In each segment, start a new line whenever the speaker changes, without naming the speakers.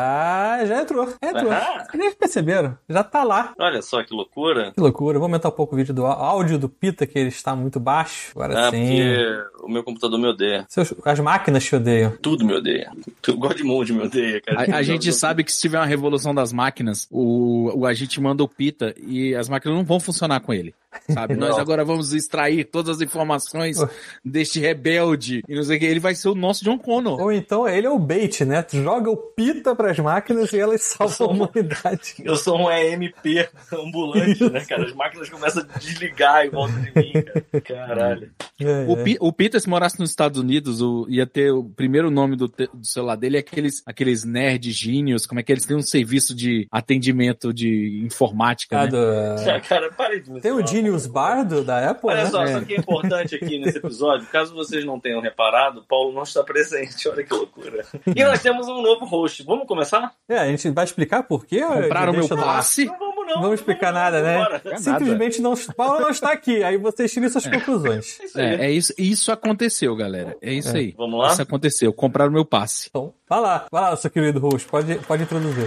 Ah, já entrou. Entrou.
Aham.
Nem perceberam. Já tá lá.
Olha só que loucura.
Que loucura. Vou aumentar um pouco o vídeo do á- áudio do Pita, que ele está muito baixo. Agora
Ah,
sim.
porque o meu computador me odeia.
Seus- as máquinas te odeiam.
Tudo me odeia. O Godmode me odeia, cara.
A, a gente sabe que se tiver uma revolução das máquinas, o, o a gente manda o Pita e as máquinas não vão funcionar com ele. Sabe? Nós
Não.
agora vamos extrair todas as informações
Oh.
deste rebelde. E não sei o que. Ele vai ser o nosso John Connor.
Ou então ele é o bait, né? Tu joga o Pita pras máquinas e elas salvam a humanidade.
Eu sou um EMP ambulante, né, cara? As máquinas começam a desligar em volta de mim, cara. Caralho.
É,
O,
é.
Pi- o Peter, se morasse nos Estados Unidos, o- ia ter o primeiro nome do, te- do celular dele é aqueles, aqueles nerd gênios, como é que eles têm um serviço de atendimento de informática,
Ah,
né?
do-
Já, cara, parem de me
Tem o
zoar,
Genius
pô.
Bar do- da Apple,
Olha
né?
só,
É.
só que é importante aqui nesse episódio, caso vocês não tenham reparado, o Paulo não está presente, olha que loucura. E nós temos um novo host. Vamos começar?
É, a gente vai explicar por quê? ou
Compraram meu
deixa no ar?
passe?
Não vamos não.
Não vamos explicar nada, né?
Vambora.
É nada.
Simplesmente não, Paulo não está aqui. Aí vocês tirem suas conclusões.
É isso aí.
É, é isso, isso aconteceu, galera. É isso aí.
Vamos lá?
Isso aconteceu. Compraram meu passe.
Então, vai lá, vai lá, seu querido host, pode, pode introduzir.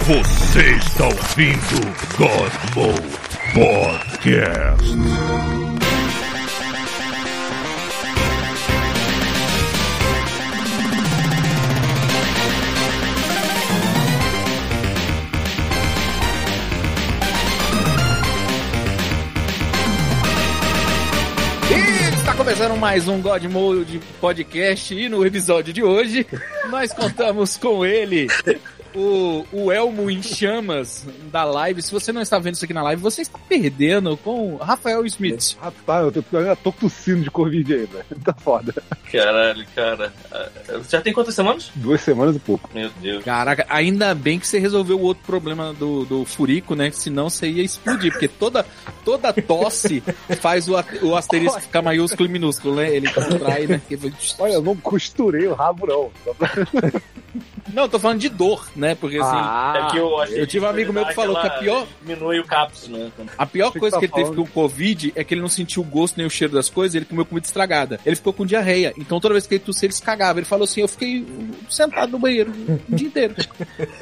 Você está ouvindo Godmo Podcast.
E está começando mais um God Mode podcast. E no episódio de hoje, nós contamos com ele. O, o Elmo em chamas da live. Se você não está vendo isso aqui na live, você está perdendo com o Rafael Smith.
Rapaz, eu tô, eu tô tossindo de Covid ainda. Tá foda.
Caralho, cara. Ah, Já tem quantas semanas?
Duas semanas e pouco.
Meu Deus.
Caraca, ainda bem que você resolveu o outro problema do, do furico, né? Senão você ia explodir, porque toda, toda tosse faz o, a- o asterisco ficar maiúsculo e minúsculo, né? Ele contrai, né? Porque vai-
Olha, eu não costurei o rabo, não. Só pra-
Não, eu tô falando de dor, né? Porque assim,
É que eu, acho
eu tive um amigo meu que falou que a pior-
Diminui o capso, né?
a pior
Você
coisa
tá
que ele teve com
falando.
o Covid é que ele não sentiu o gosto nem o cheiro das coisas, ele comeu comida estragada. Ele ficou com diarreia. Então toda vez que ele tossia, ele escagava. Ele falou assim: eu fiquei sentado no banheiro o dia inteiro.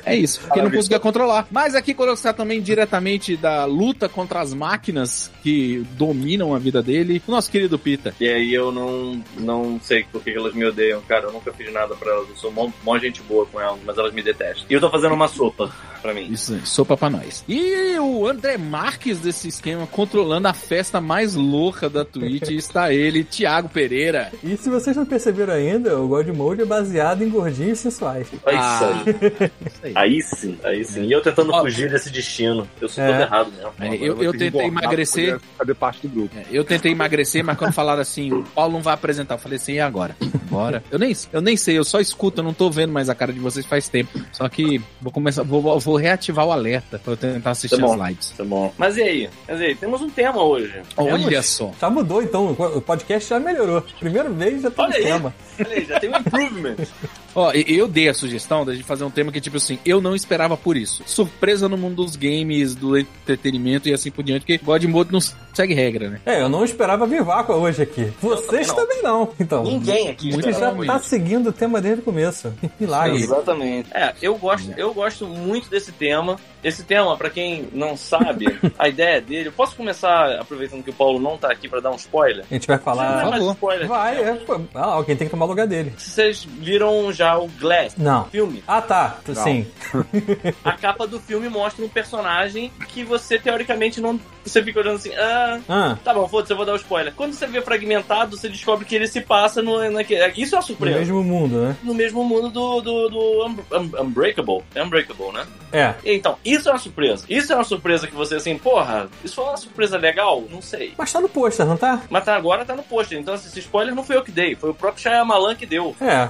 É isso, porque ele não conseguia controlar. Mas aqui quando você tá também diretamente da luta contra as máquinas que dominam a vida dele, o nosso querido Pita.
E aí eu não, não sei por que elas me odeiam, cara. Eu nunca fiz nada pra elas. Eu sou mó, mó gente boa com elas, mas elas me detestam. E eu tô fazendo uma sopa pra mim.
Isso aí, sopa pra nós. E o André Marques desse esquema, controlando a festa mais louca da Twitch, está ele, Thiago Pereira.
E se vocês não perceberam ainda, o God Mode é baseado em gordinhos sensuais.
Aí,
Ah.
sim.
Isso aí.
aí sim, aí sim. E eu tentando
Ó,
fugir desse destino. Eu sou
é.
todo errado mesmo.
É,
Agora
eu-
vou
eu
ter que
tentei
engordar pra
emagrecer.
poder Fazer parte do grupo.
É, Eu tentei emagrecer, mas quando falaram assim, o Paulo não vai apresentar, eu falei assim, e agora? Bora. Eu nem, eu nem sei, eu só escuto, eu não tô vendo mais a cara de vocês faz tempo. Só que vou começar, vou, vou reativar o alerta pra eu tentar assistir
Tá bom.
as lives.
Tá bom. Mas e aí? Mas e aí? Temos um tema hoje.
Olha
Temos?
só.
Já mudou então, o podcast já melhorou. Primeiro mês já tá no
Olha aí.
tema.
Olha aí, já tem um improvement.
Ó, e- eu dei a sugestão da gente fazer um tema que, tipo assim, eu não esperava por isso. Surpresa no mundo dos games, do entretenimento e assim por diante, porque God Mode não segue regra, né?
É, eu não esperava Vivaco hoje aqui. Vocês também
também
não. Então,
Ninguém aqui
Muito
você
esperava
já
esperava
tá
isso.
seguindo o tema desde o começo. Que milagre.
Exatamente. É, eu gosto, eu gosto muito desse tema. Esse tema, pra quem não sabe, a ideia dele. Eu posso começar aproveitando que o Paulo não tá aqui pra dar um spoiler?
A gente vai
Não é
falar.
mais
favor.
spoiler.
Vai, é. pô, Ah, alguém tem que tomar o lugar dele.
Vocês viram já o Glass?
Não.
Filme.
Ah, tá. Tu-
Não.
Sim.
A capa do filme mostra um personagem que você teoricamente não. Você fica olhando assim, ah,
Ah,
tá bom, foda-se, eu vou dar o spoiler. Quando você vê fragmentado, você descobre que ele se passa no. naque- Isso é uma
no
surpresa.
mesmo mundo, né?
No mesmo mundo do, do, do Un- Un- Unbreakable. É Unbreakable, né?
É.
Então, isso é uma surpresa. Isso é uma surpresa que você, assim, porra, isso foi uma surpresa legal? Não sei.
Mas tá no pôster, não tá?
Mas tá, agora tá no pôster. Então, assim, esse spoiler não foi eu que dei, foi o próprio Shyamalan que deu.
É.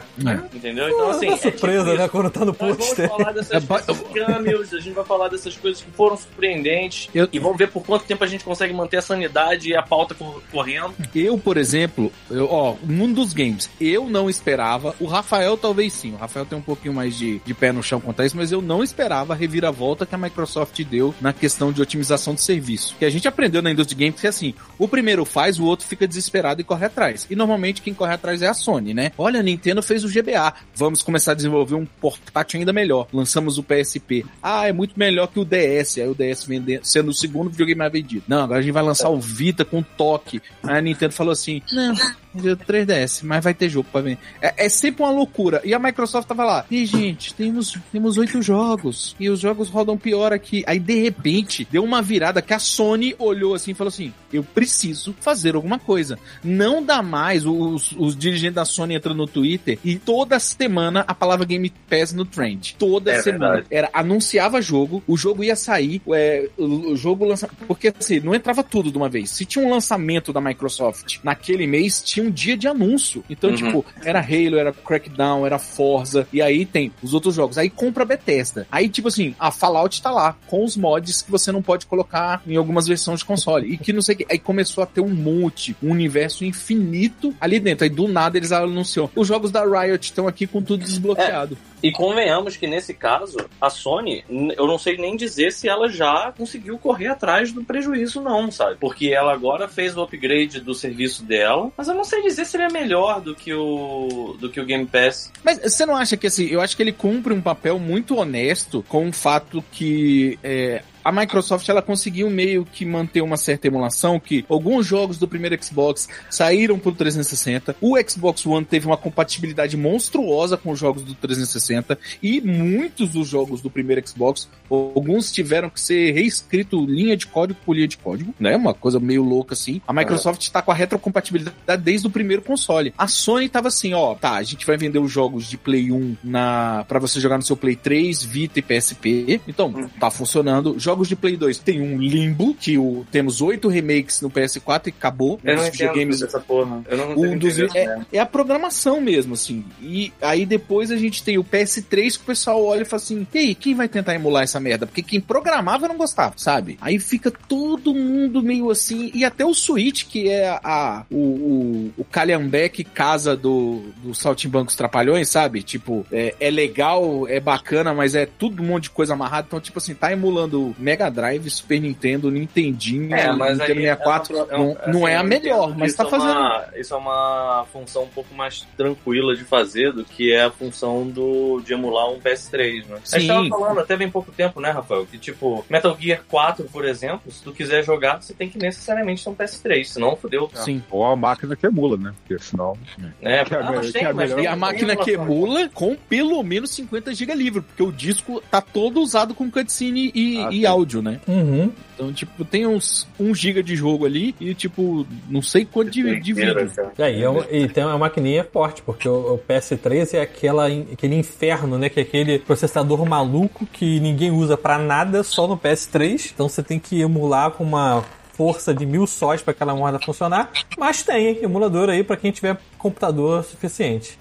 Entendeu? Então, assim.
é uma
é tipo
surpresa,
isso. é
né? Quando tá no
Nós vamos
pôster.
falar dessas,
É ba-
desses cameos, a gente vai falar dessas coisas que foram surpreendentes
Eu-
e vamos ver por quanto quanto tempo a gente consegue manter a sanidade e a pauta cor- correndo.
Eu, por exemplo, eu, ó, mundo dos games, eu não esperava, o Rafael talvez sim, o Rafael tem um pouquinho mais de, de pé no chão quanto a isso, mas eu não esperava a reviravolta que a Microsoft deu na questão de otimização de serviço. Que a gente aprendeu na indústria de games que assim, o primeiro faz, o outro fica desesperado e corre atrás. E normalmente quem corre atrás é a Sony, né? Olha, a Nintendo fez o GBA, vamos começar a desenvolver um portátil ainda melhor. Lançamos o PSP. Ah, é muito melhor que o DS. Aí o DS vendendo, sendo o segundo videogame mais vendido. Não, agora a gente vai lançar o Vita com toque. Aí a Nintendo falou assim: não, vendeu 3DS, mas vai ter jogo pra vender. É, é sempre uma loucura. E a Microsoft tava lá: e gente, temos temos oito jogos. E os jogos rodam pior aqui. Aí de repente deu uma virada que a Sony olhou assim e falou assim: eu preciso fazer alguma coisa. Não dá mais os, os dirigentes da Sony entrando no Twitter e toda semana a palavra Game Pass no trend. Toda
É
semana.
verdade.
Era, anunciava jogo, o jogo ia sair, é, o, o jogo lança. Porque assim, não entrava tudo de uma vez. Se tinha um lançamento da Microsoft naquele mês, tinha um dia de anúncio. Então,
Uhum.
tipo, era Halo, era Crackdown, era Forza, e aí tem os outros jogos. Aí compra a Bethesda. Aí, tipo assim, a Fallout tá lá, com os mods que você não pode colocar em algumas versões de console. E que não sei o que. Aí começou a ter um monte, um universo infinito ali dentro. Aí do nada eles anunciam. Os jogos da Riot estão aqui com tudo desbloqueado.
E convenhamos que nesse caso, a Sony, n- eu não sei nem dizer se ela já conseguiu correr atrás do prejuízo, não, sabe? Porque ela agora fez o upgrade do serviço dela, mas eu não sei dizer se ele é melhor do que o, do que o Game Pass.
Mas você não acha que assim, eu acho que ele cumpre um papel muito honesto com o fato que é, a Microsoft ela conseguiu meio que manter uma certa emulação que alguns jogos do primeiro Xbox saíram pro 360, o Xbox One teve uma compatibilidade monstruosa com os jogos do 360 e muitos dos jogos do primeiro Xbox, alguns tiveram que ser reescrito linha de código por linha de código, né? Uma coisa meio louca assim. A Microsoft tá com a retrocompatibilidade desde o primeiro console. A Sony tava assim, ó, tá, a gente vai vender os jogos de Play 1 na para você jogar no seu Play 3, Vita e PSP.
Hum.
Então, tá funcionando. Jogos de Play 2 tem um limbo que o temos oito remakes no PS4 e acabou.
Eu não
Os
entendo essa porra. Eu não né?
um
consigo
dos,
entender.
é, é a programação mesmo, assim. E aí depois a gente tem o PS3 que o pessoal olha e fala assim: e aí, quem vai tentar emular essa merda? Porque quem programava não gostava, sabe? Aí fica todo mundo meio assim. E até o Switch, que é a, a- o, o, o calhambeque casa do, do Saltimbancos Trapalhões, sabe? Tipo, é, é legal, é bacana, mas é tudo um monte de coisa amarrada. Então, tipo assim, tá emulando Mega Drive, Super Nintendo, Nintendinho,
É, mas aí
Nintendo 64.
é uma- é
não,
um-
não é a
assim,
melhor, mas
isso
tá
é
fazendo.
uma- isso é uma função um pouco mais tranquila de fazer do que é a função do, de emular um PS3, né? A
Sim.
gente tava falando até bem pouco tempo, né, Rafael? Que tipo, Metal Gear 4, por exemplo, se tu quiser jogar, você tem que necessariamente ter um PS3, senão fodeu.
Tá.
Sim.
Ou a máquina que emula, né? Porque senão.
Né?
Que é a melhor- que é a melhor-
E
tem
a máquina
emulação.
que emula
então.
com pelo menos 50 GB livre, porque o disco tá todo usado com cutscene e,
Ah,
e
sim.
áudio, né?
Uhum.
Então, tipo, tem uns 1 GB de jogo ali e, tipo, não sei quanto de, de vídeo.
E aí, é um- e tem uma maquininha forte, porque o, o PS3 é aquela, in- aquele inferno, né? Que é aquele processador maluco que ninguém usa pra nada, só no PS3. Então você tem que emular com uma força de mil sóis pra aquela morda funcionar. Mas tem emulador aí pra quem tiver computador suficiente.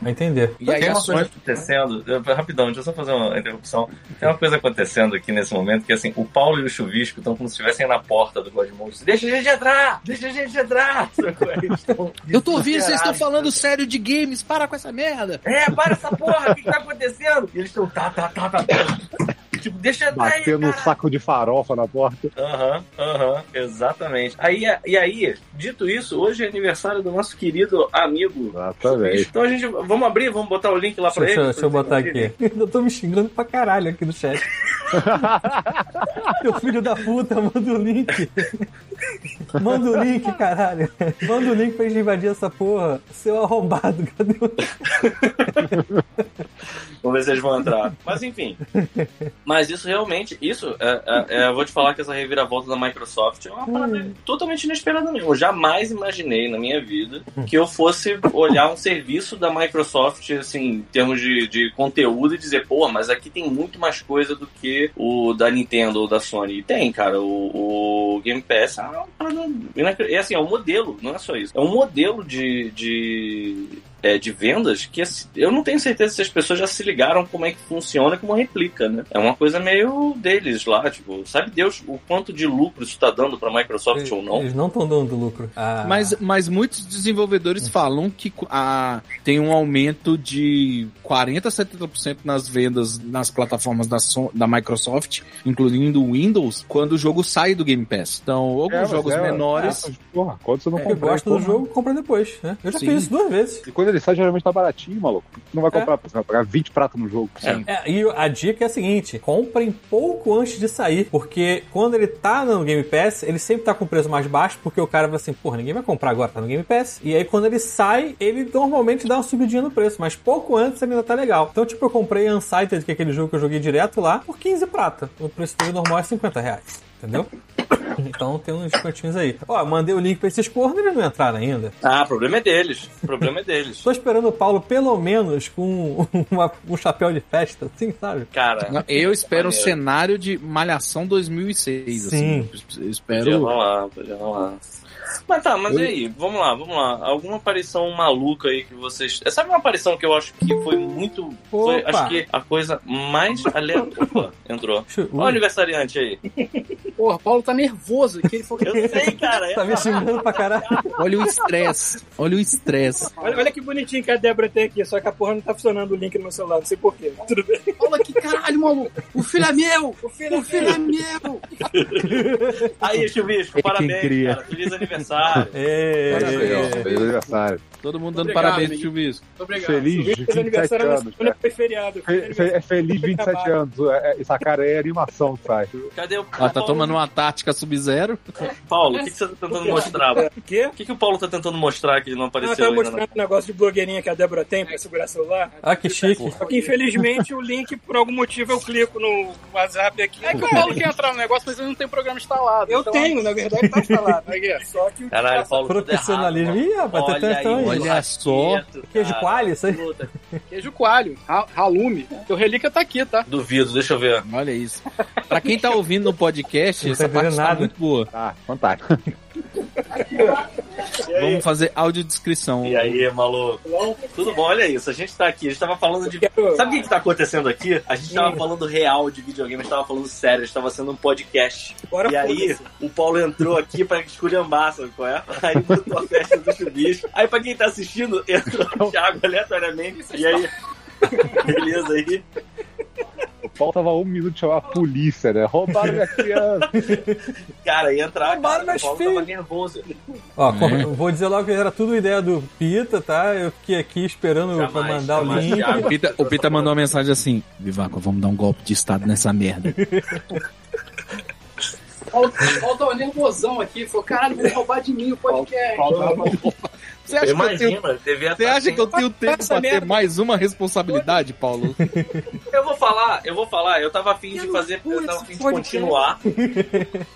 Vai entender.
E aí
tem
a
uma coisa
Sony...
acontecendo, eu- rapidão, deixa eu só fazer uma interrupção. Tem uma coisa acontecendo aqui nesse momento que assim, o Paulo e o Chuvisco estão como se estivessem na porta do Godmode. Deixa a gente entrar! Deixa a gente entrar! Sacou? Eles tão
Eu tô ouvindo, vocês estão
desesperados.
falando sério de games, para com essa merda!
É, para essa porra, o que, que tá acontecendo? E eles estão, tá, tá, tá, tá. Tipo, deixa eu entrar aí,
Batendo um
cara.
saco de farofa na porta.
Aham, aham, exatamente. Aí, e aí, dito isso, hoje é aniversário do nosso querido amigo.
Exatamente.
Então a gente, vamos abrir, vamos botar o link lá pra
Deixa,
ele.
eu- deixa eu
pra
botar
ele-
aqui. Ainda tô me xingando pra caralho aqui no chat. Meu filho da puta, manda o link. Manda o link, caralho. Manda o link pra gente invadir essa porra. Seu arrombado, cadê o
Vamos ver se eles vão entrar. Mas enfim. Mas isso realmente, isso, é, é, é, eu vou te falar que essa reviravolta da Microsoft é uma parada totalmente inesperada mesmo. Eu jamais imaginei na minha vida que eu fosse olhar um serviço da Microsoft, assim, em termos de, de conteúdo e dizer, pô, mas aqui tem muito mais coisa do que o da Nintendo ou da Sony. E tem, cara, o, o Game Pass é uma parada inacre- é assim, é um modelo, não é só isso. É um modelo de, de é, de vendas que as- eu não tenho certeza se as pessoas já se ligaram como é que funciona e como replica, né? É uma coisa meio deles lá, tipo, sabe Deus o quanto de lucro isso tá dando pra Microsoft ou não?
Eles não estão dando lucro. Ah,
Mas, mas muitos desenvolvedores falam que a, tem um aumento de 40% a 70% nas vendas nas plataformas da, Son- da Microsoft, incluindo o Windows, quando o jogo sai do Game Pass. Então, alguns
É, mas
jogos
é,
menores.
é, mas, porra, quando você não
eu
comprar.
gosto do jogo, compra depois, né? Eu já
Sim.
fiz isso duas vezes.
E quando ele sai, geralmente tá baratinho, maluco. Tu não vai comprar, você vai pagar 20 pratos no jogo.
Sim.
É, e a dica é a seguinte: comprem pouco antes de sair, porque quando ele tá no Game Pass, ele sempre tá com preço mais baixo, porque o cara vai assim, porra, ninguém vai comprar agora, tá no Game Pass. E aí quando ele sai, ele normalmente dá uma subidinha no preço, mas pouco antes ele ainda tá legal. Então, tipo, eu comprei Unsighted, que é aquele jogo que eu joguei direto lá, por 15 prata. O preço dele normal é 50 reais. Entendeu? Então tem uns descontinhos aí. Ó, mandei o link pra esses cornos, eles não entraram ainda.
Ah, o problema é deles. O problema é deles.
Tô esperando o Paulo, pelo menos, com uma- um chapéu de festa, assim, sabe?
Cara,
Não, Eu espero um
Maneiro.
cenário de Malhação 2006.
Sim.
Assim, eu
Podia
espero.
rolar, podia rolar. Mas tá, mas e aí, vamos lá, vamos lá. Alguma aparição maluca aí que vocês. É, Sabe uma aparição que eu acho que foi muito. Foi,
Opa!
acho que a coisa mais aleatória. Opa, entrou.
Deixa eu-
Olha o aniversariante aí.
Porra, o Paulo tá nervoso aqui. Ele falou que...
Eu sei, cara.
Tá
é-
me xingando pra caralho.
Olha o estresse. Olha o estresse.
olha, olha que bonitinho que a Débora tem aqui, só que a porra não tá funcionando o link no meu celular, não sei porquê. Tudo bem.
Paulo aqui, caralho, maluco. O filho é meu.
O filho
O filho é meu.
Aí, Chubisco, parabéns,
cria.
cara. Feliz aniversário.
É,
Aí, ó, Feliz aniversário.
Todo mundo dando
Obrigado,
parabéns,
hein?
Chubisco.
Muito obrigado.
Feliz
Feliz
27
aniversário
anos. é.
na foi feriado.
Fe- fe- É feliz 27 anos. É, é, Essa cara é animação, sai.
Cadê o.
Ela tá
Paulo?
tomando uma tática sub-zero.
Paulo, o que, que você tá tentando mostrar? O
O quê?
que, que o Paulo tá tentando mostrar que ele não
Ah,
apareceu
tá
ainda? né?
mostrando um negócio de blogueirinha que a Débora tem pra segurar celular.
É,
Ah, que chique.
Só que infelizmente o link, por algum motivo, eu clico no WhatsApp aqui.
É que o Paulo quer entrar no negócio, mas ele não tem programa instalado.
Eu
Então,
é
tenho, na verdade, tá instalado.
Aí é.
Só que o
Caralho, Paulo. tudo
Profissionalismo.
errado.
Ih, rapaz, tá
Olha aí,
testando aí.
Olha só.
raqueto,
Queijo
cara.
coalho, isso aí.
Puta. Queijo coalho, ra- ralume. Teu relíquia tá aqui, tá?
Duvido, deixa eu ver.
Olha isso. Pra quem tá ouvindo no podcast,
Não tá
essa parte
entendendo
tá
nada.
muito boa.
Tá, fantástico.
Vamos fazer audiodescrição.
É E aí, maluco? Tudo bom? Olha isso, a gente tá aqui, a gente tava falando de.
quero-
Sabe o que, que tá acontecendo aqui? A gente
Hum.
tava falando real de videogame, a gente tava falando sério, a gente tava sendo um podcast.
Agora
e aí, o Paulo entrou aqui pra esculhambar, sabe qual é? Aí botou a festa do chubisco. Aí, pra quem tá assistindo, entrou o Thiago aleatoriamente.
é
E aí. Beleza aí.
O Paulo tava um minuto de chamar a polícia, né? Roubaram minha criança.
Cara, ia entrar.
Roubaram
Cara, o
meus
Paulo
filhos.
tava nervoso.
Ó, como- eu vou dizer logo que era tudo ideia do Pita, tá? Eu fiquei aqui esperando
Jamais,
pra mandar
jamais,
o link.
Thiago.
O Pita, o Pita mandou uma mensagem assim: Vivaco, vamos dar um golpe de estado nessa merda.
O Paulo, o Paulo tava nervosão aqui. Falou, caralho, vão roubar de mim é." o podcast.
Você acha, que eu tenho,
Imagina, devia
você
tá
acha
assim.
que eu tenho tempo
Essa
pra ter
merda.
mais uma responsabilidade, Paulo?
Eu vou falar, eu vou falar, eu tava afim de fazer, eu tava afim de continuar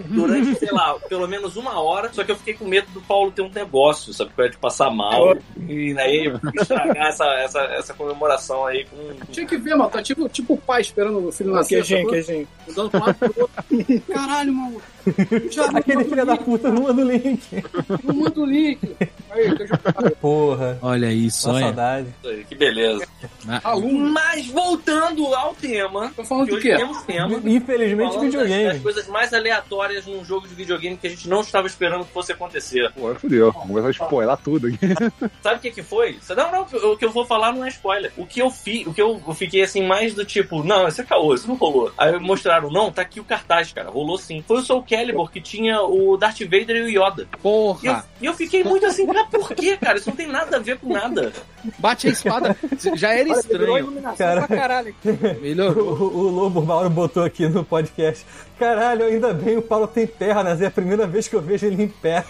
durante, sei lá, pelo menos uma hora, só que eu fiquei com medo do Paulo ter um negócio, sabe, pra ele passar mal e aí estragar essa, essa, essa comemoração aí com...
Tinha que ver, mano. Tá tipo, tipo o pai esperando o filho
Que
nascer.
gente,
sacou?
que gente.
Mudando pra um lado pro outro. Caralho, maluco. Já
Aquele
manda o
filho da
link,
puta não manda o link.
Não manda o link. Aí, queijo coalho.
Porra,
Olha isso, Ah,
uma
olha.
saudade.
isso aí, que beleza.
Ralume.
Mas voltando ao tema,
Tô falando
que
do
hoje
quê?
temos tema,
Infelizmente,
falando das, das
videogame.
coisas mais aleatórias num jogo de videogame que a gente não estava esperando que fosse acontecer.
Pô, fudeu. Vamos começar a spoiler tudo aqui.
Sabe o que que foi? Não, não, o que eu vou falar não é spoiler. O que eu fiz, o que eu eu fiquei assim mais do tipo, não, isso é caô, isso não rolou. Aí mostraram, não, tá aqui o cartaz, cara, rolou sim. Foi o Soul Calibur que tinha o Darth Vader e o Yoda. E eu,
Ah.
Porra!
e eu fiquei muito assim, cara, por quê, cara? Isso não tem nada a ver com nada.
Bate a espada. Já era estranho.
Cara.
Cara. Pra caralho.
O,
Melhorou.
o Lobo Mauro botou aqui no podcast. Caralho, ainda bem o Paulo tem pernas. É a primeira vez que eu vejo ele em pé.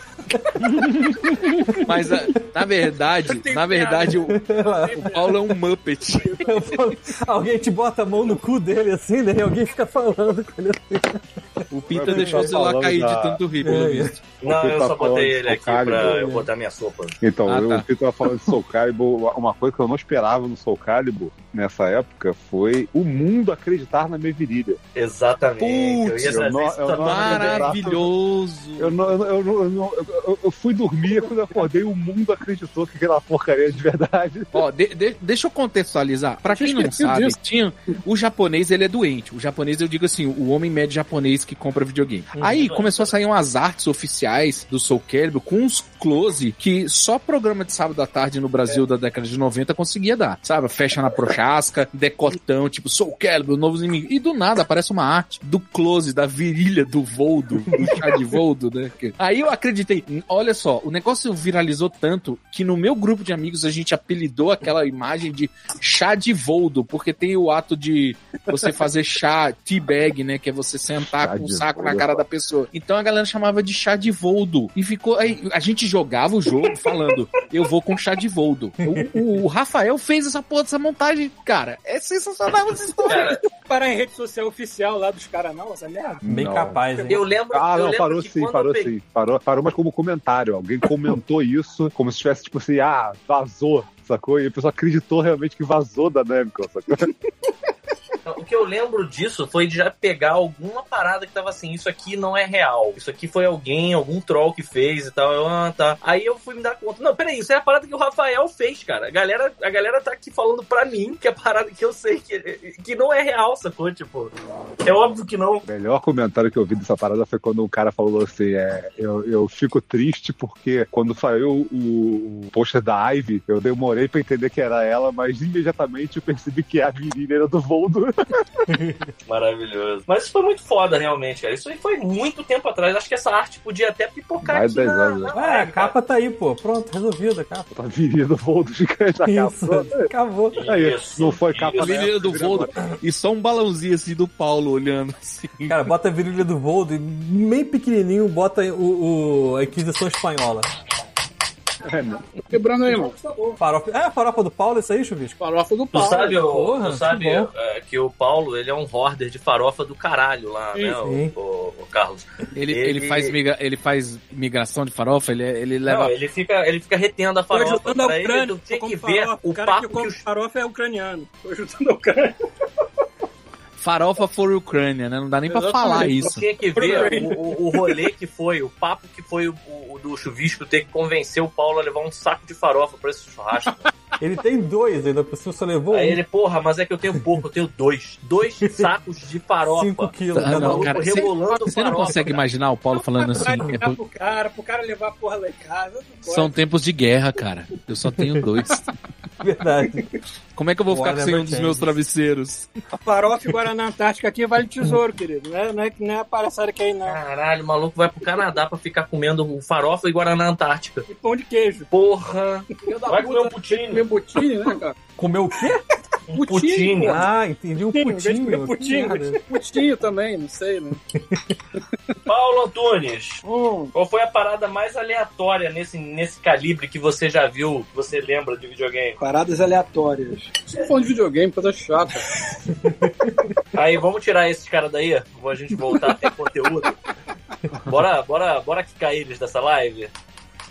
Mas a- na verdade, na verdade, o, o Paulo é um Muppet.
Eu falo, alguém te bota a mão no cu dele assim, né? E alguém fica falando com ele assim.
O Pita deixou o celular
falando
cair
da-
de tanto rir, pelo menos.
É,
Não, eu
Você tá
só
falando
botei
de
ele aqui
Soul Calibur,
pra eu
né?
botar minha sopa.
Então,
Ah,
eu,
tá.
o Pito tava falando de Soul Calibur. Uma coisa que eu não esperava no Soul Calibur nessa época foi o mundo acreditar na minha virilha.
Exatamente.
Putz,
eu ia trazer
eu não-
isso tá
eu não-
também.
Maravilhoso.
Eu, não, eu, não- eu, não- eu, não- eu- eu fui dormir e quando eu acordei, o mundo acreditou que aquela porcaria era de verdade.
Ó, de- de- deixa eu contextualizar. Pra quem não
Esqueci
sabe,
disso.
tinha, o japonês ele é doente. O japonês, eu digo assim, o homem médio japonês que compra videogame. Aí começou a sair umas artes oficiais do Soul Calibur com uns close que só programa de sábado à tarde no Brasil da década de 90 conseguia dar. Sabe? Fecha na prochasca, decotão, tipo Soul Calibur, novos inimigos. E do nada aparece uma arte do close, da virilha do Voldo, do chá de Voldo, né? Que- Aí eu acreditei. Olha só, o negócio viralizou tanto que no meu grupo de amigos a gente apelidou aquela imagem de chá de Voldo, porque tem o ato de você fazer chá teabag, né? Que é você sentar
Chá
com o
de
saco na
Voldo.
cara da pessoa. Então a galera chamava de chá de Voldo. E ficou. Aí a gente jogava o jogo falando, eu vou com chá de Voldo. O, o- o Rafael fez essa porra dessa montagem. Cara, é sensacional essa história.
Cara,
Parar em rede social oficial lá dos caras, não, essa merda.
Bem
Não.
capaz, hein?
eu lembro.
Ah,
eu
não,
lembro
parou
que
sim,
quando
parou
eu peguei-
sim. Parou, parou, mas como comentário. Alguém comentou isso como se tivesse, tipo assim, ah, vazou, sacou? E a pessoa acreditou realmente que vazou da Namco, sacou?
O que eu lembro disso foi de já pegar alguma parada que tava assim, isso aqui não é real. Isso aqui foi alguém, algum troll que fez e tal. Eu, ah, tá. Aí eu fui me dar conta. Não, peraí, isso é a parada que o Rafael fez, cara. A galera, a galera tá aqui falando pra mim que é a parada que eu sei que, que não é real, sacou? Tipo, é óbvio que não.
O melhor comentário que eu vi dessa parada foi quando um cara falou assim: é, eu, eu fico triste porque quando saiu o, o pôster da Ivy, eu demorei pra entender que era ela, mas imediatamente eu percebi que é a virilha era do Voldo.
Maravilhoso. Mas isso foi muito foda, realmente, cara. Isso aí foi muito tempo atrás. Acho que essa arte podia até pipocar
Mais
aqui
dez
na,
anos, né?
Ah,
na
a
live, cara.
capa tá aí, pô. Pronto, resolvido a capa.
A virilha do Voldo fica na
Isso,
capa.
acabou.
Aí,
Isso,
não foi capa
né?
isso.
na
Virilha do
vira
Voldo. E só um balãozinho assim do Paulo olhando assim.
Cara, bota a virilha do Voldo e bem pequenininho bota o, o- a Inquisição Espanhola.
né?
Quebrando aí, mano.
Farofa. É a farofa do Paulo, isso aí, Chuvisco?
Farofa do
Tu
pau.
sabe, o,
porra,
tu sabe
que bom.
é, que o Paulo ele é um hoarder de farofa do caralho lá, né,
sim.
o, o- o Carlos?
Ele,
Ele-
ele... faz, migra- ele faz migração de farofa, ele, ele leva.
Não, ele fica, ele fica retendo a
Tô
farofa.
ajudando a
Pra ele,
Ucrânia.
tu tinha
tô
que
como
ver
farofa.
o
o cara
papo
que
que,
come
os
farofa é ucraniano. Tô ajudando a Ucrânia.
Farofa for Ucrânia, né? Não dá nem pra
Exatamente.
falar
Tu
isso.
tinha que ver o, o, o rolê que foi, o papo que foi o, o do chuvisco ter que convencer o Paulo a levar um saco de farofa pra esse churrasco.
Ele tem dois ainda, por cima só levou
Aí
um.
ele, porra, mas é que eu tenho pouco, eu tenho dois. Dois sacos de farofa.
5 quilos.
Ah,
cada
não,
um.
cara, você,
rebolando
você não
farofa,
consegue
cara.
imaginar o Paulo falando assim.
Vai ligar pro cara, pro cara levar a porra lá em casa. não pode.
São tempos de guerra, cara. Eu só tenho dois.
Verdade.
Como é que eu vou ficar
Whatever
sem um dos
changes.
meus travesseiros?
Farofa e Guaraná Antártica aqui vale tesouro, querido. Não é, não é, que- não é a palhaçada que é aí, não.
Caralho, o maluco vai pro Canadá pra ficar comendo um farofa e Guaraná Antártica.
E pão de queijo.
Porra!
Filho da
Vai comer um
puta.
putinho.
Meu botine, né, cara?
Comeu o quê?
né?
Putinho, pô.
Ah, entendi. Um
Putinho, em vez de comer
putinho.
putinho.
cara.
Putinho também, não sei, né?
Paulo Antunes,
Hum,
qual foi a parada mais aleatória nesse, nesse calibre que você já viu, que você lembra de videogame?
Paradas aleatórias.
tô falando de videogame, coisa chata.
Aí, vamos tirar esses caras daí? Vou a gente voltar a ter conteúdo. Bora, bora, bora quicar eles dessa live?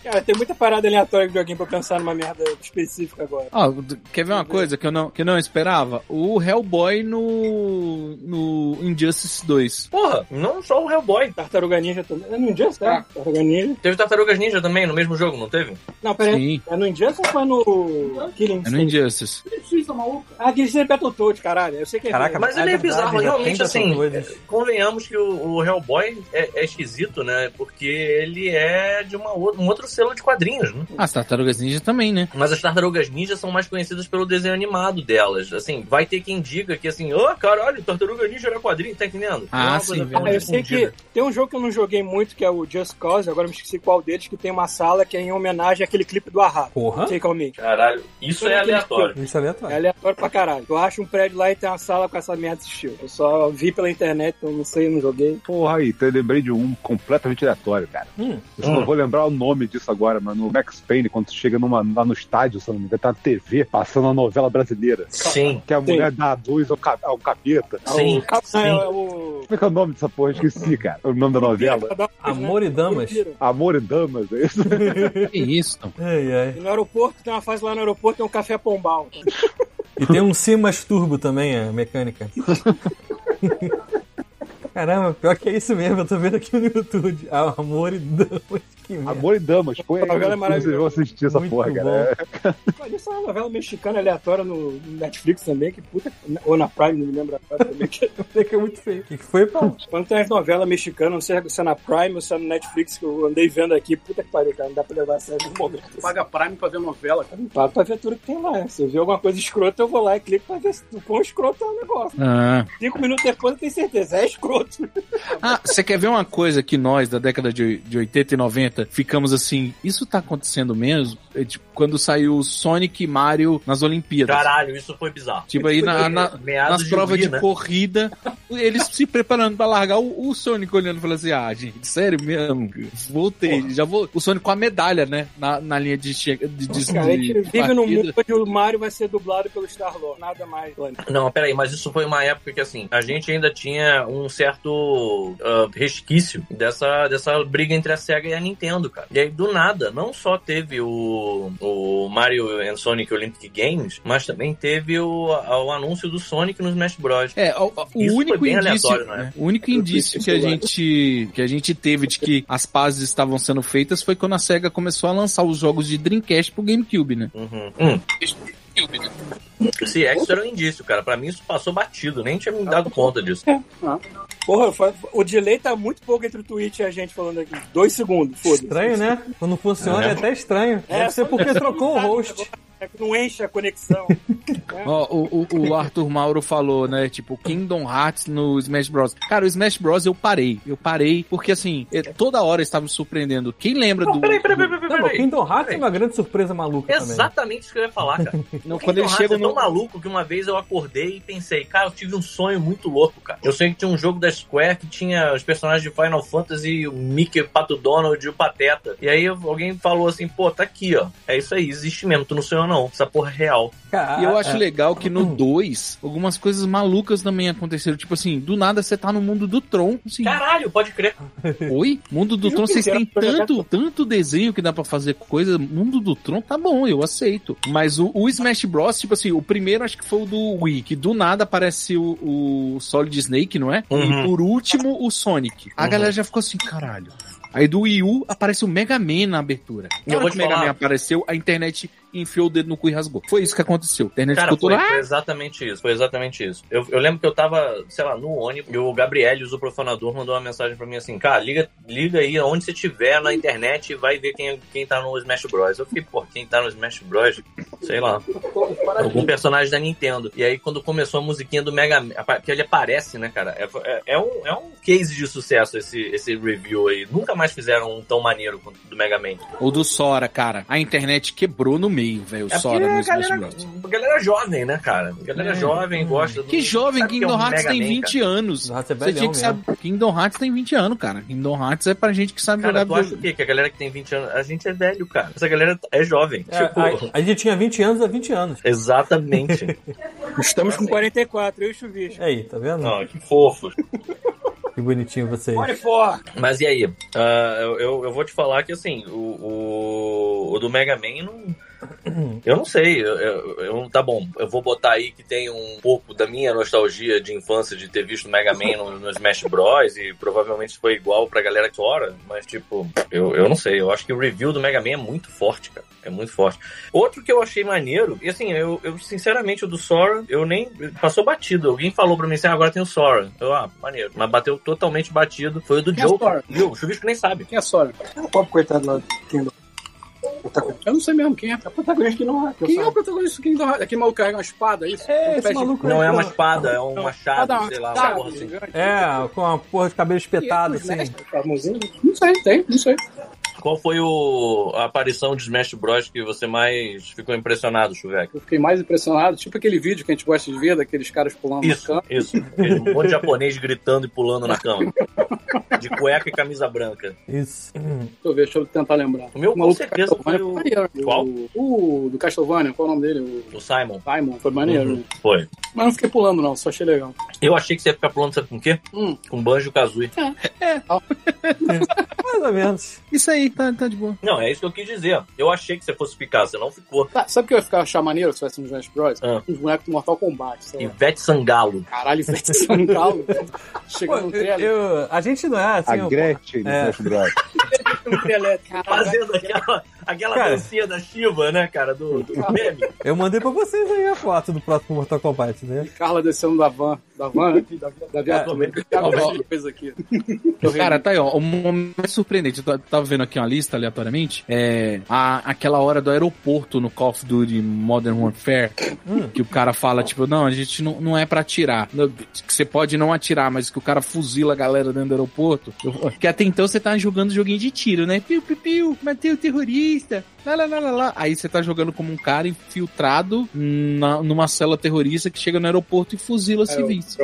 Cara, tem muita parada aleatória de alguém pra pensar numa merda específica agora.
Ó, d- quer ver uma coisa que eu não, que eu não esperava? O Hellboy no, no Injustice 2.
Porra, não só o Hellboy.
Tartaruga Ninja também. É no Injustice, né?
Ah.
Tartaruga Ninja.
Teve Tartarugas Ninja também no mesmo jogo, não teve?
Não, pera aí.
Sim,
É no Injustice ou foi no Killing
é no
Instinct?
Injustice.
Que difícil, tá maluco?
Ah, Killing Instinct é Battletoads, caralho. Eu sei que é.
Caraca,
ruim.
Mas ele é
verdade,
bizarro,
já tem
realmente,
dessas
assim,
coisas.
Convenhamos que o, o Hellboy é, é esquisito, né? Porque ele é de uma ou- um outro selo de quadrinhos, né?
Ah, As Tartarugas Ninja também, né?
Mas as tartarugas ninja são mais conhecidas pelo desenho animado delas. Assim, vai ter quem diga que assim, ô caralho, tartaruga ninja era quadrinho, tá entendendo?
Ah,
É uma
sim,
coisa
verdade.
tão
eu sei que
difundida.
tem um jogo que eu não joguei muito, que é o Just Cause, agora me esqueci qual deles, que tem uma sala que é em homenagem àquele clipe do Arra.
Porra.
Take on Me.
Caralho, isso é aleatório.
Isso é aleatório.
É aleatório pra caralho. Eu acho um prédio lá e tem uma sala com essa merda de estilo. Eu só vi pela internet, então não sei, não joguei.
Porra, aí, então eu lembrei de um completamente aleatório, cara.
Hum.
Eu só não vou lembrar o nome disso agora, mas no Max Payne, quando tu chega numa, lá no estádio, se eu não me engano, tá na TV, passando a novela brasileira.
Sim,
Que a mulher dá a luz ao, ca- ao capeta.
sim,
Ah, é,
sim.
o...
Como
né?
é que é o nome dessa porra? Eu Esqueci, cara. O nome da novela.
Amor e Damas.
Vampiro.
Amor e Damas, é isso?
Que isso?
Ai, ai.
E no aeroporto, tem uma fase lá no aeroporto, tem um café pombal.
E tem um Simas Turbo também, a mecânica. Caramba, pior que é isso mesmo, eu tô vendo aqui no YouTube. Ah, Amor e Damas, que merda.
Amor e Damas. Põe aí.
Essa novela é
no YouTube, Vocês
maravilhosa.
vão assistir essa
Muito
porra, cara.
Olha, Isso é uma novela mexicana aleatória no Netflix também, que puta. Ou na Prime, não me lembro agora também. Que...
Que é muito feio. O que que foi, um Paulo?
Quando tem as novelas mexicanas, não sei se é na Prime ou se é no Netflix, que eu andei vendo aqui, puta que pariu, cara, não dá pra levar a sério no momento.
Paga Prime pra ver novela, cara.
Pago pra ver tudo que tem lá. Se eu ver alguma coisa escrota, eu vou lá e clico pra ver o quão escroto é o negócio.
Ah.
Cinco minutos depois eu tenho certeza, é escroto.
Ah, você quer ver uma coisa que nós, da década de, de 80 e 90, ficamos assim, isso tá acontecendo mesmo? É, tipo, quando saiu Sonic e Mario nas Olimpíadas.
Caralho, isso foi bizarro.
Tipo, aí na- na-
Meados né?
nas provas
Wii,
de corrida, eles se preparando pra largar o, o Sonic olhando e falando assim, ah, gente, sério mesmo? Voltei, já vou. O Sonic com a medalha, né? Na, na linha de chega. De, de,
Cara, a
de
gente vive num
partida.
mundo onde o Mario vai ser dublado pelo Star-Lord. Nada mais. Lani.
Não, peraí, mas isso foi uma época que, assim, a gente ainda tinha um certo ah, resquício dessa, dessa briga entre a SEGA e a Nintendo, cara. E aí, do nada, não só teve o, o Mario and Sonic Olympic Games, mas também teve o, o anúncio do Sonic no Smash Bros.
É, o, o
Isso foi
único
bem
indício,
aleatório, né?
né? o único indício que a gente que a gente teve de que as pazes estavam sendo feitas foi quando a Sega começou a lançar os jogos de Dreamcast pro GameCube, né?
Uhum. Hum.
Uhum.
Se é que isso era um indício, cara. Pra mim isso passou batido, nem tinha me dado
Ah,
conta disso.
é.
Porra, fa- o delay tá muito pouco entre o Twitch e a gente falando aqui. Dois segundos, foda-se.
Estranho, né? Quando funciona é, até estranho.
É,
Deve ser porque
só-
trocou o host.
É que não enche a conexão.
Ó, o, o- o Arthur Mauro falou, né? Tipo, Kingdom Hearts no Smash Bros. Cara, o Smash Bros eu parei. Eu parei porque, assim, eh, toda hora estava me surpreendendo. Quem lembra do...
Peraí, peraí,
do-
peraí, peraí,
Não, mas
peraí.
Kingdom Hearts é
Peraí.
uma grande surpresa maluca também.
Exatamente isso que eu ia falar, cara.
Não,
Quando
quando eles chegam
é tão
no...
maluco que uma vez eu acordei e pensei, cara, eu tive um sonho muito louco, cara. Eu sei que tinha um jogo da Square que tinha os personagens de Final Fantasy, o Mickey, o Pato Donald e o Pateta. E aí eu- alguém falou assim, pô, tá aqui, ó. É isso aí, existe mesmo, tu não sonhou não. Essa porra é real.
Cara,
E eu acho
é.
legal que no 2, algumas coisas malucas também aconteceram. Tipo assim, do nada você tá no mundo do Tron. Assim,
Caralho, pode crer.
Oi? Mundo do
Eu
Tron, vocês
quero
têm
jogar
tanto, tanto desenho que dá pra fazer coisa. Mundo do Tron, tá bom, eu aceito. Mas o, o Smash Bros, tipo assim, o primeiro acho que foi o do Wii, que do nada aparece o, o Solid Snake, não é?
Uhum.
E por último, o Sonic. A
Uhum.
galera já ficou assim, caralho. Aí do Wii U aparece o Mega Man na abertura.
Eu
Na hora
vou te
que o Mega
falar.
Man apareceu, a internet enfiou o dedo no cu e rasgou. Foi isso que aconteceu. A internet
Cara,
ficou
foi,
toda...
foi exatamente isso. Foi exatamente isso. Eu, eu lembro que eu tava, sei lá, no ônibus e o Gabriel, o profanador, mandou uma mensagem pra mim assim: Cara, liga, liga aí onde você tiver na internet e vai ver quem, quem tá no Smash Bros. Eu fiquei, pô, quem tá no Smash Bros? Sei lá. Algum personagem da Nintendo. E aí, quando começou a musiquinha do Mega Man, apa- que ele aparece, né, cara? É, é- é um, é um case de sucesso esse, esse review aí. Nunca mais fizeram um tão maneiro quanto o do Mega Man.
"Ah!" O do Sora, cara. A internet quebrou no meio, velho. O
É porque
Sora no
a
Smash
galera,
Bros.
a galera jovem, né, cara? A galera jovem gosta do.
Que jovem,
Sabe que
Kingdom
é um
Hearts
Mega
tem
Man,
20 anos.
Kingdom Hearts é
Você
velhão
tinha que
mesmo.
saber. Kingdom Hearts tem 20 anos, cara. Kingdom Hearts é pra gente que sabe
Cara, tu
jogar
acha o
videogame.
quê? Que a galera que tem 20 anos. A gente é velho, cara. Essa galera é jovem.
É,
tipo.
a, a gente tinha 20 anos há 20 anos.
Exatamente.
Estamos com 44, eu e o Chuvisco.
Aí, tá vendo?
Não, que fofo.
Que bonitinho vocês.
Olha fora!
Mas e aí? Ah, eu, eu, eu vou te falar que assim, o, o, o do Mega Man não. Eu não sei, eu, eu, eu- tá bom. Eu vou botar aí que tem um pouco da minha nostalgia de infância de ter visto Mega Man no, no Smash Bros. E provavelmente foi igual pra galera que fora, mas tipo, eu, eu não sei. Eu acho que o review do Mega Man é muito forte, cara. É muito forte. Outro que eu achei maneiro, e assim, eu, eu, sinceramente, o do Sora, eu nem. Passou batido. Alguém falou pra mim assim, ah, agora tem o Sora. Eu, ah, maneiro. Mas bateu totalmente batido. Foi o do
Quem é
Joker.
Sora?
Viu? O Chuvisco nem sabe.
Quem é Sora?
O pobre coitado lá do Kingdom.
Eu não sei mesmo quem é.
É o protagonista que não é. que eu
Quem é o
falo.
protagonista do Kingdom Hearts? Aquele maluco que carrega uma espada, é isso?
É,
Um
esse
pet-
maluco
Não
aí,
é uma
pô.
espada, é um machado, sei lá, uma
espada um
porra assim.
gigante.
É, com uma porra de cabelo
Quem é
espetado,
o
assim.
Smash? Famosinho? Não sei, tem, não sei.
Qual foi o, a aparição de Smash Bros que você mais ficou impressionado, Chuveco?
Eu fiquei mais impressionado, tipo aquele vídeo que a gente gosta de ver, daqueles caras pulando na
Isso,
cama.
isso. Um monte de japonês gritando e pulando na cama. De cueca e camisa branca.
Isso.
Deixa eu ver, deixa eu tentar lembrar.
O meu,
O
com
maluco
certeza,
do Castlevania
foi o-
foi maneiro.
Qual?
O, o do Castlevania, qual é o nome dele?
O Simon.
O Simon, foi maneiro.
Uhum.
né?
Foi.
Mas não fiquei pulando, não, só achei legal.
Eu achei que você ia ficar pulando, sabe com o quê?
Hum. É.
Com Banjo Kazooie.
Mais ou menos.
Isso aí, tá, tá de boa.
Não, é isso que eu quis dizer. Eu achei que você fosse ficar, você não ficou.
Tá, sabe o que eu ia ficar achar maneiro se fosse um Smash Bros?
Ah.
Um boneco do Mortal Kombat, sei lá.
Ivete Sangalo.
Caralho, isso é São Paulo.
Pô,
Chegando no
eu,
um trailer.
eu- a gente não é assim.
A
eu-
Gretchen do
É.
Smash Bros.
Caralho,
Fazendo aquela, aquela
Cara.
dancinha da Shiva, né, cara? Do, do meme.
eu mandei pra vocês aí a foto do próximo Mortal Kombat, né?
Carla descendo da van. Da van, tá né? Da, da viatura.
Talvez-
Cara,
talvez-
uma coisa aqui.
Cara, tá aí, ó. Um momento surpreendente. Eu ta- tava vendo aqui uma lista aleatoriamente. É. A, aquela hora do aeroporto no Call of Duty Modern Warfare. Que o cara fala, tipo, não, a gente não, não é pra atirar. Não, Que você pode não atirar, mas que o cara fuzila a galera dentro do aeroporto. Eu- Porque até então você tá jogando joguinho de tiro, né? Piu, piu, piu, matei o terrorista. Lá, lá, lá, lá, lá. Aí você tá jogando como um cara infiltrado na- numa cela terrorista que chega no aeroporto e fuzila civis.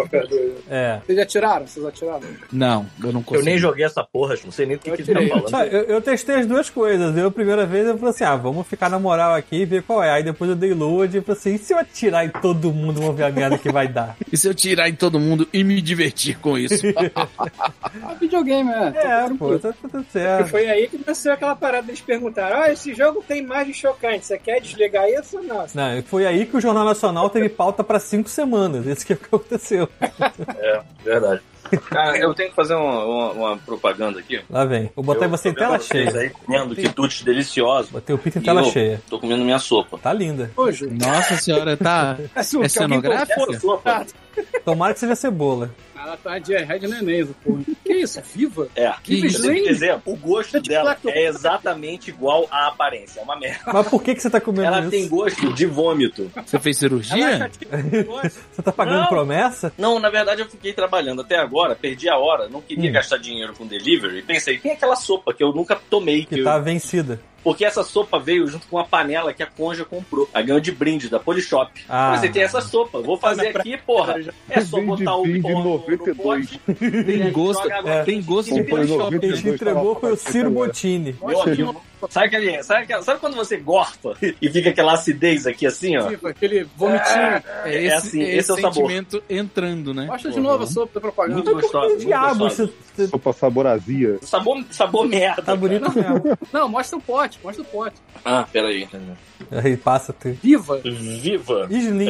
É.
Vocês atiraram? Vocês atiraram?
Não, eu não
Eu
consigo.
nem joguei essa porra, não sei nem o que,
Eu
que você tá
tirei.
falando.
Ah, eu, eu testei as duas coisas. Eu, a primeira vez, eu falei assim: ah, vamos ficar na moral aqui e ver qual é. Aí depois eu dei load e falei assim: e se eu atirar em todo mundo, vamos ver a merda que vai dar?
E se eu tirar em todo mundo e me divertir com isso?
Ah, videogame, é.
É, pô, tá tudo certo.
Foi aí que começou aquela parada deles perguntaram: Ah, esse jogo tem imagem chocante, você quer desligar isso ou não?
Não, foi aí que o Jornal Nacional teve pauta pra cinco semanas. Isso que aconteceu.
É Verdade.
Cara, eu tenho que fazer uma, uma- uma propaganda aqui.
Lá vem. Vou botar
Eu
você em
tô
tela
vendo vocês
cheia.
Aí, comendo quitutes deliciosos.
Botei o pinto em
E
tela
eu
cheia.
Tô comendo minha sopa.
Tá linda.
Hoje.
Nossa senhora, tá.
Assim,
É
que alguém
cenográfica?
colocou a sopa.
Tomara que seja cebola.
Ela tá de Red neném, essa porra. Que isso? Viva?
É.
Que
Eu tenho que
Sim.
dizer, o gosto dela é exatamente igual à aparência. É uma merda.
Mas por que, que você tá comendo
Ela
isso?
tem gosto de vômito.
Você fez cirurgia?
Você tá pagando
Não.
promessa?
Não, na verdade eu fiquei trabalhando até agora, perdi a hora, não queria
Hum.
gastar dinheiro com delivery. Pensei, tem aquela sopa que eu nunca tomei, que
Que
eu-
tá vencida.
porque essa sopa veio junto com uma panela que a Conja comprou. A ganhou de brinde da Polishop.
Ah.
Pensei, tem essa sopa, vou fazer aqui, porra. É só
Brinde,
botar o
brinde,
pão no- no
92.
pote.
Tem gosto.
Joga água
É.
Tem
quente,
gosto
e
de
vira
Comprei
chope.
Quem
92
te entregou
pra
foi o
falar
Ciro
agora.
Bottini.
Meu amigo, sabe, aquele, sabe, sabe quando você gorfa e fica aquela acidez aqui assim, ó?
Viva, aquele vomitinho.
É
É
Tipo, esse,
assim,
é
esse é o sabor.
sentimento é entrando, né?
Mostra de novo a sopa da propaganda.
Muito gostosa,
Que
muito
diabo
gostosa.
você você
Sopa saborazia.
Sabor, sabor merda.
tá bonito mesmo?
Não, mostra o pote, mostra o pote.
Ah, peraí.
Aí passa tu.
É.
Viva!
Viva.
Slim.
Viva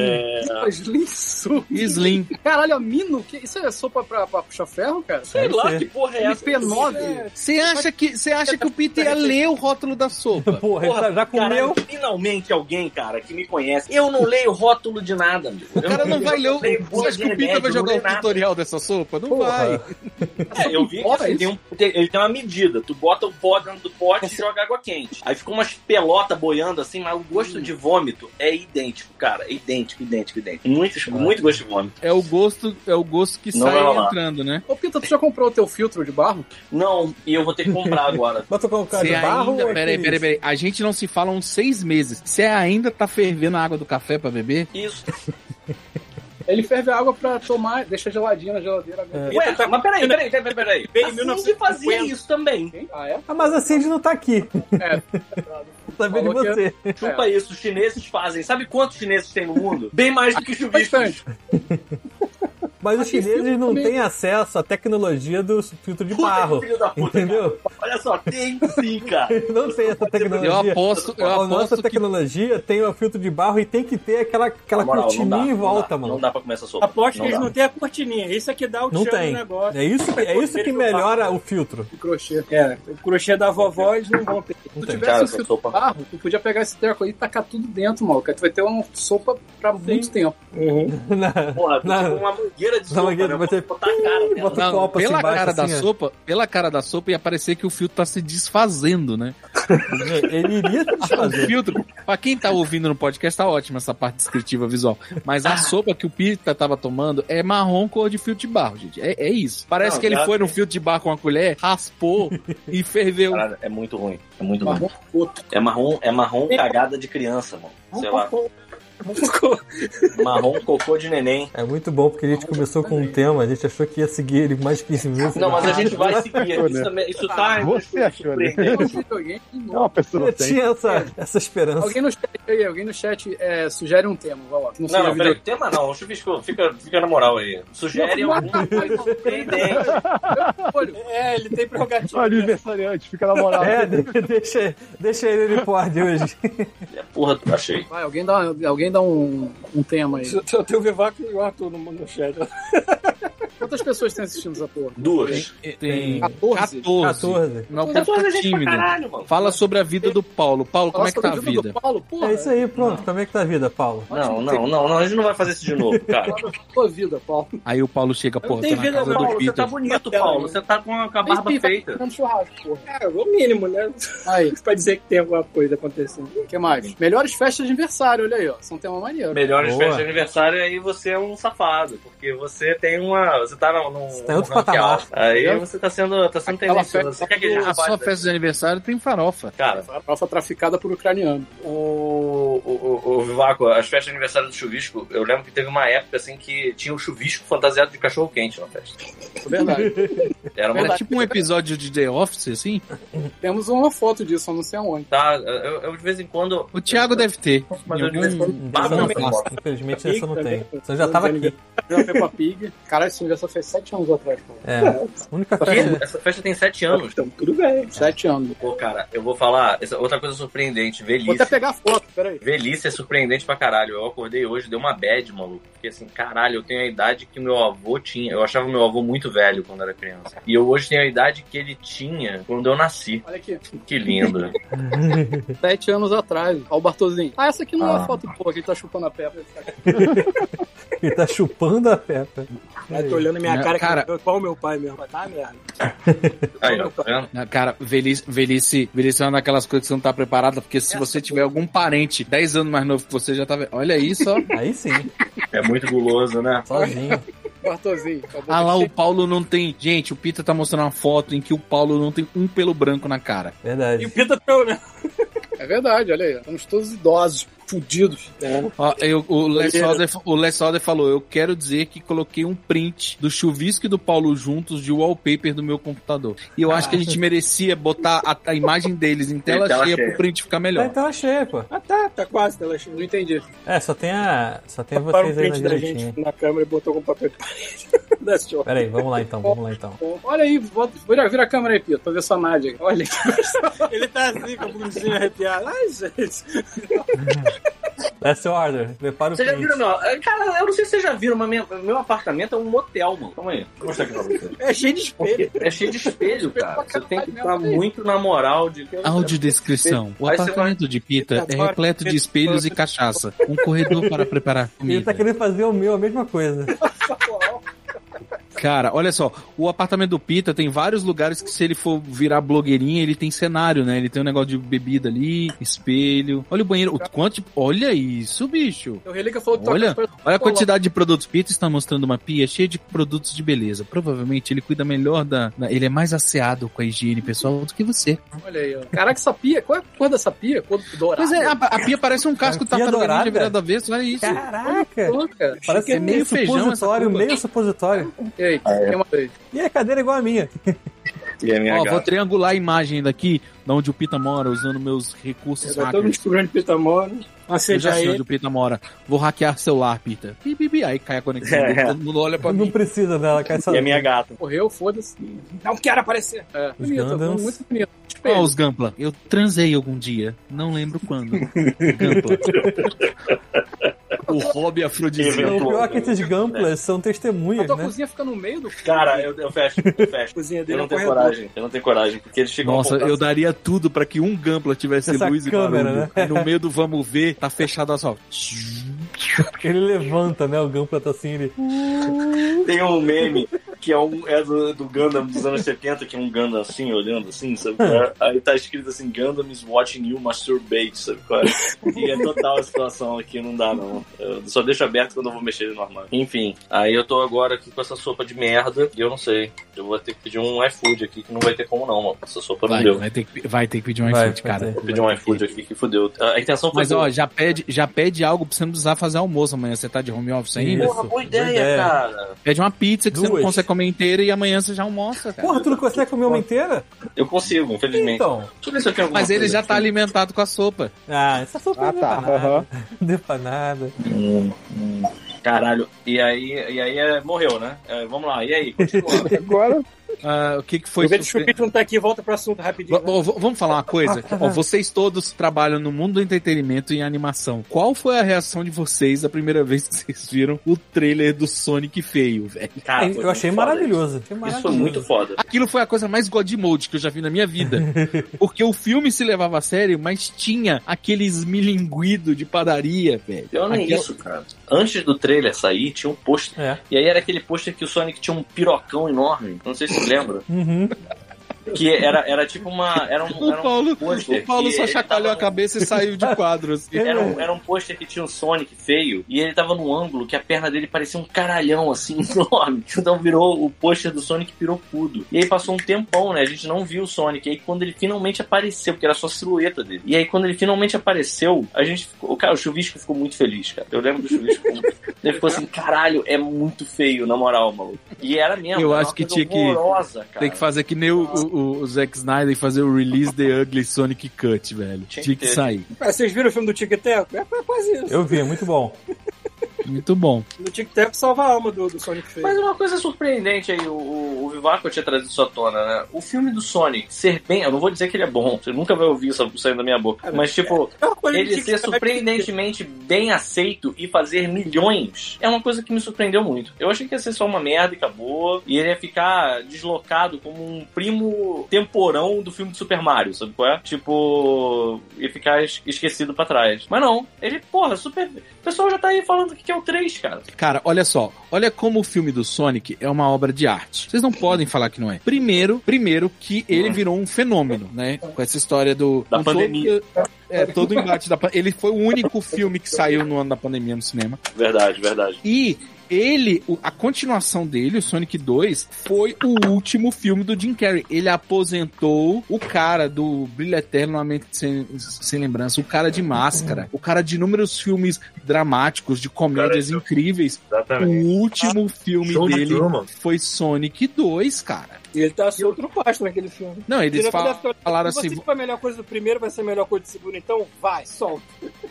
Slinsu!
Slim.
Caralho, a Mino, que... isso é sopa pra, pra puxar ferro, cara?
Sei
Deve
lá
ser.
que porra é essa.
MP9?
Você acha que você acha que o Peter ia ler o rótulo da sopa?
Porra, ele tá- já, já comeu?
Caralho, finalmente alguém, cara, que me conhece. Eu não leio rótulo de nada, amigo.
O cara não vai ler o.
leio
Você
porra
acha
de
que o Peter
remédio,
vai
não
jogar
leio
o
nada.
tutorial dessa sopa? Não
Porra.
vai.
É, eu vi que
Porra,
assim,
isso?
tem um- tem- ele tem uma medida. Tu bota o pó dentro do pote e joga água quente. Aí ficou umas pelotas boiando assim, mas o gosto de vômito é idêntico, cara. É idêntico, idêntico, idêntico. Muito, muito gosto de vômito.
É o gosto, é o gosto que
Não vai
sai
rolar.
entrando, né?
Ô, Pita, tu já comprou o teu filtro de barro?
Não, e eu vou ter que comprar agora.
Bota com o cara
Você
de barro
ainda.
ou
Peraí,
aqueles-
peraí, peraí. A gente não se fala há uns seis meses. Você ainda tá fervendo a água do café pra beber?
Isso.
Ele ferve a água pra tomar, deixa geladinha na geladeira.
É.
Ué, tá- mas peraí, peraí, peraí, peraí. peraí. Assim se fazia isso também.
Quem? Ah, é?
Ah, mas a Cindy não tá aqui.
É.
Saber de
Falou que
você.
Chupa isso, os chineses fazem. Sabe quantos chineses tem no mundo? Bem mais do que chuviscos.
Bastante.
Mas os
Aqui
chineses
filtro
não
também.
têm acesso à tecnologia do filtro de barro.
Puta que filho da puta,
Entendeu?
cara. Olha só, tem sim, cara.
Não tem essa
Eu
tecnologia.
aposto, eu
a nossa
aposto que
tecnologia tem o filtro de barro e tem que ter aquela, aquela
Na moral, não dá,
cortininha em
não
volta,
dá,
mano.
Não dá pra comer essa sopa.
Aposto que eles
dá.
não têm a cortininha. Isso é que dá o
Não
tchan
tem.
no negócio.
É isso, que- é isso que
Filtro
melhora o filtro.
De crochê.
É, o crochê da vovó eles não vão ter.
Não
Se
tem.
tivesse
Cara,
um
essa
filtro
sopa-
de barro, tu podia pegar esse teco aí e tacar tudo dentro, maluco. Aí Tu vai ter uma sopa pra muito tempo.
Na-
Porra,
Não.
tipo uma mangueira
Uma
de sopa,
mangueira,
né?
vai ter-
botar a cara dela.
Bota o copo assim
pela
embaixo,
cara da
assim, ó.
sopa, pela cara da sopa ia parecer que o filtro tá se desfazendo, né?
Ele iria satisfazer.
filtro. Pra quem tá ouvindo no podcast, tá ótima essa parte descritiva visual. Mas a sopa que o Pita tava tomando é marrom cor de filtro de barro, gente. É, é isso. Parece
Não,
que ele
já-
foi no filtro de barro com a colher, raspou e ferveu.
Caralho, é muito ruim. É muito ruim.
Marrom coto.
É marrom, é marrom cagada de criança, mano. Sei lá. Marrom cocô de neném.
É muito bom porque a gente começou com um tema, a gente achou que ia seguir ele mais 15 minutos.
Não, mas a gente vai seguir. Isso, também- isso tá.
Você achou, né?
Alguém- alguém-
É uma pessoa
Eu
sem.
tinha essa, essa esperança.
Alguém no chat, aí, alguém no chat é, sugere um tema, vai lá.
Não, não, peraí.
peraí.
Tema não. Chuvisco, fica, fica na moral aí. Sugere algum pretendente.
É, ele tem prerrogativa.
Ah, aniversariante, fica na moral.
É, de- deixa, deixa ele ele pode hoje.
É, Porra, achei.
Vai, alguém dá, alguém dá um, um tema aí.
Só só tem o Vivaco e o Arthur no, no chat.
Quantas pessoas estão assistindo essa porra?
Duas. Então,
Tem
14.
Não, o
Mas
povo
eu tô
tá
olhando gente pra
tímido.
Caralho, mano.
Fala sobre a vida do Paulo. Paulo, como é que tá a
Nossa, do Dudu
vida?
do Paulo, porra.
É isso aí, pronto. Como é que tá a vida, Paulo?
Não, não, não, não, a gente não vai fazer isso de novo, cara.
Fala da Sua vida, Paulo.
Aí o Paulo chega,
Não
porra,
tem
tô na
vida,
casa
Paulo.
do
Você
Peter.
tá bonito, Paulo. Você tá com a, com a barba
Esse vai
feita.
Um churrasco, porra.
É, o mínimo, né?
Aí,
Pra dizer que tem alguma coisa acontecendo.
o que mais? Melhores festas de aniversário, olha aí, ó. São tema maneiro.
Melhores
Boa.
festas de aniversário, aí você é um safado. Porque você tem uma. Você tá num. num
tá em outro
num ranking
patamar.
alto. Aí
Entendeu?
você tá sendo. Tá sendo
Aquela
tendencioso.
festa
Você quer aquele
A
rapaz.
sua
né?
festa de aniversário tem farofa.
Cara,
Farofa traficada por ucraniano.
o, o, o, o Vivaco, as festas de aniversário do chuvisco, eu lembro que teve uma época assim que tinha um chuvisco fantasiado de cachorro quente na festa.
É verdade.
Era uma
Era tipo um episódio de The Office, assim.
Temos uma foto disso, eu não sei aonde.
tá, eu, eu de vez em quando.
O Thiago deve ter.
Mas
Em
eu de vez em
algum-
quando.
Essa não tem.
Barba-
Infelizmente, essa não tem. Você já tava aqui.
Deu a Peppa Pig. Caralho, esse filme já só fez sete anos atrás, pô.
É. A única festa.
Que? Essa festa tem sete anos.
Então, tudo bem.
Sete anos.
Pô, cara, eu vou falar. Essa outra coisa surpreendente,
Vou
velhice.
até pegar a foto, peraí.
Velhice é surpreendente pra caralho. Eu acordei hoje, deu uma bad, maluco. Porque assim, caralho, eu tenho a idade que meu avô tinha. Eu achava meu avô muito velho quando era criança. E eu hoje tenho a idade que ele tinha quando eu nasci.
Olha aqui.
Que lindo.
Sete anos atrás. Olha o Bartolzinho. Ah, essa aqui não é
Ah.
a foto boa, que ele tá chupando a Peppa.
Ele tá chupando a pepa.
Aí tô olhando a minha
Não,
cara,
cara.
que- qual o meu pai mesmo? Vai tá merda.
Aí, ó, tá vendo?
Ah, Cara, velhice, velhice, velhice é uma daquelas coisas que você não tá preparada, porque se você tiver algum parente 10 anos mais novo que você, já tá vendo. Olha isso, ó.
Aí sim,
É muito guloso, né?
sozinho.
Bartolzinho. tá bom.
Ah lá, o Paulo não tem. Gente, o Pita tá mostrando uma foto em que o Paulo não tem um pelo branco na cara.
Verdade.
E o Pita tá pelo menos.
É verdade, olha aí. Estamos todos idosos, fudidos.
É.
Ó, eu- o, Les Alder, o Les Alder falou: Eu quero dizer que coloquei um print do chuvisco e do Paulo juntos de wallpaper do meu computador. E eu acho que a gente merecia botar a, a imagem deles Ah. em tela,
Em tela
cheia,
cheia.
pro print ficar
Tá
melhor.
em tela cheia, pô.
Ah, tá, tá quase, ela
Não entendi.
É, só tem a. Só tem
Para o
vocês aí na
print da
direitinha.
gente na câmera e botou com papel de parede. That's all.
Pera aí, vamos lá então, vamos lá então.
Bom, Olha aí, bota- vira, vira a câmera aí, Pio, pra ver sua nádia. aí. Olha aí.
Ele tá assim, com o blusinho arrepiado. Ai, gente.
That's your order. Prepara o
Vocês já viram,
print.
meu? Cara, eu não sei se vocês já viram, mas minha- meu apartamento é um motel, mano. Calma aí. Vou mostrar aqui pra vocês.
É cheio de espelho.
É cheio de espelho, cara. Você tem que estar muito na moral de.
Audiodescrição. O
Aí você
apartamento de Pita é repleto de espelhos e cachaça. Um corredor para preparar
Ele tá
comida.
querendo fazer o meu, a mesma coisa.
Cara, olha só. O apartamento do Pita tem vários lugares que, se ele for virar blogueirinha, ele tem cenário, né? Ele tem um negócio de bebida ali, espelho. Olha o banheiro. O quanto... Olha isso, bicho.
O Relíquia falou que toca
Olha,
as coisas-
olha a quantidade de produtos. Pita está mostrando uma pia cheia de produtos de beleza. Provavelmente ele cuida melhor da. da- ele é mais asseado com a higiene pessoal do que você.
Olha aí, ó. Caraca, essa pia, qual é a cor dessa pia? Cor dourada.
Pois é, a, a pia parece um casco
É Pia
tartaruga ninja
dourada?
virado avesso. Olha isso.
Caraca!
Pô, cara.
Parece que é meio supositório, meio supositório.
E aí,
Ah,
tem uma vez.
E a cadeira é igual a minha.
E a minha
Ó,
gata.
vou triangular a imagem daqui, de onde o Pita mora, usando meus recursos
Tá todo mundo
hackers.
descobrindo Pita Mora.
Eu já
Aceita
sei
ele.
onde o Pita mora. Vou hackear celular, Pita. Pi, pi, pi. Aí cai a conexão.
É.
Todo mundo olha pra
Não
mim.
precisa dela, cai só.
E a minha gata.
Correu, foda-se.
Não quero aparecer.
É,
Os
bonito,
Gundams. Ah,
muito bonito. Tipo
Ó,
Espelho.
os Gampla. Eu transei algum dia. Não lembro quando. Gampla. o hobby afrodisíaco.
O pior é que esses Gamplas são
A
testemunhas,
tua
né?
cozinha fica no meio do...
Cara, eu, eu fecho, eu fecho.
A cozinha
Eu
dele é
não
um
tenho
corredor.
coragem, eu não tenho coragem, porque eles ficam
Nossa, eu
apontados.
daria tudo pra que um Gampla tivesse
Essa
luz
câmera,
e barulho.
né?
Aí no meio do vamos ver, tá fechado só.
Ele levanta, né? O Gampla tá assim, ele.
Tem um meme que é, um, é do, do Gundam dos anos 70, que é um Gundam assim, olhando assim, sabe? qual
Hum.
é? Aí tá escrito assim, Gundam is watching you masturbate, sabe qual é? E é total a situação aqui, não dá não. Eu só deixo aberto quando eu vou mexer ele normal. Enfim, aí eu tô agora aqui com essa sopa de merda, e eu não sei. Eu vou ter que pedir um iFood aqui, que não vai ter como não, mano. Essa sopa não
Vai,
deu.
vai, ter que, vai ter que pedir um
Vai,
iFood,
vai
cara.
ter.
Vou pedir um iFood aqui que fudeu. A a intenção foi
Mas ó, já pede, já pede algo pra você não precisar fazer almoço amanhã. Você tá de home office ainda?
Isso,
Porra, boa
boa
ideia,
ideia.
cara.
Pede uma pizza que você
Duas.
não consegue comer inteira e amanhã você já almoça, cara.
Porra, tu não consegue comer uma inteira?
Eu consigo, infelizmente.
Então.
Deixa eu ver se eu tenho alguma
Mas ele
coisa
já
aqui.
tá alimentado com a sopa.
Ah, essa sopa
Ah,
não é
tá.
depanada.
Aham.
Depanada.
Hum, hum. Caralho. E aí, e aí é, morreu, né? É, vamos lá, e aí? Continua.
Agora,
Ah, o que que foi?
Porque o
surpre-
Chupito não tá aqui, volta pro assunto rapidinho.
V- v- v- Vamos falar uma coisa?
Ah,
Ó, vocês todos trabalham no mundo do entretenimento e animação. Qual foi a reação de vocês a primeira vez que vocês viram o trailer do Sonic feio, velho?
Cara, Ah, foi
eu
muito
achei
foda
maravilhoso. Achei
Isso. Isso
maravilhoso.
foi muito foda.
Aquilo foi a coisa mais God Mode que eu já vi na minha vida. Porque o filme se levava a sério, mas tinha aqueles milinguido de padaria, velho.
Pior não é
Aquela-
isso, cara. Antes do trailer sair, tinha um pôster.
É.
E aí era aquele pôster que o Sonic tinha um pirocão enorme. Não sei se você lembra.
Uhum.
Que era, era tipo uma. Era um,
O
era um
Paulo,
pôster
o Paulo
que
só
ele
chacoalhou
tava
a cabeça e saiu de quadro, assim.
Era um, era um pôster que tinha um Sonic feio e ele tava num ângulo que a perna dele parecia um caralhão assim enorme. Então virou o pôster do Sonic pirocudo. E aí passou um tempão, né? A gente não viu o Sonic. E aí quando ele finalmente apareceu, porque era só a silhueta dele. E aí quando ele finalmente apareceu, a gente ficou. Cara, o Chuvisco ficou muito feliz, cara. Eu lembro do Chuvisco. ficou muito- ele ficou assim, caralho, é muito feio, na moral, maluco. E era mesmo.
Eu
era
acho
uma
que
coisa
tinha que-
horrorosa, cara.
Tem que fazer que nem o, o- o Zack Snyder e fazer o release The Ugly Sonic Cut, velho.
Tinha que
Tinha que
ter.
sair.
Ah, Vocês viram o filme do Tic Teco? É quase isso.
Eu vi, muito bom.
Muito bom.
No Tic Teco salva a alma do, do Sonic Feio.
Mas uma coisa surpreendente aí, o, o, o Vivaco tinha trazido isso à tona, né? O filme do Sonic ser bem. Eu não vou dizer que ele é bom, você nunca vai ouvir isso saindo da minha boca. Mas, tipo,
É uma coisa
ele
que
ser
tinha que-
surpreendentemente bem aceito e fazer milhões é uma coisa que me surpreendeu muito. Eu achei que ia ser só uma merda e acabou. E ele ia ficar deslocado como um primo temporão do filme do Super Mario, sabe qual é? Tipo, ia ficar es- esquecido pra trás. Mas não, ele, porra, super. O pessoal já tá aí falando que é o 3, cara.
Cara, olha só. Olha como o filme do Sonic é uma obra de arte. Vocês não podem falar que não é. Primeiro, primeiro que ele virou um fenômeno, né? Com essa história do...
é. Da
com
pandemia.
Todo, é, todo o embate da... pan- Ele foi o único filme que saiu no ano da pandemia no cinema.
Verdade, verdade.
E ele, o- a continuação dele, o Sonic 2, foi o último filme do Jim Carrey. Ele aposentou o cara do Brilho Eterno, uma mente sem, sem lembrança, o cara de máscara, o cara de inúmeros filmes dramáticos, de comédias incríveis. O
Exatamente.
último filme
Show de
dele
Truman.
foi Sonic 2, cara.
E ele tá solto no pasto naquele filme.
Não, eles
Tirou toda a
fal-
história.
falaram
Se
assim.
você for a melhor coisa do primeiro, vai ser a melhor coisa do segundo. Então, vai, solta.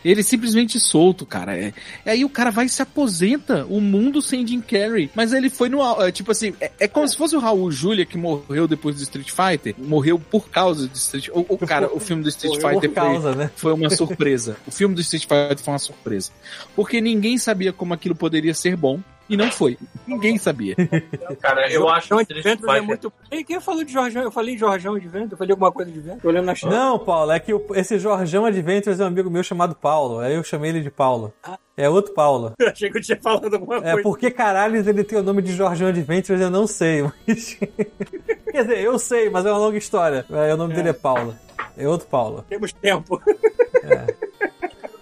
Ele é simplesmente solto, cara. É, e aí o cara vai e se aposenta. O mundo sem Jim Carrey. Mas ele foi no. au- é, Tipo assim, é, é como se fosse o Raul Julia que morreu depois do Street Fighter. Morreu por causa do Street o, o cara, o filme do Street
Por
Fighter foi,
causa, né?
foi uma surpresa. O filme do Street Fighter foi uma surpresa. Porque ninguém sabia como aquilo poderia ser bom. E não foi. Ninguém sabia.
Cara, eu acho
Jorjão
que
de
Street
Ventos é
Fighter-
muito. Ei, quem falou de Jorjão? Eu falei em Jorjão de Ventos? Eu falei alguma coisa de Ventos? Tô olhando na chave.
Não, Paulo, é que o- esse Jorjão Adventures é um amigo meu chamado Paulo. Aí eu chamei ele de Paulo.
Ah.
É outro Paulo.
Eu achei que eu tinha falado alguma
É
coisa.
porque caralho ele tem o nome de Jorjão Adventures, eu não sei, mas. Quer dizer, eu sei, mas é uma longa história. É, o nome dele é Paulo. É outro Paulo.
Temos tempo.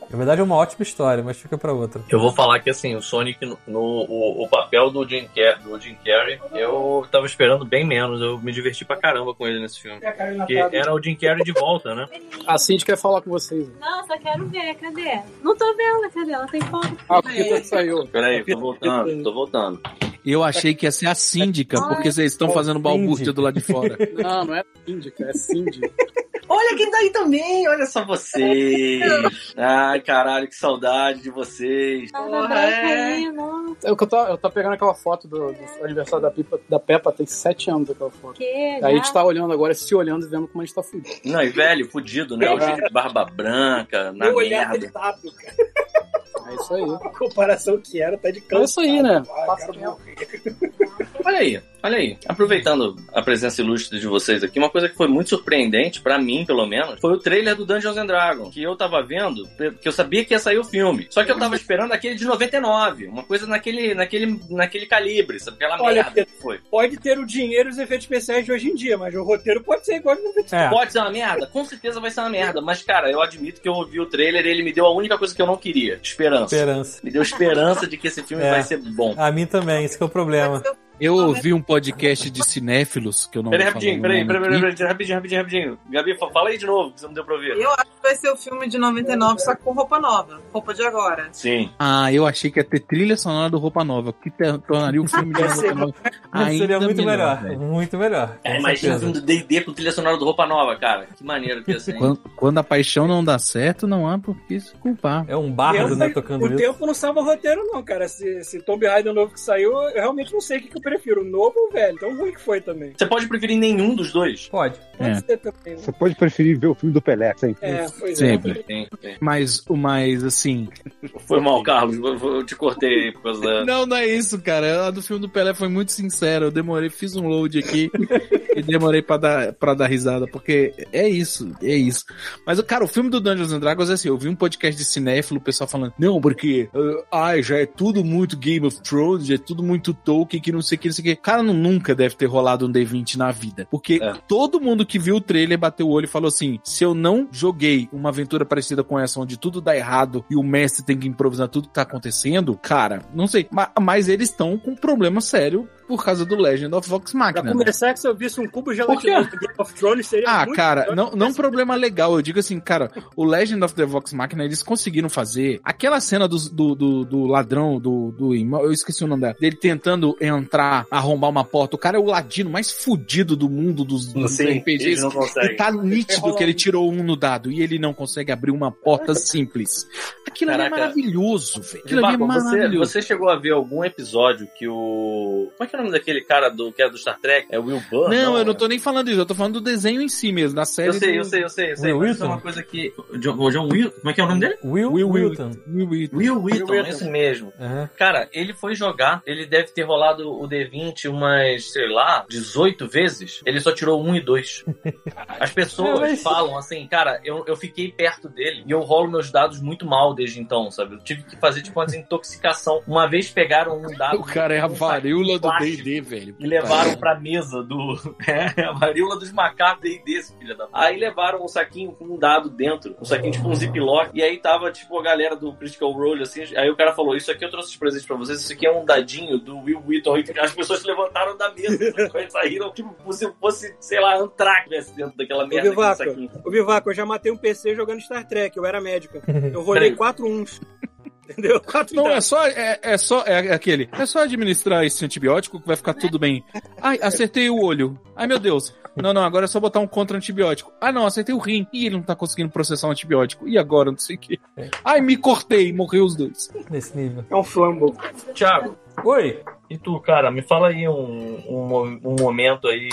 Na verdade é uma ótima história, mas fica pra outra.
Eu vou falar que assim, o Sonic, no, no- o, o papel do Jim, Car do Jim Carrey, eu tava esperando bem menos. Eu me diverti pra caramba com ele nesse
É,
filme. Porque era o Jim Carrey de volta, né?
Ah,
A Cindy quer falar com vocês.
Nossa, quero ver, cadê? Não tô vendo, cadê? Ela tem foto.
Ah, porque tu saiu.
Peraí, tô voltando, tô voltando.
Eu achei que ia ser a síndica, porque vocês estão fazendo balbúrdia do lado de fora.
Não, não é Cindy, cara, é Cindy.
Olha quem tá aí também, olha só vocês. Ai, caralho, que saudade de vocês.
Tá na
Porra,
branca
é.
aí, nossa.
Eu, que tô, eu tô pegando aquela foto do, do aniversário da, Pipa, da Peppa, tem sete anos aquela foto.
Que,
Aí a
já?
gente tá olhando agora, se olhando e vendo como a gente tá fudido.
Não, e velho, fudido, né? O jeito de barba branca, na
Meu olhar
Tá merda.
sábio, cara.
É isso aí.
A comparação que era tá de
É
canto.
isso aí, né?
Ah, cara,
Passa-
meu.
Olha aí, olha aí. Aproveitando a presença ilustre de vocês aqui, uma coisa que foi muito surpreendente, pra mim pelo menos, foi o trailer do Dungeons and Dragons, que eu tava vendo, que eu sabia que ia sair o filme. Só que eu tava esperando aquele de 99, uma coisa naquele, naquele, naquele calibre, sabe? Aquela
Olha,
merda que foi.
Pode ter o dinheiro e os efeitos especiais de hoje em dia, mas o roteiro pode ser igual de 90.
É.
Pode ser uma merda? Com certeza vai ser uma merda. Mas, cara, eu admito que eu ouvi o trailer e ele me deu a única coisa que eu não queria: esperança.
Esperança.
Me deu esperança de que esse filme
É.
vai ser bom.
A mim também, esse que é o problema.
Eu ouvi um podcast de cinéfilos que eu não
Peraí,
vou
rapidinho,
falar o
peraí,
nome
peraí, peraí,
aqui.
peraí, rapidinho, rapidinho, rapidinho. Gabi, fa- fala aí de novo, que você não deu pra ouvir.
Eu acho que vai ser o filme de 99,
É.
só que com roupa nova. Roupa de agora.
Sim.
Ah, eu achei que ia ter trilha sonora do Roupa Nova, que te- tornaria o filme de Roupa Nova ainda
Seria muito melhor.
melhor. velho.
muito melhor.
É,
com
imagina
certeza.
um filme do DD com trilha sonora do Roupa Nova, cara. Que maneiro que ia ser. hein?
Quando, quando a paixão não dá certo, não há por que se culpar.
É um bardo,
Tempo-
né, tocando
o
isso.
tempo não salva o roteiro, não, cara. Se, se Tomb Raider novo que saiu, eu realmente não sei o que, que eu prefiro, o novo ou o velho. Tão ruim que foi também.
Você pode preferir nenhum dos dois?
Pode.
Pode
É.
ser também. né?
Você pode preferir ver o filme do Pelé, sem
É, pois
Sempre.
Sim, sim.
Mas o mais, assim...
Foi mal, Carlos. Eu eu te cortei aí por causa da.
Não, não é isso, cara. A do filme do Pelé foi muito sincera. Eu demorei, fiz um load aqui e demorei pra dar, pra dar risada, porque é isso, é isso. Mas, cara, o filme do Dungeons and Dragons é assim, eu vi um podcast de cinéfilo, o pessoal falando, não, porque, ah, ai, já é tudo muito Game of Thrones, já é tudo muito Tolkien, que não sei o que, não sei o que. Cara, não, nunca deve ter rolado um D20 na vida, porque
É.
todo mundo que viu o trailer bateu o olho e falou assim, se eu não joguei uma aventura parecida com essa, onde tudo dá errado e o mestre tem que improvisar tudo que tá acontecendo, cara, não sei. Ma- Mas, eles estão com um problema sério por causa do Legend of Vox
Pra
Machina. né?
começar, que se eu visse um cubo gelatinoso do Game of Thrones, seria
Ah,
muito
cara,
melhor
não,
que
não um
tivesse-
problema legal. Eu digo assim, cara, o Legend of the Vox Machina, eles conseguiram fazer aquela cena dos- do, do, do ladrão, do, do irmão, eu esqueci o nome dela, dele tentando entrar, arrombar uma porta. O cara é o ladino mais fudido do mundo dos, dos
eles
RPGs.
não
E
conseguem.
tá nítido
rolar
que ele tirou um no dado e ele não consegue abrir uma porta simples. Aquilo ali é
Caraca.
maravilhoso, velho. Aquilo ali é
Marco, você,
maravilhoso.
você chegou a ver algum um episódio que o. Como é que é o nome daquele cara do, que era do Star Trek? É Will Burr?
Não, eu não
é?
tô nem falando disso, eu tô falando do desenho em si mesmo, da série.
Eu sei,
do-
eu sei, eu sei, eu sei.
Will
mas
Wheaton?
é uma coisa que. O John, o John Will. Como é que é o nome dele?
Will,
Will
Wilton.
Will Wheaton.
Will Wheaton, é
Wheaton.
isso mesmo.
Aham.
Cara, ele foi jogar, ele deve ter rolado o D20 umas, sei lá, 18 vezes. Ele só tirou 1 e 2. As pessoas
É, mas-
falam assim, cara, eu, eu fiquei perto dele e eu rolo meus dados muito mal desde então, sabe? Eu tive que fazer tipo uma desintoxicação. Uma vez pegaram um dado.
O cara é a
um saquinho
varíola
de
do
plástico
D&D, velho.
E levaram pra mesa do. É, a varíola dos macacos aí desse, filha da. Aí levaram um saquinho com um dado dentro. Um saquinho tipo um ziplock. E aí tava, tipo, a galera do Critical Role, assim. Aí o cara falou: Isso aqui eu trouxe de presente pra vocês. Isso aqui é um dadinho do Will Wheaton. E as pessoas se levantaram da mesa. e saíram, tipo, como se fosse, sei lá, Antrax tivesse dentro daquela merda. aquele
Vivaco.
saquinho.
Ô, Vivaco, eu já matei um PC jogando Star Trek, eu era médica. Eu rolei
Peraí.
quatro uns. Entendeu? Então, Quatro
Não, é
dados.
só, é, é só, é aquele, é só administrar esse antibiótico que vai ficar tudo bem. Ai, acertei o olho. Ai, meu Deus. Não, não, agora é só botar um contra-antibiótico. Ah, não, acertei o rim. Ih, ele não tá conseguindo processar o antibiótico. E agora, não sei o quê. Ai, me cortei, morreu os dois.
Nesse nível.
É um flambo.
Thiago,
Oi.
E tu, cara, me fala aí um, um, mo- um momento aí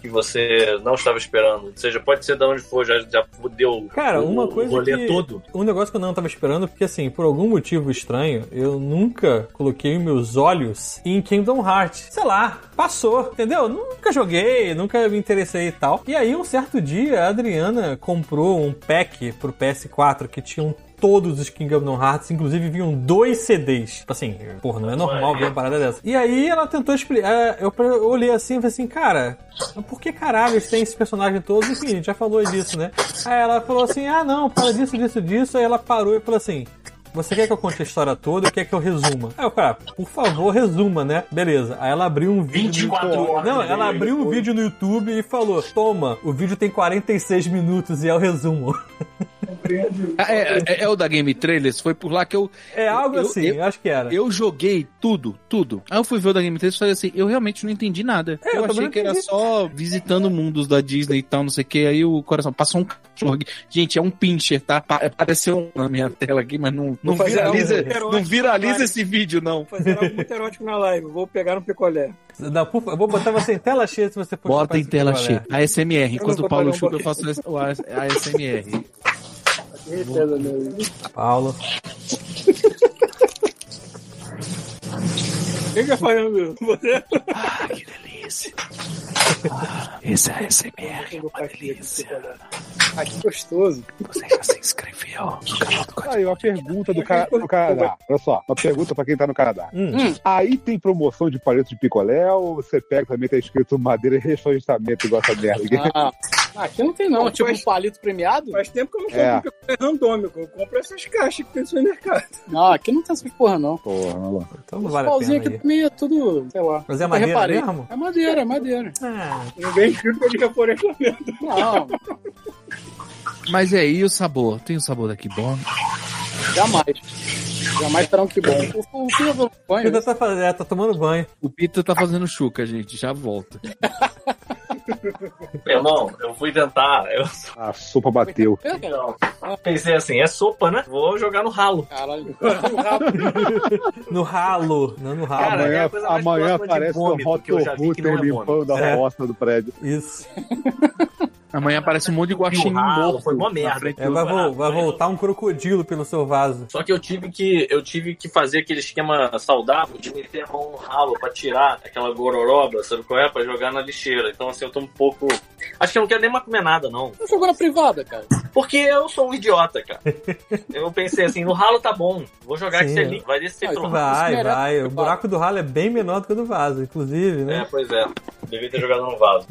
que você não estava esperando. Ou seja, pode ser de onde for, já, já deu
Cara,
o,
uma coisa
o rolê
que-
todo.
Um negócio que eu não tava esperando, porque assim, por algum motivo estranho, eu nunca coloquei meus olhos em Kingdom Hearts. Sei lá, passou, entendeu? Nunca joguei, nunca me interessei e tal. E aí, um certo dia, a Adriana comprou um pack pro PS4 que um tinham todos os Kingdom Hearts, inclusive vinham dois CDs. Tipo assim, porra, não é normal ver uma parada dessa. E aí ela tentou explicar. Eu pre- eu olhei assim e falei assim, cara, por que caralho eles têm esse personagem todo? Enfim, a gente já falou disso, né? Aí ela falou assim: ah, não, para disso, disso, disso. Aí ela parou e falou assim. Você quer que eu conte a história toda ou quer que eu resuma? Aí eu cara, por favor, resuma, né? Beleza. Aí ela abriu um vídeo.
24
no...
horas
Não,
de
ela abriu um vídeo no YouTube e falou: Toma, o vídeo tem 46 minutos e é o resumo.
Ah, É, é- é o da Game Trailers, foi por lá que eu,
É algo
Eu-
assim, eu,
eu-
acho que era.
eu joguei tudo, tudo. Aí eu fui ver o da Game Trailers e falei assim, eu realmente não entendi nada.
É, eu
eu
também
achei
não
que era
entendi.
só visitando mundos da Disney e tal, não sei o que. Aí o coração passou um cachorro aqui. Gente, é um pincher, tá? Pa- Apareceu um na minha tela aqui, mas não, não
fazer
viraliza,
algo erótico,
não viraliza
vai.
esse vídeo, não.
Vou fazer algo é, muito erótico na live. Vou pegar um picolé.
Não, por favor, eu vou botar você em tela cheia se você for
Bota em
participar
tela
desse
cheia. A SMR.
não
Enquanto
vou
o Paulo
pagar um
chupa, eu faço o AS- a SMR.
Certeza mesmo.
Paulo.
Quem que é falando? Você?
Ah, que delícia. Ah, esse é SMR, uma delícia.
Ah, que gostoso.
Você já se inscreveu no canal do
Aí, uma pergunta do, cara, do Canadá. Olha só, uma pergunta pra quem tá no Canadá.
Hum.
Aí tem promoção de palito de picolé ou você pega também tá escrito madeira e reflorestamento igual essa merda?
Ah, aqui não tem não, tipo um palito premiado.
Faz tempo que eu não compro um
É.
picolé randômico. Eu compro essas caixas que tem no supermercado.
Não, aqui não tem essas porra não.
Porra, maluco.
Então não vale a
pauzinho
pena
aqui
aí.
também é tudo, sei lá.
Mas é
Eu
madeira
reparei.
mesmo?
É madeira, é madeira.
Ah,
Ninguém escrito de reflorestamento.
Não,
Mas é, e aí o sabor? Tem o sabor daqui bom?
jamais. Jamais terão que bom. O, o, o que eu
o
ponho,
que tá fazendo? É, Tá tomando banho.
O Pito tá fazendo chuca, gente. Já volta.
Meu irmão, eu fui tentar. Eu
A sopa
tá-
bateu.
né, cara?
pensei assim, é sopa, né? Vou jogar no ralo.
Caralho.
No ralo. Não no ralo.
Cara, é
amanhã
a coisa mais
amanhã
próxima de
aparece um
vômito que eu já vi que não
Rotorrooter
é
limpando
vômito.
a
É.
um roça do prédio.
Isso.
Amanhã aparece um monte de
E o
guaxinim
ralo
morto.
foi mó
na
merda.
frente
É, vai, vo- vai voltar um crocodilo pelo seu vaso.
Só que eu tive que eu tive que fazer aquele esquema saudável de meter a mão no ralo pra tirar aquela gororoba, sabe qual é? Pra jogar na lixeira. Então assim, eu tô um pouco. Acho que eu não quero nem mais comer nada, não.
Não jogou na privada, cara.
Porque eu sou um idiota, cara. Eu pensei assim, no ralo tá bom. Vou jogar
Sim,
que você
é.
limpa. Vai descer
Ah,
pro ralo.
Vai,
Isso merece-
vai. O buraco do ralo é bem menor do que o do vaso, inclusive,
É,
né?
pois é. Devia ter jogado no vaso.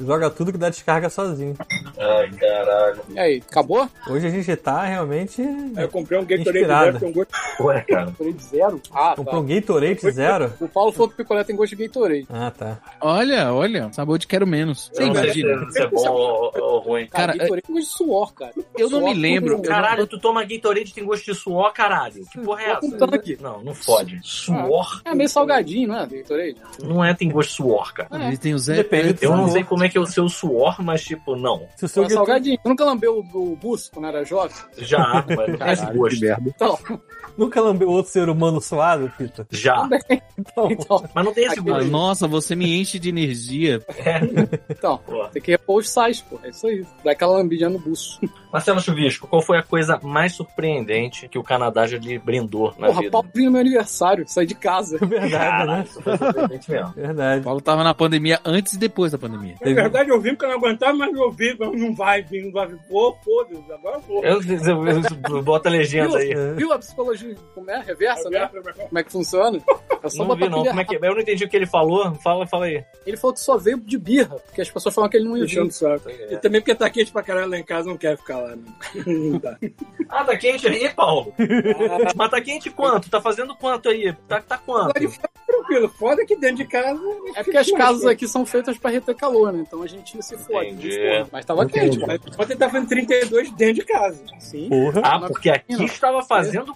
Joga tudo que dá descarga sozinho.
Ai, caralho.
E aí, acabou?
Hoje a gente tá realmente.
Aí eu comprei um Gatorade
Inspirado.
Zero, tem um gosto
Ué, cara.
Gatorade zero? Ah,
Comprou um
tá.
Gatorade zero?
O Paulo falou que picolé tem gosto de Gatorade.
Ah, tá.
Olha, olha. Sabor de quero menos. Você
Eu não sei
imagina?
se, se é bom ou, ou ruim.
Cara,
Cara, é-
Gatorade tem gosto de suor, cara.
Eu não me
Suor
lembro.
com-
Caralho, tu toma Gatorade tem gosto de suor, caralho. Que porra é
com
essa?
tanque.
Não, não fode. Suor?
É meio salgadinho, né, Gatorade?
Não é tem gosto de suor, cara.
É.
Ele tem o Zé.
Depende do
Eu não
sabor.
sei como é que é o seu suor, mas tipo, não.
Se o seu
É
Gatorade
salgadinho. Tu nunca lambeu o, o buço quando era jovem?
Já, mas não tem esse
Caralho, que
gosto.
merda.
Então,
nunca lambeu outro ser humano suado, Pita?
Já.
Então,
então,
Mas não tem esse
Ah,
gosto.
Nossa, você me enche de energia.
então.
Pô.
Tem que repor os sais, pô. É isso aí. Dá aquela lambidinha no buço.
Marcelo Chuvisco, qual foi a coisa mais surpreendente que o Canadá já lhe brindou na
Porra,
vida?
Paulo vinha no meu aniversário. Saí de casa.
é verdade,
Caralho,
né?
isso foi
É
surpreendente mesmo.
Verdade.
O Paulo tava na pandemia antes e depois da pandemia.
Na verdade, eu vim porque eu não aguentava mais me ouvir. Não não vai vir, não vai vir. Pô, foda-se, agora eu vou.
Eu, eu, eu, eu boto a legenda aí.
Viu a psicologia como é? Reversa, né?
Agora-
Como é que funciona? É só
Não vi,
botar
não.
pilha
Como é que... Eu não entendi o que ele falou. Fala, fala aí.
Ele falou que só veio de birra, porque as pessoas falam que ele não ia
Puxando
vir.
o saco. E também porque tá quente pra caralho lá em casa, não quer ficar lá. Né? Não dá.
Ah, tá quente aí, Paulo? Mas tá quente quanto? Tá fazendo quanto aí? Tá, tá quanto?
Lá de fora, tranquilo. Foda que dentro de casa.
É porque as casas aqui são feitas pra reter calor, né? Então a gente se fode.
Entendi.
Porra, Mas tava quente, né? cara.
Ontem tá fazendo 32 dentro de casa. Sim.
Porra.
Ah, porque aqui estava fazendo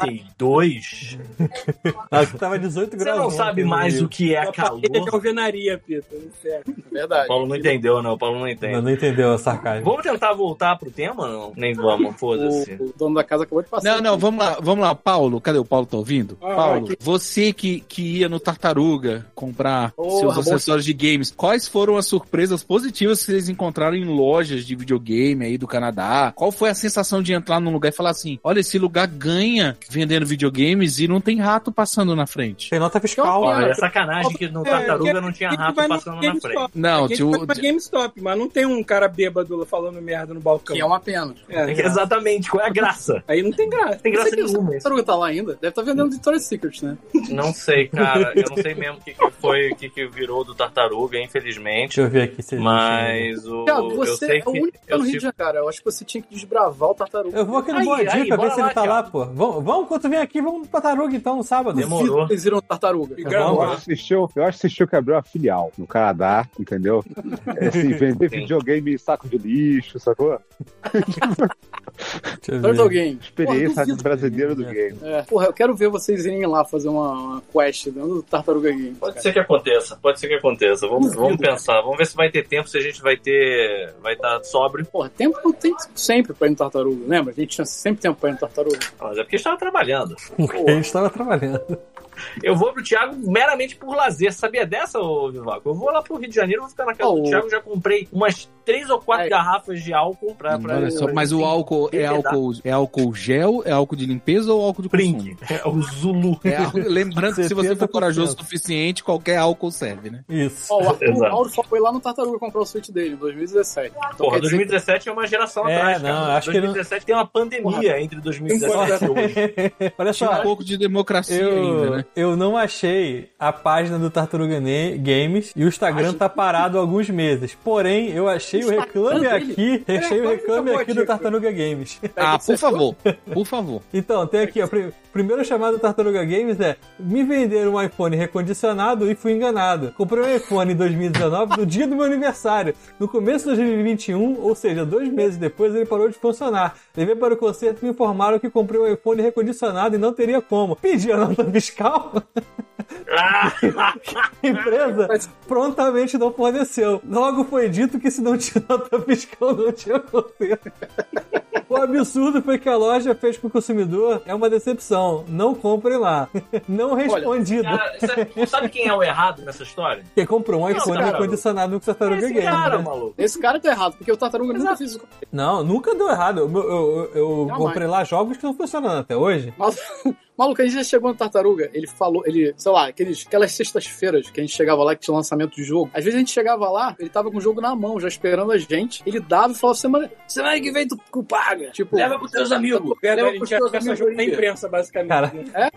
42.
Acho que tava 18
Você
graus.
não sabe mais o
tá
que é calor.
Ele de alvenaria, Pita. Inferno.
É Verdade.
Paulo não entendeu, não. Paulo não
Não,
entende.
não entendeu a sarcasmo.
Vamos tentar voltar pro tema, não? Nem vamos, foda-se.
O, o dono da casa acabou de passar.
Não, não, vamos lá, vamos lá, Paulo. Cadê o Paulo? Tá ouvindo?
Ah,
Paulo,
aqui.
você que, que ia no Tartaruga comprar
Porra,
seus
bom.
acessórios de games, quais foram as surpresas positivas que vocês encontraram em lojas de videogame aí do Canadá? Qual foi a sensação de entrar num lugar e falar assim: olha, esse lugar ganha vendendo videogames e não tem rato passando na frente?
Tem nota fiscal.
Olha, é sacanagem que no Tartaruga não tinha
Aqui
rato
vai no
passando na
GameStop.
frente.
Não, tipo,
Aqui É
tio.
a gente vai pra GameStop, mas não tem um cara bêbado falando merda no balcão.
Que é uma pena.
né,
É,
Exatamente, qual é a graça?
Aí não tem graça.
Tem graça
Você que o
nenhuma. Hum.
Tartaruga tá lá ainda? Deve estar tá vendendo Victoria's Secret, né?
Não sei, cara. Eu não sei mesmo o que, que foi, o que, que virou do Tartaruga, infelizmente.
Deixa eu ver aqui se tá
Mas o.
Thiago,
eu
você
sei
é o
que-
único que tá
eu
no Rio
sei-
de Janeiro, cara. Eu acho que você tinha que desbravar o Tartaruga.
Eu vou aqui no
Aí,
Boa
aí,
Dica
bora
ver se ele
lá,
tá
cara.
lá, pô. Vamos, vamos quando tu vem aqui, vamos pra Taruga então, no sábado.
Demorou.
Duvido que Eles viram Tartaruga.
E
Eu
gravar.
acho que esse show- eu acho que esse show que abriu uma filial no Canadá, entendeu? É assim, vender
Sim.
videogame em saco de lixo, sacou?
Deixa eu ver.
Tartaruga alguém.
Experiência
duvido.
brasileira do game.
É, porra, eu quero ver vocês irem lá fazer uma, uma quest dentro do Tartaruga Game.
Pode ser que aconteça, pode ser que aconteça. Vamos,
Duvido.
vamos pensar, vamos ver se vai ter tempo, se a gente vai ter. vai estar sóbrio.
Porra, tempo não tem sempre pra ir no Tartaruga, lembra? A gente tinha sempre tempo pra ir no Tartaruga.
Mas é porque estava trabalhando.
Porque a gente tava trabalhando.
Eu vou pro Thiago meramente por lazer. Sabia dessa, ô Vivaco? Eu vou lá pro Rio de Janeiro, vou ficar na casa
Oh.
do Thiago. Já comprei umas três ou
É.
quatro garrafas de álcool pra. pra
Olha é só, mas o álcool é
Embedar.
álcool, é álcool gel, é álcool de limpeza ou álcool de consumo?
É o Zulu.
É álcool- lembrando que se você for
70%.
corajoso o suficiente, qualquer álcool serve, né?
Isso.
Ó, o Arthur
Exato.
Mauro só foi lá no Tartaruga comprar o Switch dele, em 2017. Então,
Porra,
quer dizer que-
2017 é uma geração
É,
atrás,
não,
cara.
acho que não-
2017 tem uma pandemia entre 2017 e hoje.
Olha
Tinha
só.
um pouco de democracia
Eu,
ainda, né?
eu não achei a página do Tartaruga Ne- Games e o Instagram tá parado há alguns meses. Porém, eu achei o reclame
dele?
aqui,
É,
achei o
olha
reclame
essa
aqui
boa
do
dica.
Tartaruga Games.
Ah, por favor, por favor.
Então, tem aqui, ó. pri- Primeiro chamado do Tartaruga Games é: Me venderam um iPhone recondicionado e fui enganado. Comprei um iPhone em 2019, no dia do meu aniversário. No começo de 2021, ou seja, dois meses depois, ele parou de funcionar. Levei para o concerto e me informaram que comprei um iPhone recondicionado e não teria como. Pedi a nota fiscal. A empresa prontamente não forneceu. Logo foi dito que se não tinha nota fiscal, não tinha conserto. O absurdo foi que a loja fez com o consumidor é uma decepção. Não comprem lá. Não respondido.
Cara, sabe- sabe quem é o errado nessa história?
Quem comprou um
Não,
iPhone
cara,
recondicionado com Tartaruga
Esse
Games.
cara,
né?
maluco.
Esse cara tá errado, porque o Tartaruga nunca fez isso.
Não, nunca deu errado. Eu, eu- eu- eu
Jamais.
comprei lá jogos que estão funcionando até hoje.
Mal- Maluco, a gente já chegou no Tartaruga, ele falou, ele, sei lá, aqueles, aquelas sextas-feiras que a gente chegava lá que tinha lançamento de jogo. Às vezes a gente chegava lá, ele tava com o jogo na mão, já esperando a gente. Ele dava e falava, semana, semana que vem tu, tu paga. Tipo,
Leva pros teus amigos.
leva
Verdade, Tá a
pros
gente ia
teus
ficar
amigos
jogo na
aí.
imprensa, basicamente.
Cara,
né?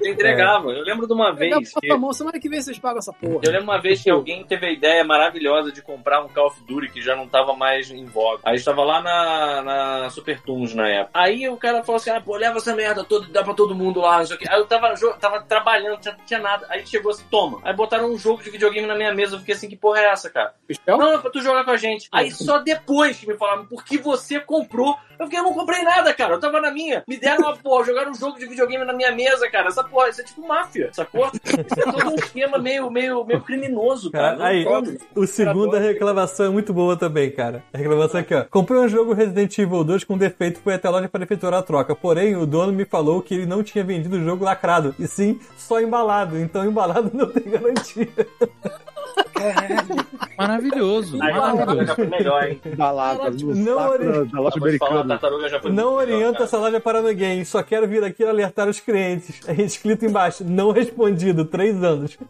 Eu entregava. Eu lembro de uma
Pegava
vez
pra
que.
tua mão, semana que vem vocês pagam essa porra.
Eu lembro uma vez que alguém teve a ideia maravilhosa de comprar um Call of Duty que já não tava mais em voga. Aí estava lá na, na Super Tunes na época. Aí o cara falou assim: ah, pô, leva essa merda toda, dá pra todo mundo lá, não sei o quê. Aí eu tava, jo- tava trabalhando, tinha, tinha nada. Aí chegou assim: toma. Aí botaram um jogo de videogame na minha mesa. Eu fiquei assim: que porra é essa, cara?
Michel?
Não, não, pra tu jogar com a gente. Aí só depois que me falaram por que você comprou. Eu fiquei, eu não comprei nada, cara. Eu tava na minha. Me deram uma porra, jogaram um jogo de videogame na minha mesa, cara. Essa porra, isso é tipo máfia, sacou? Isso é todo um esquema meio, meio, meio criminoso, cara.
Cara, aí, o segundo a reclamação é muito boa também, cara. A reclamação aqui, ó. Comprei um jogo Resident Evil 2 com defeito, fui até a loja para efetuar a troca. Porém, o dono me falou que ele não tinha vendido o jogo lacrado, e sim só embalado. Então, embalado não tem garantia.
Maravilhoso,
Aí, a tartaruga
maravilhoso.
já foi melhor, hein?
Da lata, no
Não
saco
ori-
da, da loja
Eu vou te falar, a
americana.
tartaruga já foi
Não
muito melhor,
orienta
cara.
essa loja para ninguém, só quero vir aqui alertar os clientes. É escrito embaixo, não respondido, três anos.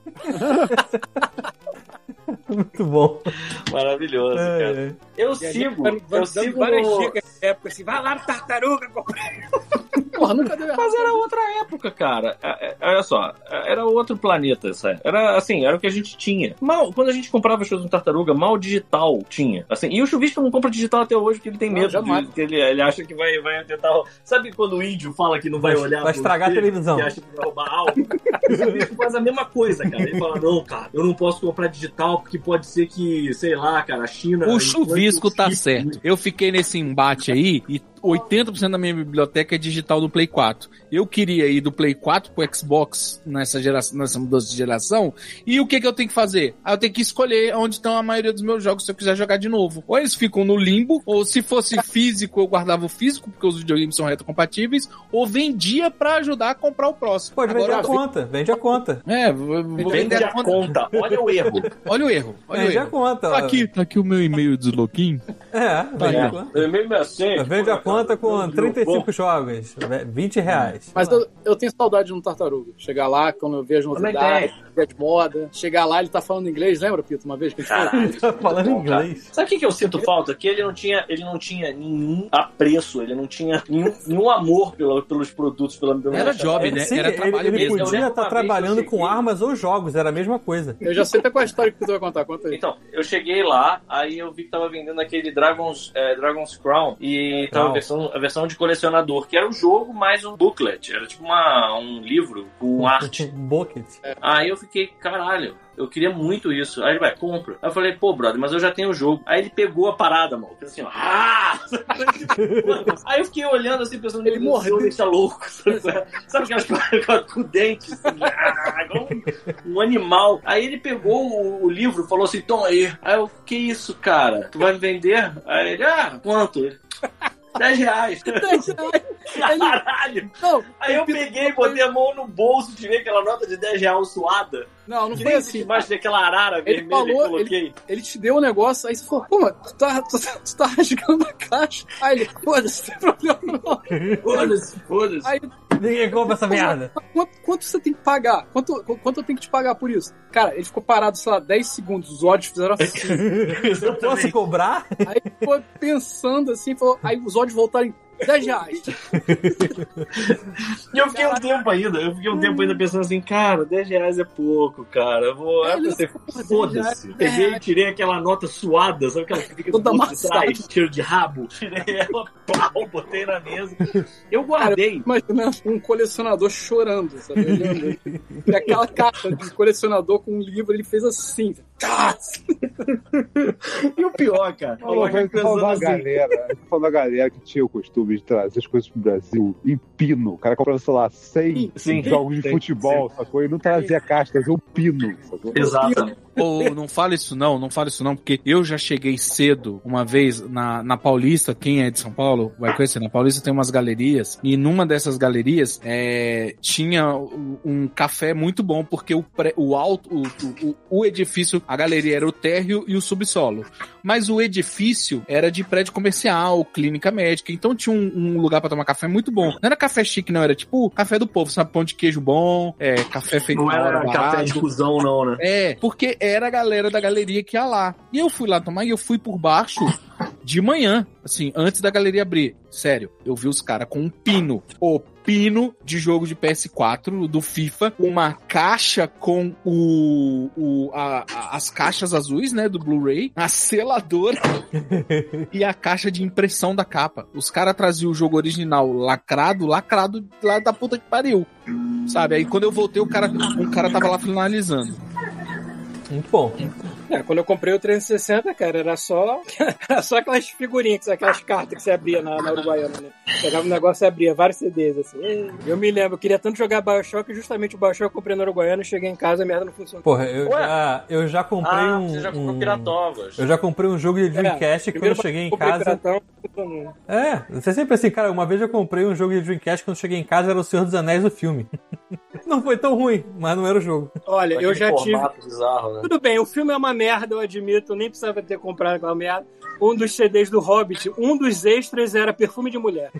Muito bom.
Maravilhoso, cara.
É, é.
Eu
E a gente
sigo,
tá
eu
dando
sigo
várias
no...
dicas na época, assim, vai lá no Tartaruga, comprar.
Porra, nunca deu errado.
Mas era outra época, cara. É, é, Olha só, era outro planeta, sabe? Era assim, era o que a gente tinha. Mal, quando a gente comprava as coisas no Tartaruga, mal digital tinha. Assim, e o chuvisco não compra digital até hoje, porque ele tem
Não,
medo.
jamais.
de- que ele, ele acha que vai, vai tentar. Sabe quando o índio fala que não vai,
Vai-
olhar.
vai
pro
estragar a
espelho,
televisão.
Que acha que vai roubar algo. o chuvisco faz a mesma coisa, cara. Ele fala: não, cara, eu não posso comprar digital, porque pode ser que, sei lá, cara, a China.
O chuvisco tá
implante o chip
certo. Eu fiquei nesse embate aí e 80% da minha biblioteca é digital do Play 4. Eu queria ir do Play 4 pro Xbox nessa, geração, nessa mudança de geração. E o que, que eu tenho que fazer? Ah, eu tenho que escolher onde estão a maioria dos meus jogos se eu quiser jogar de novo. Ou eles ficam no limbo, ou se fosse físico, eu guardava o físico, porque os videogames são retrocompatíveis, ou vendia pra ajudar a comprar o próximo.
Pode vender
Agora,
a conta, vende a conta.
É, vou vou
Vende
vender
a conta. Olha o erro.
Olha o erro. Olha o
Vende a
erro.
conta. ó.
tá aqui o meu e-mail de login.
É, vende a
aí.
conta.
Mesmo assim,
Vende a
pô,
conta com
Meu
35 jogos, 20 reais.
Mas eu, eu tenho saudade de um tartaruga. Chegar lá, quando eu vejo as
Também
novidades, ver as modas. Chegar lá, ele tá falando inglês, lembra, Pito, uma vez que a gente foi?
Caralho,
Tá falando inglês.
Sabe o que, que eu sinto falta? Que ele não tinha, ele não tinha nenhum apreço, ele não tinha nenhum, nenhum amor pelo- pelos produtos, pela pela
Era job,
é-
né?
É, Sim,
Era
ele,
trabalho
ele
mesmo. é um
Eu
podia
lembro
estar
uma vez
trabalhando
que eu
com
cheguei-
armas ou jogos, era a mesma coisa.
Eu já sei até qual é a história que tu vai contar. Conta aí.
Então, eu cheguei lá, aí eu vi que tava vendendo aquele Dragon's, eh, Dragon's Crown e tava
Crown.
a versão, a versão de colecionador, que era um jogo mais um booklet, era tipo uma, um livro com arte.
Bucket.
Aí eu fiquei, caralho, eu queria muito isso. Aí ele vai, compra. Aí eu falei, pô, brother, mas eu já tenho o jogo. Aí ele pegou a parada, mano. Fez assim, ó, ah! Aí eu fiquei olhando assim, pensando,
Ele
meu Deus,
mordeu.
esse homem tá louco. Sabe qual é? Sabe aquelas paradas com a- com o dente, assim, ah, igual um, um animal. Aí ele pegou o, o livro falou assim, toma aí. Aí eu, que isso, cara? Tu vai me vender? Aí ele, ah, quanto? Ele, 10 reais.
10 reais.
Caralho!
Não,
Aí eu peguei, botei a mão no bolso, tirei aquela nota de 10 reais suada.
Não, não
que
foi
nem
assim.
existe mais daquela arara
Ele
vermelha que eu
falou,
coloquei.
ele, ele te deu o negócio, aí você falou, pô, mano, tu tá, tu, tá- tu tá rasgando a caixa. Aí ele, foda-se, não tem problema não.
Foda-se, foda-se.
Aí,
Ninguém compra essa merda.
quanto, quanto você tem que pagar? Quanto, quanto eu tenho que te pagar por isso? Cara, ele ficou parado, sei lá, 10 segundos, os olhos fizeram assim.
Eu posso cobrar?
Aí foi pensando assim, falou, aí os olhos voltaram em 10 reais.
E eu fiquei um tempo ainda, eu fiquei um tempo ainda pensando assim, cara, 10 reais é pouco, cara. Eu vou. é Aí eu
Ele-
pensei,
É,
foda-se. Peguei e tirei aquela nota suada, sabe aquela que fica do
Toda
bolso de
amassada.
trás, tiro de rabo? Tirei ela, pau, botei na mesa. Eu guardei.
Imagina um colecionador chorando, sabe? Olhando. E aquela caixa de colecionador com um livro, ele fez assim. Tá!
E o pior, cara, eu
Falou,
fiquei
mas falando
pensando
da
assim.
galera, falando da galera que tinha o costume de trazer as coisas pro Brasil em pino. O cara comprava, sei lá, 100
Sim,
jogos de
sim,
futebol, sacou? E não trazia caixa, trazia um pino, sacou?
Exatamente.
Ou não fala isso não, não fala isso não, porque eu já cheguei cedo uma vez na, na Paulista, quem é de São Paulo vai conhecer, na Paulista tem umas galerias, e numa dessas galerias é, tinha um um café muito bom, porque o, pré- o alto, o, o, o edifício, a galeria era o térreo e o subsolo. Mas o edifício era de prédio comercial, clínica médica, então tinha um, um lugar pra tomar café muito bom. Não era café chique, não, era tipo café do povo, sabe? Pão de queijo bom, é, café feito
Não
na hora
era café
barato.
de cuzão, não, né?
É, porque era a galera da galeria que ia lá. E eu fui lá tomar e eu fui por baixo de manhã, assim, antes da galeria abrir. Sério, eu vi os caras com um pino. O pino de jogo de PS4 do FIFA, uma caixa com o, o a- a- as caixas azuis, né, do Blu-ray, a seladora e a caixa de impressão da capa. Os caras traziam o jogo original lacrado, lacrado lá da puta que pariu. Sabe? Aí quando eu voltei, o cara, o cara tava lá finalizando.
Muito bom.
É, quando eu comprei o 360, cara, era só, era só aquelas figurinhas, aquelas cartas que você abria na, na Uruguaiana, né? Pegava um negócio e abria vários CDs, assim. Eu me lembro, eu queria tanto jogar Bioshock, justamente o Bioshock eu comprei na Uruguaiana, eu cheguei em casa, a merda não funcionou.
Porra, eu
Ué?
já, eu já comprei
Ah,
um.
você já comprou
um-
Piratovas.
Eu já comprei um jogo de Dreamcast
É,
que quando eu
primeiro
cheguei em
comprei
casa.
Piratão, não funcionou.
É, você sempre assim, cara, uma vez eu comprei um jogo de Dreamcast quando eu cheguei em casa era o Senhor dos Anéis o filme. Não foi tão ruim, mas não era o jogo.
Olha, eu
Aquele
já tive
formato bizarro, né?
Tudo bem, o filme é uma merda, eu admito, eu nem precisava ter comprado aquela merda. Um dos CDs do Hobbit, um dos extras era perfume de mulher.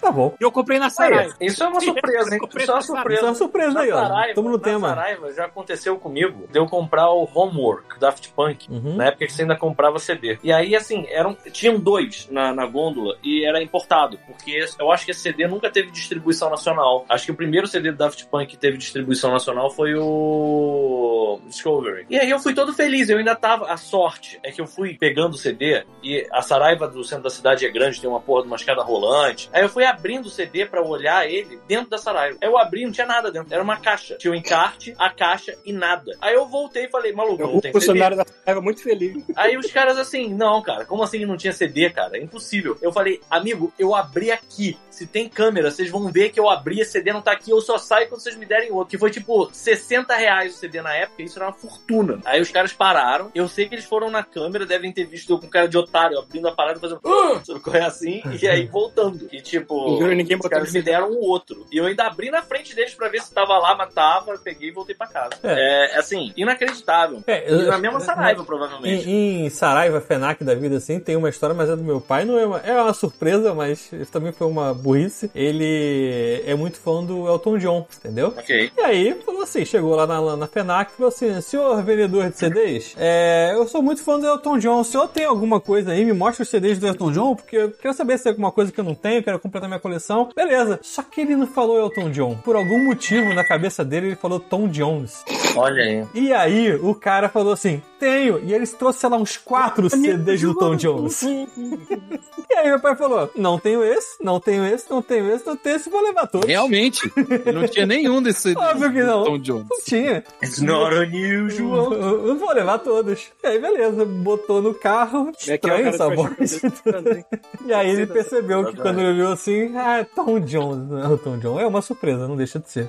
Tá bom.
E eu comprei na Sarai.
Aí, isso é uma surpresa, hein?
Comprei
Isso é uma
na
Isso
Saraiva.
é
surpresa.
uma surpresa
Na
aí, ó.
Saraiva-
Tamo no
na
tema.
Saraiva já aconteceu comigo de eu comprar o Homework, Daft Punk.
Uhum.
Na época que você ainda comprava CD. E aí, assim, eram, tinham dois na, na gôndola e era importado. Porque esse- eu acho que esse CD nunca teve distribuição nacional. Acho que o primeiro CD do Daft Punk que teve distribuição nacional foi o Discovery. E aí eu fui todo feliz, eu ainda tava. A sorte é que eu fui pegando o CD e a Saraiva do centro da cidade é grande, tem uma porra de uma escada rolante. Aí eu fui abrindo o CD pra olhar ele dentro da Saraiva. Aí eu abri, não tinha nada dentro. Era uma caixa. Tinha o encarte, a caixa e nada. Aí eu voltei e falei, maluco,
Eu,
não
o
tem CD.
funcionário da Sarai muito feliz.
Aí os caras assim, não, cara, como assim não tinha CD, cara? É impossível. Eu falei, amigo, eu abri aqui. Se tem câmera, vocês vão ver que eu abri, esse CD não tá aqui, eu só saio quando vocês me derem outro. Que foi tipo 60 reais o CD na época, isso era uma fortuna. Aí os caras pararam. Eu sei que eles foram na câmera, devem ter visto eu com cara de otário, abrindo a parada e fazendo. "Ah!" Sabe qual é assim? E aí voltando. E tipo.
Juro, ninguém
Os
botou
caras me deram um outro. E eu ainda abri na frente deles pra ver se tava lá, mas tava, eu peguei e voltei pra casa. É, assim, inacreditável.
É,
E
eu-
na mesma Saraiva, provavelmente.
Em, em Saraiva, Fenac da vida, assim, tem uma história, mas é do meu pai. Não é uma, é uma surpresa, mas isso também foi uma burrice. Ele é muito fã do Elton John, entendeu?
Ok.
E aí, falou assim, chegou lá na, na FENAC e falou assim, senhor vendedor de CDs, é, eu sou muito fã do Elton John, o senhor tem alguma coisa aí? Me mostra os CDs do Elton John, porque eu quero saber se tem alguma coisa que eu não tenho, quero completar minha coleção. Beleza. Só que ele não falou Elton John. Por algum motivo, na cabeça dele, ele falou Tom Jones.
Olha aí.
E aí, o cara falou assim, tenho. E eles trouxeram sei lá uns quatro CDs do Tom Jones. E aí, meu pai falou, não tenho esse, não tenho esse, não tenho esse, não tenho esse, vou levar todos.
Realmente, eu não tinha nenhum desse
Óbvio que não.
Tom Jones.
Não tinha.
It's not unusual.
Eu vou levar todos. E aí, beleza, botou no carro, estranho essa voz. E aí ele percebeu que quando ele olhou assim, ah, é Tom Jones, não é o Tom John. É uma surpresa, não deixa de ser.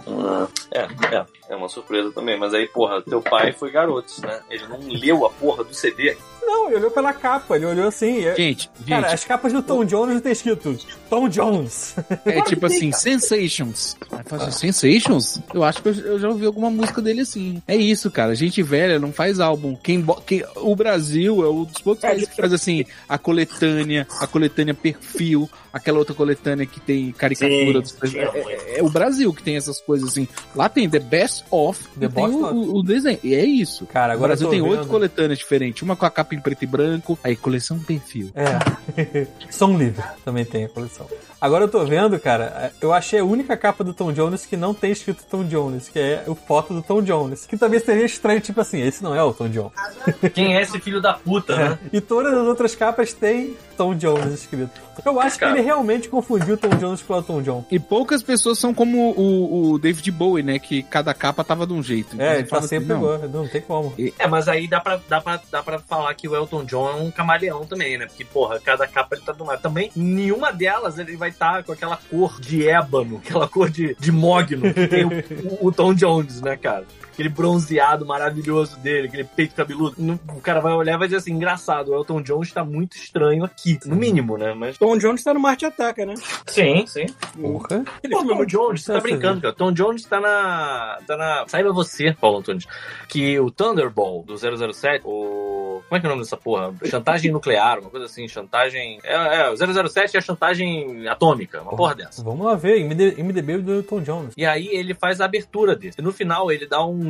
É, é, é uma surpresa também. Mas aí, porra, teu pai foi garotos, né? Ele não leu a porra do CD.
Não, ele olhou pela capa, ele olhou assim. e-
Gente, gente,
Cara, as capas do Tom Jones não tem escrito Tom Jones.
é tipo assim, Sensations. Aí fala assim, Sensations? Eu acho que eu, eu já ouvi alguma música dele assim. É isso, cara. Gente velha não faz álbum. Quem, bo- quem- o Brasil é um dos poucos países que faz assim, a coletânea, a coletânea perfil, aquela outra coletânea que tem caricatura. dos- é, é- é o Brasil que tem essas coisas assim. Lá tem The Best Of,
The
e tem
Best
o,
Of.
o- o desenho. E é isso.
Cara,
O
agora eu
Brasil
tô
tem
vendo.
oito coletâneas diferentes. Uma com a capa em preto e branco, aí coleção perfil.
É. Som livre também tem a coleção. Agora eu tô vendo, cara, eu achei a única capa do Tom Jones que não tem escrito Tom Jones, que é o foto do Tom Jones. Que também seria estranho, tipo assim, esse não é o Tom Jones.
Quem é esse filho da puta, né?
E todas as outras capas tem Tom Jones escrito. Eu acho que ele realmente confundiu Tom Jones com o Tom John.
E poucas pessoas são como o, o David Bowie, né? Que cada capa tava de um jeito. Então,
É,
você
ele tá
fala assim,
sempre
não.
igual, não tem como.
É, mas aí dá pra, dá, pra, dá pra falar que o Elton John é um camaleão também, né? Porque, porra, cada capa ele tá do lado. Também, nenhuma delas ele vai estar com aquela cor de ébano, aquela cor de, de mogno que tem o, o Tom Jones, né, cara? Aquele bronzeado maravilhoso dele, aquele peito cabeludo. Não- O cara vai olhar e vai dizer assim, engraçado, o Elton John está muito estranho aqui. No mínimo, né? Mas...
Tom Jones tá no Marte Ataca, né?
Sim, sim.
Porra.
Ele
Pô,
filme é
Tom
muito
Jones, você tá
Essa
brincando, cara. Tom Jones tá na, tá na. Saiba você, Paulo Antunes, que o Thunderball do 007, o. Como é que é o nome dessa porra? Chantagem nuclear, uma coisa assim, chantagem. É, é, o 007 é a chantagem atômica, uma porra dessa.
Vamos lá ver, MD MDB do Tom Jones.
E aí ele faz a abertura desse. E no final ele dá um.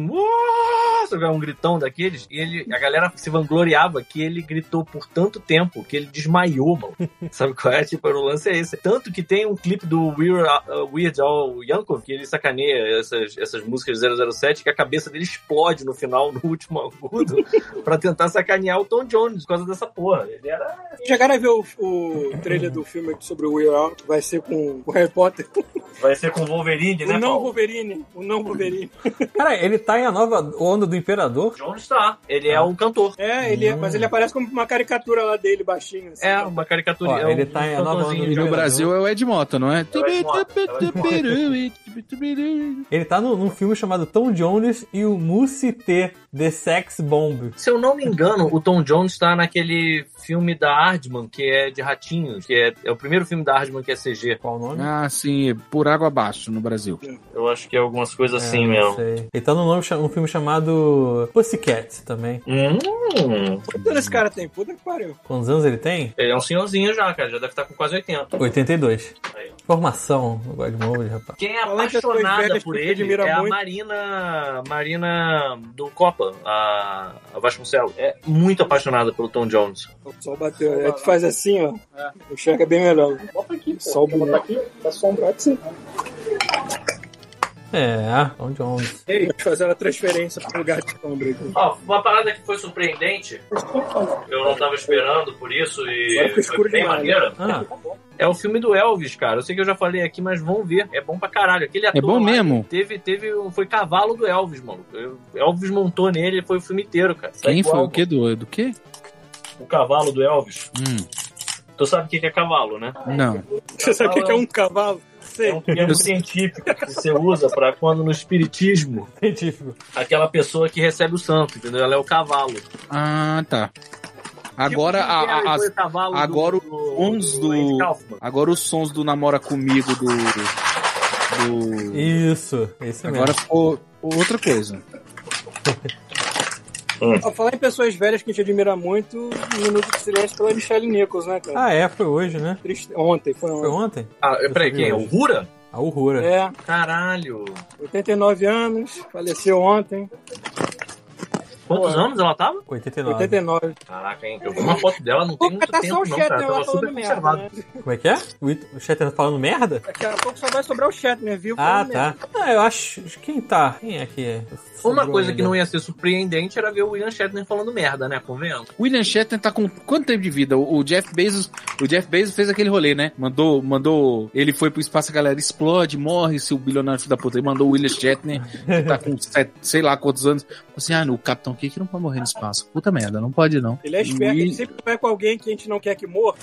"Uá!", sabe, Um gritão daqueles. E ele, a galera se vangloriava que ele gritou por tanto tempo que ele desmaiou, mano. Sabe qual é? Tipo, o lance é esse. Tanto que tem um clipe do Weird, uh, Weird Al Yankovic que ele sacaneia essas, essas músicas de 007 que a cabeça dele explode no final, no último agudo, pra tentar sacanear o Tom Jones por causa dessa porra. Ele era.
Chegaram a ver o, o trailer do filme sobre o Will Out, vai ser com o Harry Potter.
Vai ser com o Wolverine,
O
né,
não
Paulo?
Wolverine, o não Wolverine.
Cara, ele tá em a nova onda do Imperador?
Jones tá. Ele é um cantor.
É, ele, é-
Hum.
mas ele aparece como uma caricatura lá dele, baixinho. Assim,
É, uma caricatura.
Ó,
é
ele
um
tá em a nova
cantorzinho
onda
de
E no Brasil é o Ed Mota, não é?
É o Ed Mota, é o Ed
Ele tá no- num filme chamado Tom Jones e o Moose T, The Sex Bomb.
Se eu não me engano, o Tom Jones está naquele filme da Hardman, que é de ratinhos, que é, é o primeiro filme da Hardman que é CG.
Qual o nome?
Ah, sim, por água abaixo no Brasil.
Eu acho que é algumas coisas
É, não sei. Ele tá num nome, cha- um filme chamado Pussycat também.
Hum,
Todo esse cara tem, puta que pariu.
Quantos anos ele tem?
ele é um senhorzinho já, cara. Já deve estar com quase 80.
82.
Aí, ó.
Formação do Godmode, rapaz.
Quem é
Falando em pessoas
apaixonada
velhas
por
que
ele
admira
é a
muito.
Marina, Marina do Copa, a, a Vasconcelos. É muito apaixonada pelo Tom Jones.
O sol bateu. É que faz assim, ó. Enxerga bem melhor.
Bota aqui, pô.
Só o
Quer botar aqui? Tá assombrado, sim.
É, Tom Jones.
Ei, fazer a transferência pro lugar de sombra aqui.
Ó, uma parada que foi surpreendente, eu não tava esperando por isso
Agora
e
ficou
foi
escuro
bem
demais, né?
maneira.
Ah,
É o filme do Elvis, cara. Eu sei que eu já falei aqui, mas vão ver. É bom pra caralho. Aquele ator
É bom
lá
mesmo.
Teve, teve, um- foi cavalo do Elvis, mano. Eu- Elvis montou nele, foi o filme inteiro, cara.
é
Tá
Quem
igual,
foi o
pô.
quê do, do quê?
O cavalo do Elvis.
Hum,
Tu sabe o que que é cavalo, né?
não.
Você sabe o que que é um cavalo?
É
Sei.
um termo científico que você usa pra quando no espiritismo,
científico.
aquela pessoa que recebe o santo, entendeu? Ela é o cavalo.
Ah, tá. Agora,
Tipo,
a-
Jim Carrey
a-
foi
Ah, as-
o cavalo
agora
do- do-
uns do-
Andy Kaufman.
agora os sons do Namora Comigo do... do...
Isso, esse mesmo.
Agora ficou outra coisa.
Ó, falar em pessoas velhas que a gente admira muito, um minuto de silêncio pela Michelle Nichols, né, cara?
Ah, é, foi hoje, né?
Triste. Ontem, foi
Foi
ontem.
ontem?
Ah, peraí, quem é? O Rura?
A Uhura.
É,
Caralho.
89 anos, faleceu ontem,
Quantos
Porra.
anos ela tá tava?
89.
89.
Caraca, hein? Eu vi uma foto dela, não tem
Pouco
muito
tá
tempo,
só o
não, cara.
Shatner
Tava
lá
super
falando merda, né?
conservado.
Como é que é? O It- O Shatner falando merda?
Tá
Daqui a pouco só vai sobrar o Shatner vivo.
Ah,
falando merda.
tá. Ah, eu acho. Quem tá? Quem é que é? né?
Uma coisa que não ia ser surpreendente era ver o William Shatner falando merda, né? Convenhamos.
William Shatner tá com quanto tempo de vida? O o Jeff Bezos, o Jeff Bezos fez aquele rolê, né? Mandou, mandou, ele foi pro espaço, a galera explode, morre, seu bilionário filho da puta. Ele mandou o William Shatner, que tá com set- sei lá quantos anos. Falou Assim, ah, o Capitão Kirk não pode morrer no espaço. Puta merda, não pode não.
Ele é esperto,
E-
ele sempre vai com alguém que a gente não quer que morra,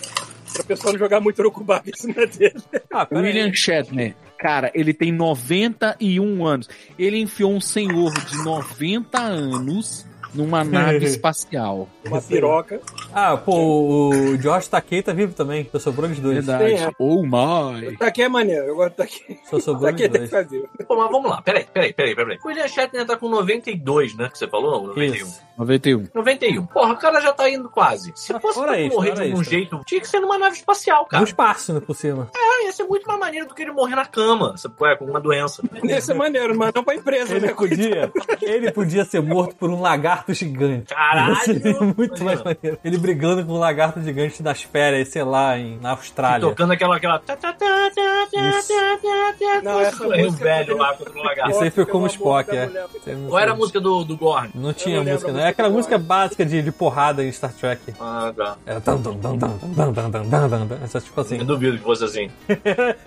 pra pessoa não jogar muito Urukubaba em cima dele.
Ah,
né?
peraí.
William Shatner, cara, ele tem 91 anos. Ele enfiou um senhor de 90 anos numa nave espacial.
Uma piroca.
Ah, pô, o George Takei tá vivo também. Só sobrou os dois.
Sim,
Verdade.
é.
Oh my.
Tá aqui é maneiro, eu gosto daqui.
Só sobrou os
Daqui tem que
dois.
Tá fazer.
Pô, mas vamos lá, peraí, peraí, peraí, peraí. O William Shatner tá com 92, né? Que você falou? Ou 91.
Isso.
91.
91. Porra, o cara já tá indo quase. Se
Mas
fosse
fora
pra
isso,
morrer
fora
de um
isso.
jeito, tinha que ser numa nave espacial,
No
cara.
espaço, né, por cima.
Ah, ia ser muito mais maneiro do que ele morrer na cama, sabe qual é? Com uma doença.
Ia ser maneiro, mas não pra empresa,
Ele
né?
podia, ele podia ser morto por um lagarto gigante.
Caralho!
Seria muito mais
Imagina.
maneiro. Ele brigando com um lagarto gigante nas férias, sei lá, em, na Austrália.
Tocando aquela. aquela... tá, tá, tá, tá, tá,
Isso.
tá, tá, tá,
Não, essa
tá. Aí o
música-
velho lá contra o lagarto.
Esse aí foi
Pelo
como
amor
Spock,
da
é.
mulher.
Qual era a música do, do Gorn?
Não tinha
lembro
música,
a
né? É
música
aquela
do
música
Gorn.
básica de, de porrada em Star Trek.
Ah, tá.
Era dan, dan, dan, dan, dan, dan, dan, dan, dan, dan. Essa tipo assim.
Eu duvido que fosse assim.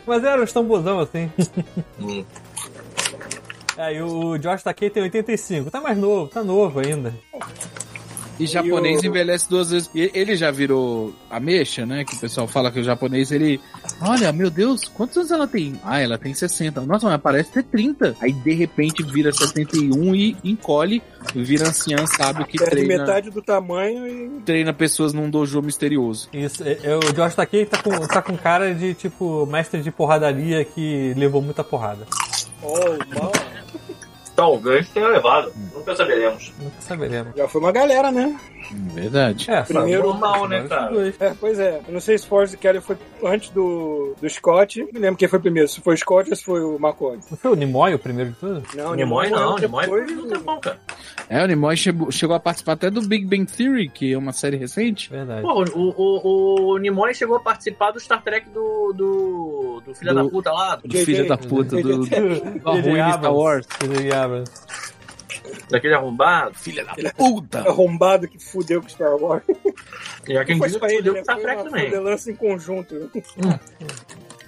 Mas era um tamborzão assim.
Hum.
É, e o Josh Takei tem 85. Tá mais novo, tá novo ainda.
E japonês
E o-
envelhece duas vezes. E ele já virou ameixa, né? Que o pessoal fala que o japonês, ele. Olha, meu Deus, quantos anos ela tem? Ah, ela tem 60. Nossa, mas parece ter 30. Aí de repente vira 71 e encolhe, vira anciã, sabe que
Perde
né?
treina,
metade do tamanho e.
treina pessoas num dojo misterioso.
Isso, é- é, o Josh Takei tá com, tá com cara de, tipo, mestre de porradaria que levou muita porrada.
Oh, mal.
Talvez tenha levado. Nunca saberemos.
Nunca saberemos.
Já foi uma galera, né?
Verdade.
É, foi
Primeiro-
Normal, né,
Agora
cara?
são dois.
É, pois é. Eu não sei se Forrest Kelly foi antes do, do Scott. Não me lembro quem foi primeiro, se foi o Scott ou se foi o McCoy.
Não foi o Nimoy o primeiro de tudo?
Não,
Nimoy não, Nimoy
depois-
não tem bom, cara.
É, o Nimoy chegou, chegou a participar até do Big Bang Theory, que é uma série recente.
Verdade.
Porra, o, o, o Nimoy chegou a participar do Star Trek do. do, do filho
Do-
da puta lá.
Do
JJ.
filho da puta, do, do, do
J.J.
Arruin Star
Abrams.
Wars.
J.J. Abrams.
Daquele arrombado. Filha da
Puta!
É Arrombado que fudeu com Star Wars.
E há quem
Foi
diz
isso
que
pra ele,
fudeu
né?
com Star
Foi
Trek
uma
também.
fudelança em conjunto.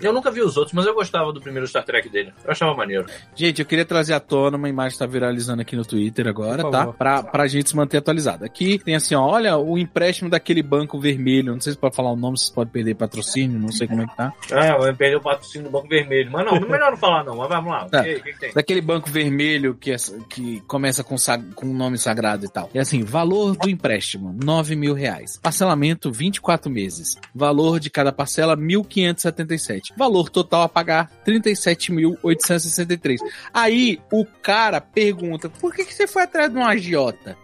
Eu nunca vi os outros, mas eu gostava do primeiro Star Trek dele. Eu achava maneiro.
Gente, eu queria trazer à tona uma imagem que tá viralizando aqui no Twitter agora,
Por
tá?
favor.
Pra, pra gente se manter atualizado. Aqui tem assim, ó, olha o empréstimo daquele banco vermelho. Não sei se pode falar o nome, se pode perder patrocínio, não sei como é que tá.
Ah, vai perder o patrocínio do Banco Vermelho. Mas não, é melhor não falar não, mas vamos lá.
Tá.
E aí, o que, que tem?
Daquele banco vermelho que, é- que começa com, sag- com um nome sagrado e tal. É assim, valor do empréstimo, 9 mil reais. Parcelamento, 24 meses. Valor de cada parcela, 1.577. Valor total a pagar, 37.863. Aí o cara pergunta, por que, que você foi atrás de um agiota?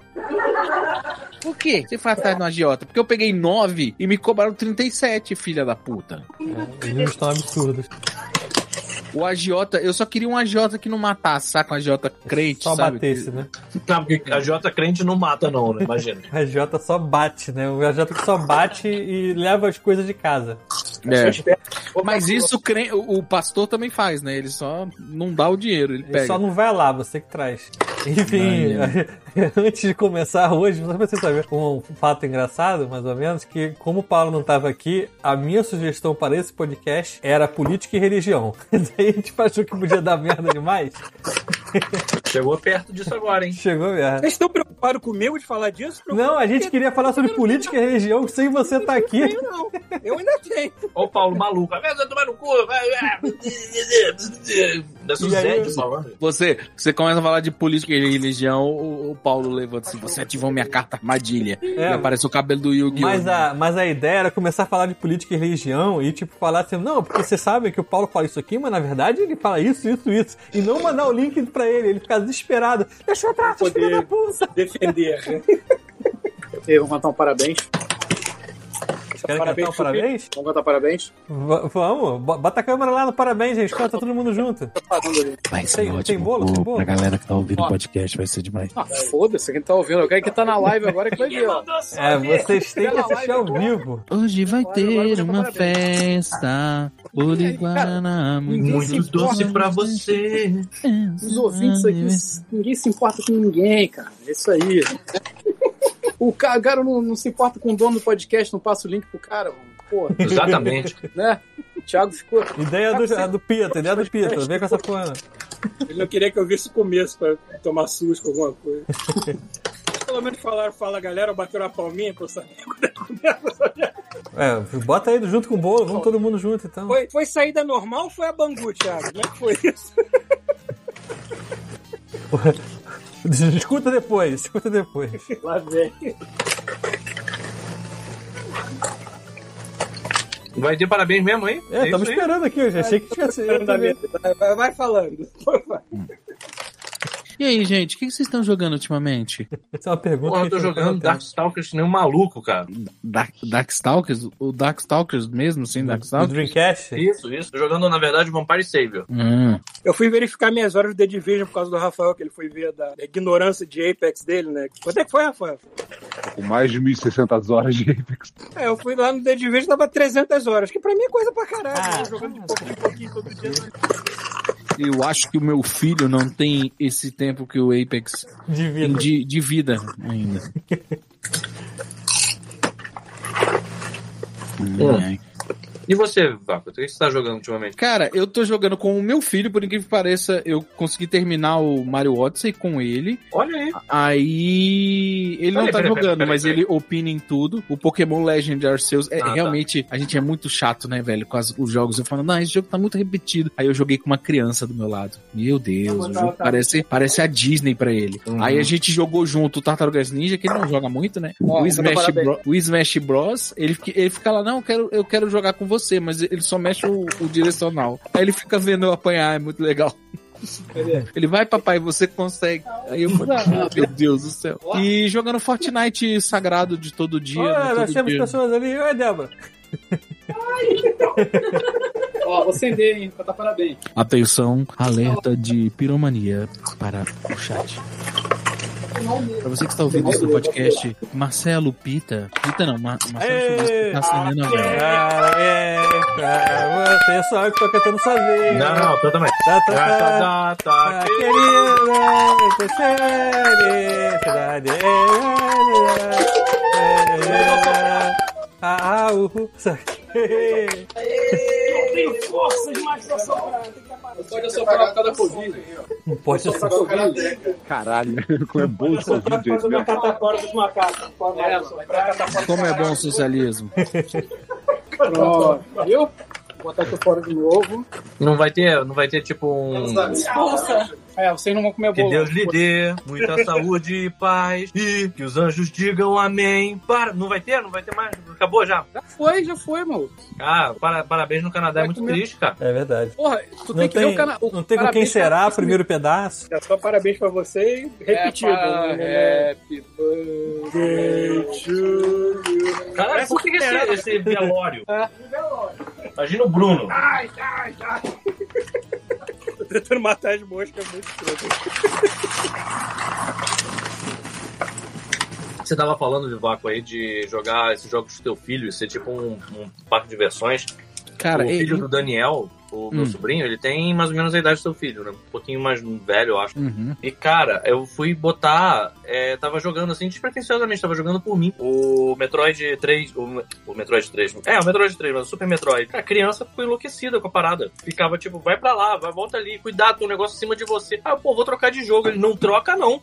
Por quê? Você foi atrás de um agiota? Porque eu peguei 9 e me cobraram 37, filha da puta.
É, eles estão absurdos.
O agiota, eu só queria um agiota que não matasse, saca? Um agiota crente,
Só
sabe?
batesse, né?
Tá, porque a Jota crente não mata não, né? Imagina.
A Jota só bate, né? O Jota que só bate e leva as coisas de casa.
É.
Ô,
Mas
Marcos,
isso cre- o o pastor também faz, né? Ele só não dá o dinheiro, ele
Ele
pega.
só não vai lá, você que traz. Enfim, antes de começar hoje, só pra você saber um fato engraçado, mais ou menos, que como o Paulo não tava aqui, a minha sugestão para esse podcast era política e religião. Daí a gente achou que podia dar merda demais.
Chegou perto disso agora, hein?
Chegou merda.
Vocês estão preocupados comigo de falar disso?
Não, a gente queria falar sobre política e religião sem você estar aqui.
Eu não. Eu ainda tenho.
Ó o Paulo maluco. Vai vai tomar no cu. Vai, vai. Da Suzete falando.
Você, você começa a falar de política e religião, o, o Paulo levanta assim, você ativou minha carta armadilha.
É.
e aparece o cabelo do Yu-Gi-Oh!
Mas
né?
a, mas a ideia era começar a falar de política e religião e, tipo, falar assim, não, porque você sabe que o Paulo fala isso aqui, mas na verdade ele fala isso, isso, isso. E não mandar o link pra ele, ele fica desesperado. Deixa eu entrar, seus filhos da puta.
Defender.
Ei, vamos cantar um parabéns.
Quer cantar um parabéns?
Vamos cantar parabéns?
V- vamos, bo- bota a câmera lá no parabéns, gente, canta todo mundo junto. É,
Tá, vamos ali.
Vai ser
Tem-
ótimo.
tem bolo? Tem
Pô,
bolo?
Pra galera que tá ouvindo
Ó.
o podcast, vai ser demais.
Ah, foda-se, quem tá ouvindo. Eu quero que tá na live agora que vai ver, ó.
É, vocês têm que assistir ao vivo.
Hoje vai
Agora- agora eu vou
ter
cantar
uma
parabéns.
festa, por Guaraná,
Muito doce pra você.
Os ouvintes
Ah,
aqui, ninguém se importa com ninguém, cara. É isso aí. O ca- cara não, não se importa com o dono do podcast, não passa o link pro cara, mano. Porra,
Exatamente.
né? O Thiago ficou.
Ideia do, a do Pita, ideia do Pita, vem com essa porra.
Ele não queria que eu visse o começo pra tomar susto com alguma coisa. Pelo menos falaram, fala galera, bateram a palminha pra eu saber quando é que começa.
É, bota aí junto com o bolo, vamos todo mundo junto então.
Foi, foi saída normal ou foi a Bangu, Thiago? Como é que foi isso?
Escuta depois, escuta depois.
Lá vem.
Vai ter parabéns mesmo, hein?
É, estamos
isso aí?
esperando aqui, eu já achei que tivesse. eu também.
Vai- Vai falando.
E aí, gente, o que que vocês estão jogando ultimamente?
Essa é uma pergunta.
Porra,
que
eu tô
a gente não
jogando
tem.
Darkstalkers que nem um maluco, cara.
Dark, Darkstalkers? O Darkstalkers mesmo, sem
Do
Darkstalkers?
Dreamcast?
Isso, isso. Tô jogando, na verdade, Vampire Savior.
Hum.
Eu fui verificar minhas horas do The Division por causa do Rafael, que ele foi ver da, da ignorância de Apex dele, né? Quanto é que foi, Rafael?
Com mais de 1.600 horas de Apex.
É, eu fui lá no The Division e tava 300 horas, que pra mim é coisa pra caralho. né? Jogando de pouquinho em pouquinho todo dia.
Eu acho que o meu filho não tem esse tempo que o Apex
De
tem
vida.
de, de vida ainda. Hum, ai.
E você, Vaco? O que você tá jogando ultimamente?
Cara, eu tô jogando com o meu filho, por incrível que pareça, eu consegui terminar o Mario Odyssey com ele.
Olha aí.
Aí ele não
Peraí,
tá
peraí,
jogando,
peraí,
mas
peraí.
ele opina em tudo. O Pokémon Legend Arceus é
Ah, tá.
realmente a gente é muito chato, né, velho, com as- os jogos. Eu falo, não, esse jogo tá muito repetido. Aí eu joguei com uma criança do meu lado. Meu Deus, o jogo parece parece a Disney pra ele.
Uhum.
Aí a gente jogou junto o Tartarugas Ninja, que ele não joga muito, né?
Ó,
o
então
Smash
parabéns.
Bros, o Smash Bros, ele, fica- ele fica lá, não, eu quero, eu quero jogar com você, mas ele só mexe o, o direcional. Aí ele fica vendo eu apanhar, é muito legal. Ele vai, papai, você consegue. Aí eu falei, ah, meu Deus do céu. E jogando Fortnite sagrado de todo dia. né,
Olha,
todo
nós temos
dia.
pessoas ali. Oi, Débora.
Ó, vou acender, hein? Pra dar parabéns.
Atenção, alerta de piromania para o chat. Pra você que está ouvindo isso no podcast, Marcelo Pita. Pita não, Ma Marcelo tá Chubasco
Aê!
está acendendo a vela.
Ah, é. Pra você só que tô cantando sozinho.
não, tô também.
Tá, tá,
Tá,
tá.
tá, tá, tá.
Ah, querida, felicidade. Ah, ah, uhu. Saquei.
Pode assoprar por causa da Covid.
Não pode ser só
Caralho, como é bom esse vídeo,
Faz
esse
uma
mesmo.
catapora dos macacos. Pode lá, soprar, catapora.
Como é bom o socialismo.
Pronto. Viu?
Vou botar aqui fora de novo.
Não vai ter, não vai ter tipo um.
Expulsa.
É, vocês não vão comer
Que
bolo.
Deus lhe dê muita saúde e paz. E que os anjos digam amém. Para, não vai ter? Não vai ter mais? Acabou já.
Já foi, já foi, mano.
Ah, para- parabéns no Canadá, é muito triste, cara.
É verdade.
Porra, tu
Não
tem que ver
tem,
o canal.
não tem com quem será, primeiro pedaço.
É só parabéns pra você e repetido. né?
É Happy birthday to you.
Caralho, por que, que esse, esse velório? Imagina o Bruno.
Tô tentando matar as moscas, é muito estranho.
Você tava falando, Vivaco, aí de jogar esses jogos do teu filho, ser tipo um, um parque de diversões.
Cara, é,
o
ele-
filho do Daniel, o meu
Hum.
sobrinho, ele tem mais ou menos a idade do seu filho, né? Um pouquinho mais velho, eu acho.
Uhum.
E, cara, eu fui botar. é, tava jogando assim, despretensiosamente, tava jogando por mim. O Metroid 3. O, o Metroid 3. É, o Metroid 3, mas o Super Metroid. A criança ficou enlouquecida com a parada. Ficava tipo, vai pra lá, vai, volta ali, cuidado, tem um negócio em cima de você. Ah, pô, vou trocar de jogo. Ele não troca, não.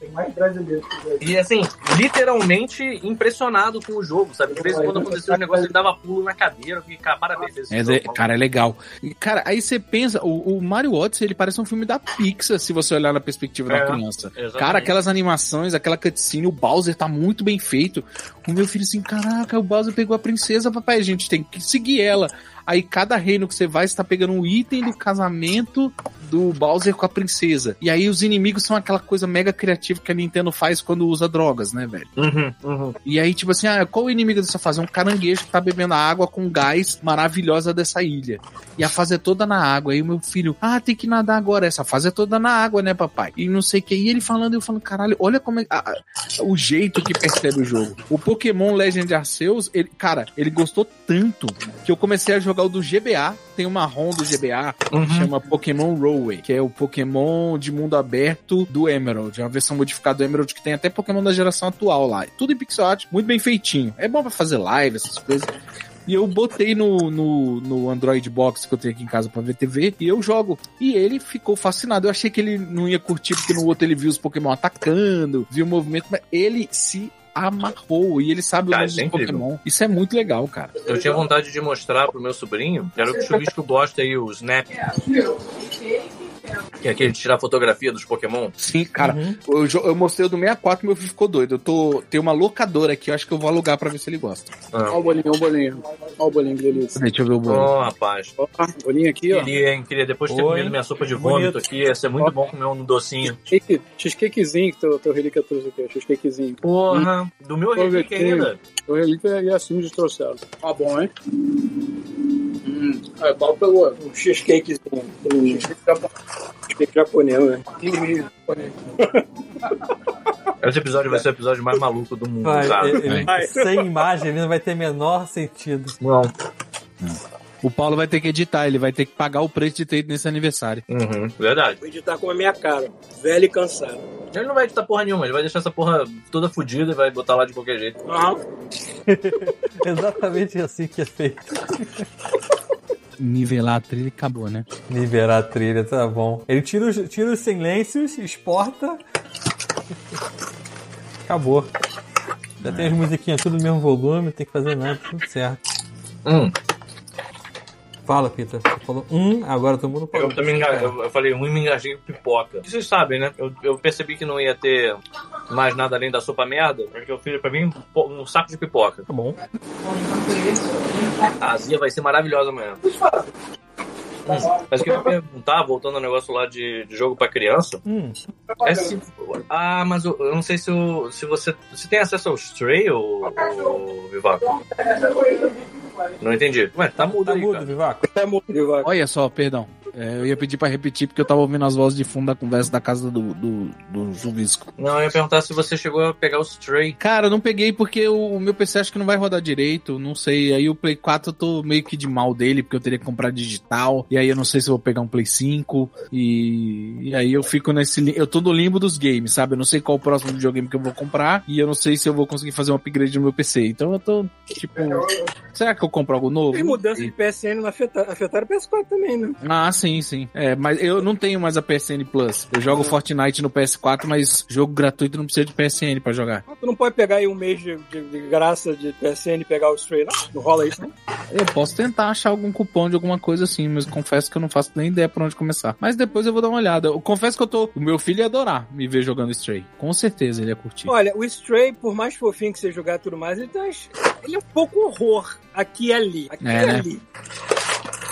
E assim, literalmente impressionado com o jogo, sabe? De vez em quando acontecia um negócio, ele dava pulo na cadeira. Eu fiquei, cara, parabéns. esse
É,
jogo,
é,
maluco.
cara, é legal. E, Cara, aí você pensa, o, o Mario Odyssey, ele parece um filme da Pixar, se você olhar na perspectiva
É,
da criança.
exatamente.
Cara, aquelas animações, aquela cutscene, o Bowser tá muito bem feito. O meu filho assim, caraca, o Bowser pegou a princesa, papai, a gente tem que seguir ela. Aí cada reino que você vai, você tá pegando um item do casamento do Bowser com a princesa. E aí os inimigos são aquela coisa mega criativa que a Nintendo faz quando usa drogas, né, velho?
Uhum, uhum.
E aí, tipo assim, ah, qual o inimigo dessa fase? É um caranguejo que tá bebendo a água com gás maravilhosa dessa ilha. E a fase é toda na água. Aí o meu filho, ah, tem que nadar agora. Essa fase é toda na água, né, papai? E não sei o que. E ele falando, eu falando, caralho, olha como é. a- a- o jeito que percebe o jogo. O Pokémon Legend Arceus, ele, cara, ele gostou tanto que eu comecei a jogar o do GBA. Tem uma ROM do GBA que chama Pokémon Railway, que é o Pokémon de mundo aberto do Emerald. É uma versão modificada do Emerald que tem até Pokémon da geração atual lá. Tudo em pixel art, muito bem feitinho. É bom pra fazer live, essas coisas. E eu botei no, no, no Android Box que eu tenho aqui em casa pra ver TV e eu jogo. E ele ficou fascinado. Eu achei que ele não ia curtir, porque no outro ele viu os Pokémon atacando, viu o movimento, mas ele se amarrou e ele sabe o
Cara,
nome
isso é
dos
incrível.
Pokémon. Isso é muito legal, cara.
Eu tinha vontade de mostrar pro meu sobrinho. Quero que o Chubisco gosta aí, o Snap.
Que é aquele de tirar fotografia dos Pokémon.
Sim, cara.
Uhum.
Eu, jo- eu mostrei o do 64, meu filho ficou doido. Eu tô, tem uma locadora aqui, eu acho que eu vou alugar pra ver se ele gosta.
Ó Ah, o bolinho, ó o bolinho. Ó o bolinho, que delícia.
Deixa eu ver o bolo.
Oh, rapaz.
Ó, bolinho aqui, ó.
Queria, hein? Queria depois de ter
Oi.
comido minha sopa de
Bonito.
vômito aqui. Ia ser muito bom comer um docinho.
Cheesecake- Cheesecakezinho que teu, teu relíquia trouxe aqui, ó. Cheesecakezinho.
Porra, do meu
Ô,
relíquia
Betinho.
ainda.
Teu relíquia e assim nos trouxeram.
Tá
Ó, bom, hein? Hum, é bom pelo
Um cheesecakezinho. Um cheesecake japo- cheesecake japonês, né?
Esse episódio vai ser o episódio mais maluco do mundo,
Vai, é,
cara.
ele- ele- sem imagem, ele não vai ter menor sentido.
Não.
O Paulo vai ter que editar, ele vai ter que pagar o preço de ter ido nesse aniversário.
Uhum, verdade.
Vou editar com a minha cara. Velho e cansado.
Ele não vai editar porra nenhuma, ele vai deixar essa porra toda fodida e vai botar lá de qualquer jeito.
Aham.
Exatamente assim que é feito.
Nivelar a trilha e acabou, né?
Liberar a trilha, tá bom. Ele tira os, tira os silêncios, exporta. Acabou. Já tem as musiquinhas tudo no mesmo volume, não tem que fazer nada, tá tudo certo.
Hum,
Fala, Peter. Você falou um, agora todo mundo
eu também enga- eu, eu falei ruim me engajei com pipoca. E Vocês sabem, né? Eu, eu percebi que não ia ter mais nada além da sopa merda, porque eu fiz pra mim um po- um saco de pipoca.
Tá bom.
A azia vai ser maravilhosa amanhã. Hum, Mas o que eu ia perguntar, voltando ao negócio lá de, de jogo pra criança,
Hum,
é se. Ah, mas eu, eu não sei se, o- se você. Você tem acesso ao Stray ou. ou Vivaco? Não entendi. Ué, tá mudo
tá
aí,
mudo,
cara.
Vivaco.
Tá muito devagar.
Olha só, perdão. É, eu ia pedir pra repetir porque eu tava ouvindo as vozes de fundo da conversa da casa do, do, do Zuvisco.
Não, eu ia perguntar se você chegou a pegar o Stray.
Cara, eu não peguei porque o, o meu PC acho que não vai rodar direito, não sei. Aí o Play 4 eu tô meio que de mal dele porque eu teria que comprar digital. E aí eu não sei se eu vou pegar um Play 5. E, e aí eu fico nesse. li- Eu tô no limbo dos games, sabe? Eu não sei qual o próximo videogame que eu vou comprar. E eu não sei se eu vou conseguir fazer um upgrade no meu PC. Então eu tô, tipo. Será que eu compro algo novo?
E mudança de PSN não afeta- afetaram o PS4 também, né?
Ah, sim, sim. É, mas eu não tenho mais a PSN Plus. Eu
É.
jogo Fortnite no PS4, mas jogo gratuito não precisa de PSN pra jogar.
Tu não pode pegar aí um mês de, de- de graça de PSN e pegar o Stray, não? Não rola isso, não?
Eu posso tentar achar algum cupom de alguma coisa assim, mas confesso que eu não faço nem ideia por onde começar. Mas depois eu vou dar uma olhada. Eu confesso que eu tô. O meu filho ia adorar me ver jogando Stray. Com certeza ele ia curtir.
Olha, o Stray, por mais fofinho que você jogar e tudo mais, ele, tá, ele é um pouco horror aqui e ali. Aqui
É,
e
né?
ali.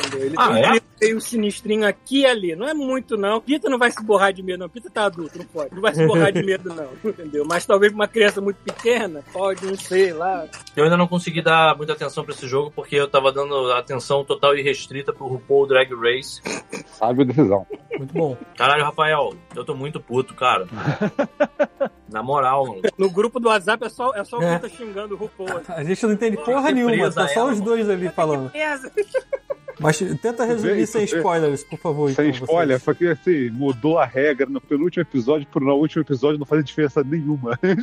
Entendeu? Ele
Ah,
tem um
é?
clipe meio sinistrinho aqui e ali. Não é muito, não. Pita não vai se borrar de medo, não. Pita tá adulto, não pode. Não vai se borrar de medo, não. Entendeu? Mas talvez pra uma criança muito pequena, pode, não sei lá.
Eu ainda não consegui dar muita atenção pra esse jogo, porque eu tava dando atenção total e restrita pro RuPaul Drag Race.
Sabe a decisão.
Muito bom.
Caralho, Rafael, eu tô muito puto, cara. Na moral, mano.
No grupo do WhatsApp é só, é só o
É.
Pita xingando o RuPaul. assim.
A gente não entende porra
que
nenhuma,
presa
tá só
ela,
os
mano.
dois ali falando.
Beleza.
Mas tenta resumir
Vê,
sem
vê.
spoilers, por favor.
Sem
então, vocês.
spoiler, só que assim, mudou a regra no penúltimo episódio pro no último episódio não fazia diferença nenhuma.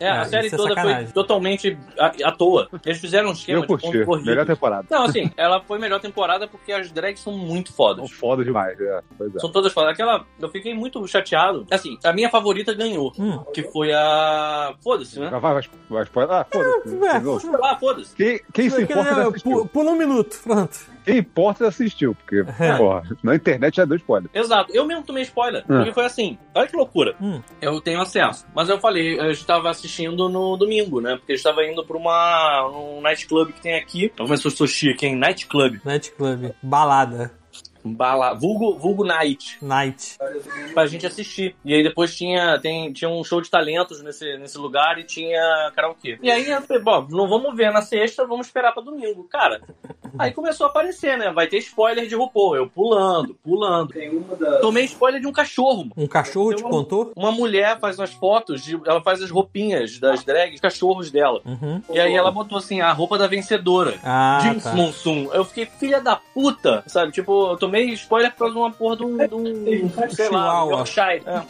É, a
Ah,
série
isso é
toda foi
sacanagem.
totalmente à, à toa. Eles fizeram um esquema
Eu
de ponto
curti. Melhor
corrido.
temporada.
Não, assim, ela foi melhor temporada porque as drags são muito fodas.
Foda demais, é. Pois é.
São todas fodas. Aquela, eu fiquei muito chateado. Assim, a minha favorita ganhou,
Hum.
que foi a. Foda-se, né?
Ah, Vai, vai, vai spoiler. Ah, foda-se.
Vai,
Não.
Ah, foda-se.
Quem, quem se importa já
Pu-
assistiu.
Pula um minuto, pronto.
Quem importa já assistiu, porque, porra, na internet é já deu spoiler.
Exato. Eu mesmo tomei spoiler. Porque foi assim. Olha que loucura.
Hum.
Eu tenho acesso. Mas eu falei, eu estava assistindo no domingo, né? Porque eu estava indo pra uma, um nightclub que tem aqui. Eu começou sou chique, hein? Nightclub.
Nightclub, balada,
Bala. Vulgo, vulgo night.
night.
Pra gente assistir. E aí depois tinha, tem, tinha um show de talentos nesse, nesse lugar e tinha karaokê. E aí eu falei, bom, não vamos ver na sexta, vamos esperar pra domingo. Cara, aí começou a aparecer, né? Vai ter spoiler de RuPaul. Eu pulando, pulando. Tomei spoiler de um cachorro, mano.
Um cachorro te
Tem uma-
contou?
Uma mulher faz umas fotos, de- ela faz as roupinhas das drags, cachorros dela.
Uhum.
E aí ela botou assim, a roupa da vencedora.
Ah,
Jim
tá.
Monsoon. Eu fiquei filha da puta, sabe? Tipo, eu tomei spoiler por causa de uma porra de um, de um sei lá,
Chihuahua.
Yorkshire. É.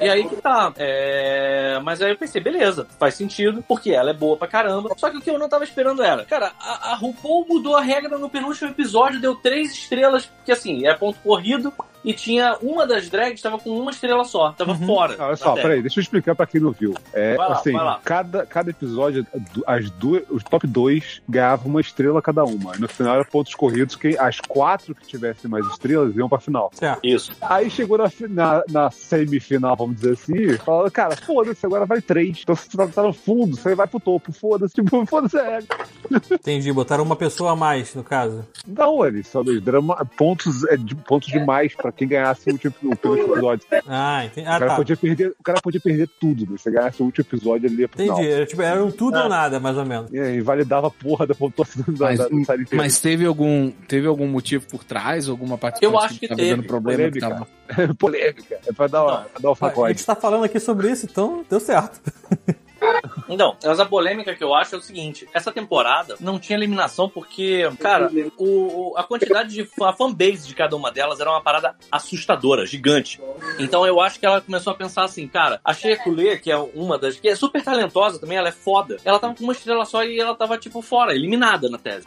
E aí que tá. É, Mas aí eu pensei, beleza, faz sentido, porque ela é boa pra caramba. Só que o que eu não tava esperando era, cara, a, a RuPaul mudou a regra no penúltimo episódio, deu três estrelas, porque assim, é ponto corrido. e tinha uma das drags tava com uma estrela só, tava fora.
Uhum. Ah, Olha
da
só,
tag.
peraí, deixa eu explicar pra quem não viu. É,
É. Vai lá,
assim,
vai lá.
Cada, cada episódio, du- as duas, os top dois ganhavam uma estrela cada uma. No final era pontos corridos, que as quatro que tivessem mais estrelas iam pra final.
Certo.
Isso.
Aí chegou na, fi- na, na semifinal, vamos dizer assim, falaram, cara, foda-se, agora vai três. Então se você tá, tá no fundo, você vai pro topo, foda-se, tipo, foda-se a regra.
Entendi, botaram uma pessoa a mais, no caso.
Não, eles só dois drama, pontos, é, de, pontos demais pra quem ganhasse o último o penúltimo episódio.
Ah, entendi.
O
Ah,
cara,
tá.
podia perder, o cara podia perder tudo, né? Se ganhasse o último episódio, ele ia pro final.
Entendi. Era, tipo, era um
Ah.
tudo ou nada, mais ou menos.
E aí, validava a porra da pontuação da,
Mas-
da, da série inteira.
Mas teve algum, teve algum motivo por trás? Alguma parte
Eu acho que
tava
teve.
dando problema? Que
Polêmica.
tava...
Polêmica. É pra dar, uma, pra dar um
A gente
sacode.
tá falando aqui sobre isso, então deu certo.
Então, mas a polêmica que eu acho é o seguinte: essa temporada não tinha eliminação porque, cara, o, o- a quantidade de fã- a fanbase de cada uma delas era uma parada assustadora, gigante. Então eu acho que ela começou a pensar assim, cara, a Shea Coulee, que é uma das. que é super talentosa também, ela é foda. Ela tava com uma estrela só e ela tava, tipo, fora, eliminada na tese.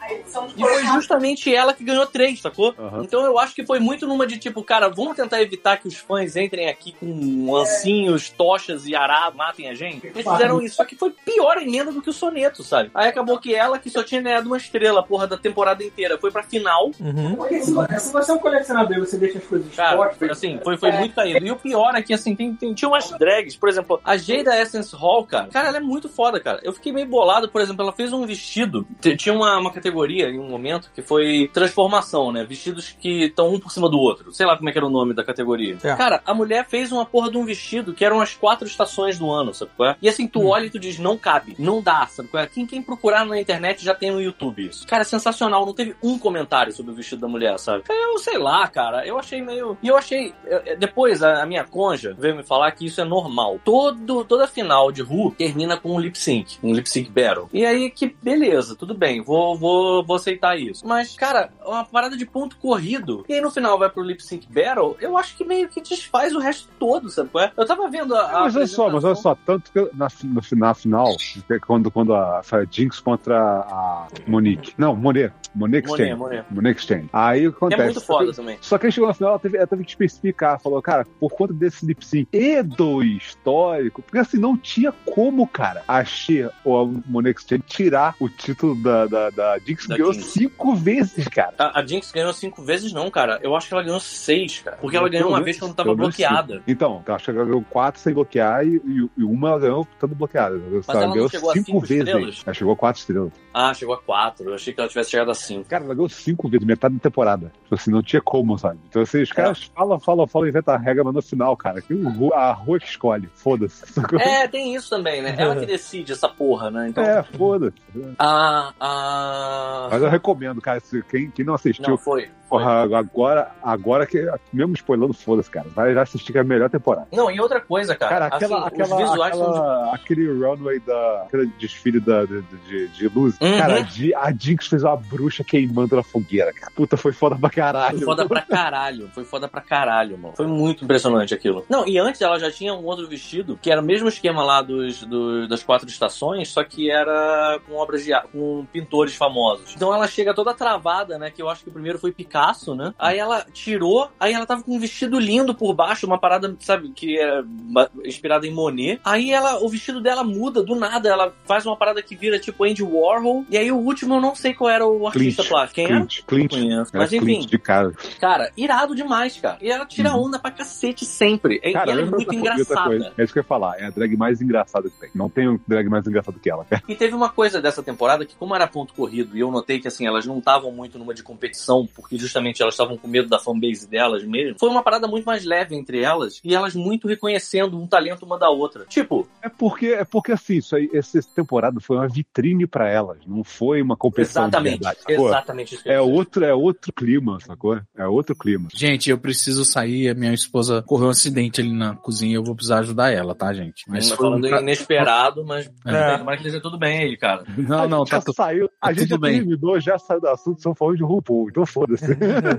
E foi justamente ela que ganhou três, sacou?
Aham.
Então eu acho que foi muito numa de tipo, cara, vamos tentar evitar que os fãs entrem aqui com ancinhos, tochas e ará, matem a gente. Eles fizeram isso, só que foi pior emenda do que o soneto, sabe? Aí acabou que ela, que só tinha ganhado uma estrela, porra, da temporada inteira, foi pra final.
Uhum.
Porque se, se você é um colecionador e você deixa as coisas
Cara,
expostas,
foi assim, foi, foi muito caído. E o pior é que, assim, tem, tem, tinha umas drags, por exemplo, a Jada Essence Hall, cara, cara, ela é muito foda, cara. Eu fiquei meio bolado, por exemplo, ela fez um vestido, T- tinha uma, uma categoria em um momento que foi transformação, né? Vestidos que estão um por cima do outro. Sei lá como é que era o nome da categoria.
É.
Cara, a mulher fez uma porra de um vestido que eram as quatro estações do ano, sabe qual é? E assim, tu olha e tu diz, não cabe, não dá, sabe qual é? Quem, quem procurar na internet já tem no YouTube isso. Cara, é sensacional, não teve um comentário sobre o vestido da mulher, sabe? Eu sei lá, cara, eu achei meio... E eu achei... eu- eu- É, Depois, a, a minha conja veio me falar que isso é normal. Todo, toda final de Who termina com um lip sync, um lip sync battle. E aí que, beleza, tudo bem, vou, vou, vou aceitar isso. Mas, cara, é uma parada de ponto corrido, e aí no final vai pro lip sync battle, eu acho que meio que desfaz o resto todo, sabe qual é? Eu tava vendo a. a
Ah, Mas olha só, mas olha só, tanto que na, no final, final que é quando, quando a, foi a Jinx contra a Monique. Não, Monet. Monique
Monet,
Stein.
Monet.
Monique Stein. Aí o que
Que
acontece?
é muito foda também.
Só que aí chegou no final, ela teve, ela teve que especificar. Falou, cara, por conta desse lip sync e do histórico, porque assim, não tinha como, cara, a Xê ou a Monique Stein tirar o título da, da, da Jinx,
Da
ganhou
Jinx.
cinco vezes, cara.
A, a Jinx ganhou cinco vezes, não, cara. Eu acho que ela ganhou seis, cara. Porque ela ganhou
Pelo
uma
menos-
vez quando tava
pelo menos
bloqueada.
cinco. Então, ela acho que ela ganhou quatro sem bloquear e, e- e uma ela ganhou estando bloqueada.
ela não
ganhou
chegou a
cinco
cinco
vezes.
estrelas?
Ela chegou a quatro estrelas.
Ah, chegou a quatro. Eu achei que ela tivesse chegado a cinco.
Cara, ela ganhou cinco vezes, metade da temporada. Tipo assim, não tinha como, sabe? Então, assim, os caras
É.
falam, falam, falam, inventam a regra, mas no final, cara, que o ru- a rua que escolhe. Foda-se.
É, tem isso também, né? Ela
Uhum.
que decide essa porra, né? Então.
É, foda-se.
Ah, ah.
Mas eu recomendo, cara. se quem, quem não assistiu,
Não, foi. foi.
porra, agora, agora que. Mesmo spoilando, foda-se, cara. Vai assistir que é a melhor temporada.
Não, e outra coisa,
Cara,
cara.
aquela,
assim,
aquela,
os visuais são
aquela- aquele runway da. Aquele desfile da, de, de, de luz.
Uhum.
Cara, a Di- a Jinx fez uma bruxa queimando na fogueira, cara. Puta, foi foda pra caralho.
Foi foda pra caralho. Foi foda pra caralho, mano. Foi muito impressionante aquilo. Não, e antes ela já tinha um outro vestido, que era o mesmo esquema lá dos, do- das quatro estações, só que era com obras de ar- com pintores famosos. Então ela chega toda travada, né? Que eu acho que o primeiro foi Picasso, né? Aí ela tirou, aí ela tava com um vestido lindo por baixo, uma parada, sabe, que era ba- inspirada em Monet. Aí ela, o vestido dela muda do nada, ela faz uma parada que vira tipo Andy Warhol. E aí o último eu não sei qual era o artista
Clint,
plástico. Quem era?
Clint, Clint.
Não conheço.
Era
Mas enfim,
Clint de cara.
Cara, irado demais, cara. E ela tira onda pra cacete sempre. E
Uhum. Cara,
ela é
lembra
muito
outra coisa- outra coisa?
engraçada.
É isso que eu ia falar. É a drag mais engraçada que tem. Não tem um drag mais engraçado que ela.
E teve uma coisa dessa temporada que, como era ponto corrido, e eu notei que assim, elas não estavam muito numa de competição, porque justamente elas estavam com medo da fanbase delas mesmo, foi uma parada muito mais leve entre elas, e elas muito reconhecendo um talento uma da outra. Tipo,
É porque, é porque assim, isso aí, essa essa temporada foi uma vitrine pra elas. Não foi uma competição
exatamente.
de verdade. sacou?
Exatamente isso que eu
É
ia dizer.
outro, é outro clima, sacou? É outro clima.
Gente, eu preciso sair. A minha esposa correu um acidente ali na cozinha. Eu vou precisar ajudar ela, tá, gente?
Mas
foi um
falando
pra-
inesperado, mas
É.
é. tomara que esteja tudo bem aí, cara.
Não, não,
a gente
tá
já
tudo.
saiu, a
tá
gente já
tudo bem.
terminou, já saiu do assunto, estamos falando de RuPaul, então foda-se.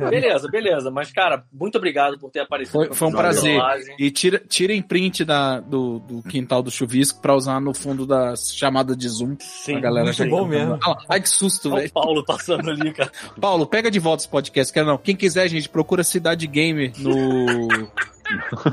Beleza, beleza. Mas, cara, muito obrigado por ter aparecido.
Foi-
pra
foi um
fazer essa
prazer.
rolagem.
E tira, tirem print da, do, do quintal do chuvisco pra usar no, fundo da chamada de Zoom.
Sim,
a galera
muito
já
é bom mesmo.
Ah, Ai, que susto,
Olha
velho.
o Paulo passando ali, cara.
Paulo, pega de volta esse podcast, quer não. Quem quiser, gente, procura Cidade Game no.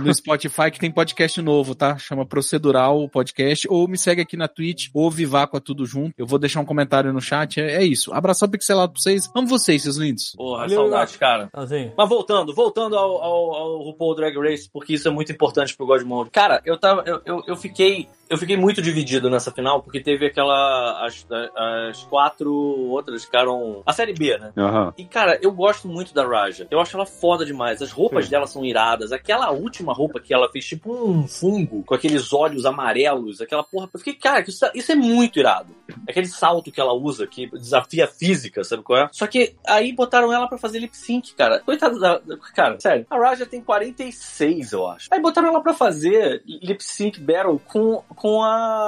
No Spotify que tem podcast novo, tá? Chama Procedural o podcast. Ou me segue aqui na Twitch, ou Viváqua tudo junto. Eu vou deixar um comentário no chat. É, é isso. Abração pixelado pra vocês. Amo vocês, seus lindos.
Porra,
Valeu,
saudade, cara.
Assim,
Mas voltando, voltando ao, ao, ao RuPaul Drag Race, porque isso é muito importante pro Godmode. Cara, eu tava. Eu, eu, eu fiquei. Eu fiquei muito dividido nessa final, porque teve aquela. As, as quatro outras ficaram. A série B, né?
Aham.
E, cara, eu gosto muito da Raja. Eu acho ela foda demais. As roupas dela são iradas. Aquela última roupa que ela fez, tipo um fungo, com aqueles olhos amarelos, aquela porra. Eu fiquei, cara, isso, isso é muito irado. Aquele salto que ela usa, que desafia a física, sabe qual é? Só que aí botaram ela pra fazer lip sync, cara. Coitada da. da- Cara, sério. A Raja tem 46, eu acho. Aí botaram ela pra fazer lip sync battle com, com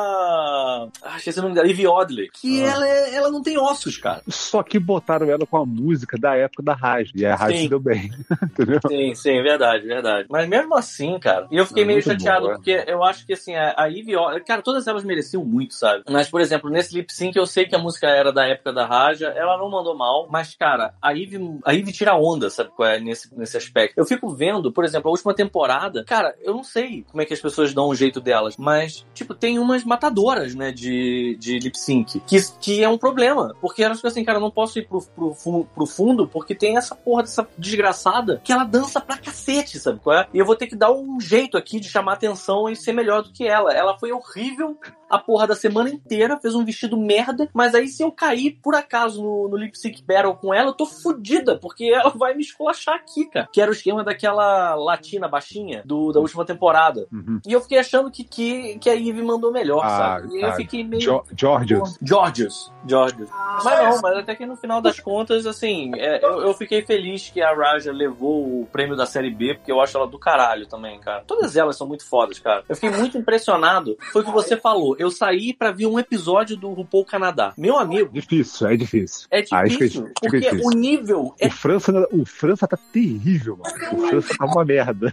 a. Ah, esqueci o nome dela, Ivy Odley. Que ela, é- ela não tem ossos, cara.
Só que botaram ela com a música da época da Raj. E a Raj
Sim.
se deu bem. Entendeu?
Sim, sim, verdade, verdade. Mas mesmo assim, cara, e eu fiquei
É
meio
muito
chateado,
bom, é.
porque eu acho que assim, a, a Ivy, Odley- cara, todas elas mereciam muito, sabe? Mas, por exemplo, nesse lip sync eu sei que a música era da época da Raja, ela não mandou mal, mas, cara, a Ivy, a Ivy tira onda, sabe? Qual é nesse, nesse aspecto. Eu fico vendo, por exemplo, a última temporada, cara, eu não sei como é que as pessoas dão o jeito delas, mas, tipo, tem umas matadoras, né, de, de lip sync, que, que é um problema, porque elas ficam assim, cara, eu não posso ir pro, pro, fu- pro fundo, porque tem essa porra dessa desgraçada que ela dança pra cacete, sabe qual é? E eu vou ter que dar um jeito aqui de chamar atenção e ser melhor do que ela. Ela foi horrível a porra da semana inteira, fez um vestido merda, mas aí se eu cair por acaso no, no Lip Sync Battle com ela, eu tô fodida, porque ela vai me esculachar aqui, cara. Que era o esquema daquela latina baixinha do, da última temporada.
Uhum.
E eu fiquei achando que, que, que a Ivy mandou melhor,
Ah,
sabe? E eu
tá.
fiquei meio.
Jo Georges.
Georgios. Georgios. Mas não, mas até que no final das contas, assim, é, eu, eu fiquei feliz que a Raja levou o prêmio da série B, porque eu acho ela do caralho também, cara. Todas elas são muito fodas, cara. Eu fiquei muito impressionado. Foi o que você falou. Eu saí pra ver um episódio do RuPaul Canadá. Meu amigo,
Difícil, é difícil.
é
Ah, isso que é
difícil,
difícil,
porque
difícil.
o nível é
O França, o França tá terrível, mano. O França tá uma merda.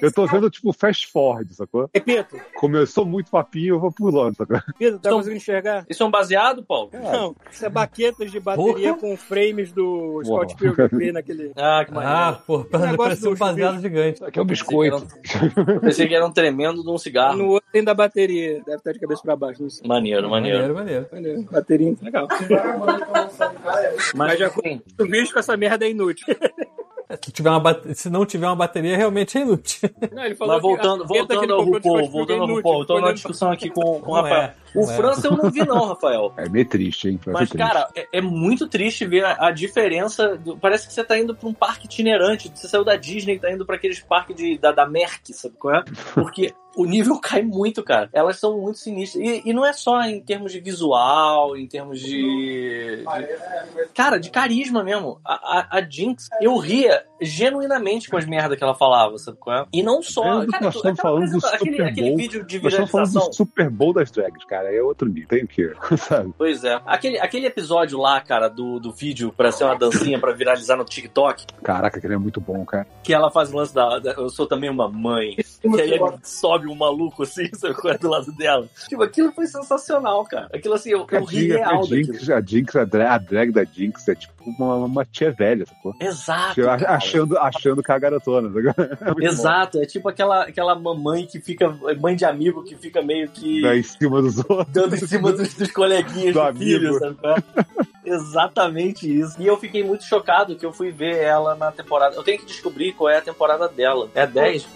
Eu tô vendo, tipo, fast forward, sacou?
Repito,
Começou muito papinho, eu vou pulando, sacou?
Pedro, tá
Então-
conseguindo enxergar?
Isso é um baseado, Paulo?
Não, isso é baquetas de bateria com frames do Scott
Porra.
Pilgrim ali naquele.
Ah, que
ah,
maneiro.
pô,
negócio
pareceu um
dos
baseado gigante.
Isso aqui é um biscoito.
Eu pensei que era um tremendo de um cigarro.
No outro tem da bateria, deve estar de cabeça pra baixo, não sei.
Maneiro, maneiro.
Maneiro, maneiro.
Maneiro, Bateria, legal.
Mas,
já
assim,
O vídeo com essa merda é inútil.
É, Se, tiver uma bate- se não tiver uma bateria, realmente é inútil.
Não, ele
Mas voltando,
a treta que ele
voltando ao
comprou do Scott
RuPaul,
Pilgrim é
voltando ao
inútil,
RuPaul, eu tô
ficou
numa
olhando
discussão aqui com, com o
Não
Rafael.
é,
O
não é.
França eu não vi, não, Rafael.
É meio triste, hein? França
Mas,
é triste.
cara, é, é muito triste ver a, a diferença. do- parece que você tá indo pra um parque itinerante. Você saiu da Disney e tá indo pra aqueles parques de, da, da Merck, sabe qual é? Porque o nível cai muito, cara. Elas são muito sinistras. E, e não é só em termos de visual, em termos de. de- cara, de carisma mesmo. A, a- a Jinx, eu ria genuinamente com as merdas que ela falava, sabe qual é? E não só.
É, nós
Cara,
estamos
aquela
falando do
apresenta- aquele,
Super
aquele
Bowl.
vídeo de
Nós estamos falando
viralização.
do Super Bowl das drags, cara. É outro nível. Tem o quê? Sabe?
Pois é. Aquele, aquele episódio lá, cara, do, do vídeo pra ser uma dancinha pra viralizar no TikTok,
Caraca, aquele é muito bom, cara.
que ela faz o lance da, da- Eu sou também uma mãe. E aí ele sobe um maluco assim, sabe, qual é, do lado dela. Tipo, aquilo foi sensacional, cara. Aquilo assim, eu, eu ri
a,
real daquilo.
Jinx, a, Jinx, a, dra- a drag da Jinx é tipo uma, uma tia velha, sacou?
Exato.
Eu a-
Ah, cara.
Achando, achando que é a garotona, sacou? É muito
Exato, é tipo aquela, aquela mamãe que fica. Mãe de amigo que fica meio
bom.
que.
Dá em cima dos outros.
dando em cima dos, dos coleguinhas
Do
do, filho,
amigo.
sabe? qual é? Exatamente isso. E eu fiquei muito chocado que eu fui ver ela na temporada. Eu tenho que descobrir qual é a temporada dela. É a 10?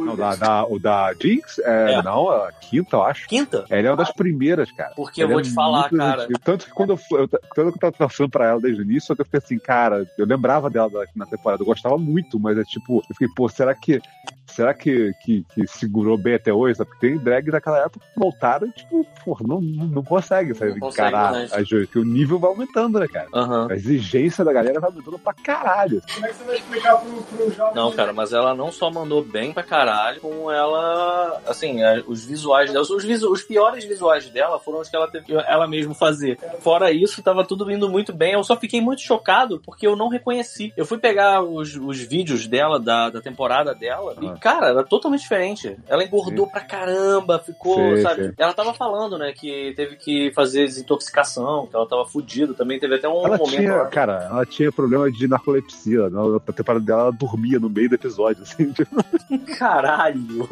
Não, da, da- o da Jinx? É,
É.
Não, a quinta, eu acho.
Quinta?
Ela é uma das primeiras, cara.
Porque eu
Ela
vou
é
te falar,
muito
cara.
antiga. Tanto que quando eu, fui- eu, ta- tanto que eu tava traçando pra ela desde o início, eu fiquei assim, cara, eu lembrava dela da- na temporada, eu gostava muito, mas é tipo, eu fiquei, pô, será que. Será que, que, que segurou bem até hoje? Sabe? Porque tem drag daquela época que voltaram e, tipo, pô, não, não não consegue, sabe?
Não consegue,
encarar
né?
as coisas, porque o nível vai aumentando, né, cara?
Aham.
A exigência da galera vai aumentando pra caralho.
Não, cara, mas ela não só mandou bem pra caralho, como ela. Assim, a- os visuais dela. Os, visu- os piores visuais dela foram os que ela teve que ela mesmo fazer. Fora isso, tava tudo indo muito bem. Eu só fiquei muito chocado porque eu não reconheci. Eu fui pegar os, os vídeos dela, da, da temporada dela,
Ah.
Cara, era totalmente diferente. Ela engordou pra caramba, ficou,
Sim,
sabe?
sim.
Ela tava falando, né, que teve que fazer desintoxicação, que ela tava fudida também. Teve até um
Ela
momento
tinha,
lá.
cara, ela tinha problema de narcolepsia. Na na temporada dela, ela dormia no meio do episódio, assim. tipo,
Caralho!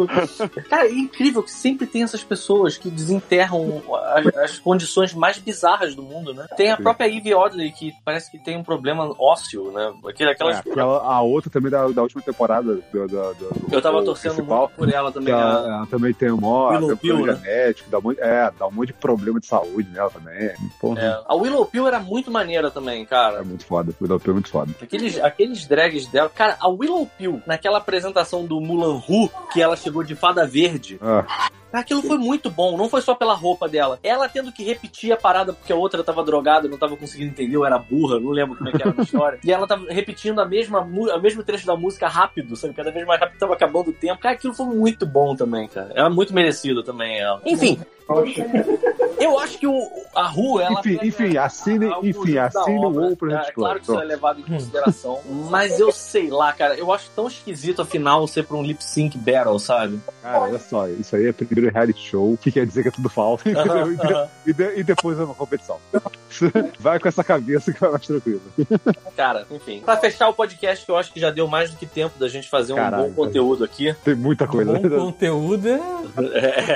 Cara, é incrível que sempre tem essas pessoas que desenterram as, as condições mais bizarras do mundo, né? Tem a
Sim.
própria Eve Oddly, que parece que tem um problema ósseo, né? Aquele, aquelas...
é, aquela- a outra também da, da última temporada do, do, do-
Eu tava
do
torcendo
principal, é
muito por ela
que
também. né?
ela,
a-
ela também tem mó
Willow
tem problema
Pill, né?
genético, dá um monte, é, dá um monte de problema de saúde nela também. Porra,
é. A Willow Pill era muito maneira também, cara.
é muito foda. O Willow Pill é muito foda.
Aqueles, aqueles drags dela. Cara, a Willow Pill, naquela apresentação do Mulan Ru, que ela chegou de fada verde,
Ah,
aquilo foi muito bom. Não foi só pela roupa dela. Ela tendo que repetir a parada porque a outra tava drogada, não tava conseguindo entender, ou era burra, não lembro como é que era a história. E ela tava repetindo a mesma, mu- a mesmo trecho da música rápido, sabe? Cada vez mais rápido tava acabando o tempo. Cara, aquilo foi muito bom também, cara. Era muito merecido também ela. Enfim. Eu acho que o, a rua, ela.
enfim,
pega-
enfim, assine,
algo
enfim,
da
assine o
obra.
Oprah pra gente
É claro que isso é
Pronto.
levado em consideração. mas eu sei lá, cara. Eu acho tão esquisito afinal ser pra um lip sync battle, sabe?
Cara, olha só, isso aí é primeiro reality show, que quer dizer que é tudo falso, entendeu? E de-
Aham.
E, de- e depois é uma competição. Vai com essa cabeça que vai mais tranquilo.
cara, enfim. Pra fechar o podcast, que eu acho que já deu mais do que tempo da gente fazer um
Caralho,
bom conteúdo aqui.
Tem muita coisa. né?
Bom conteúdo é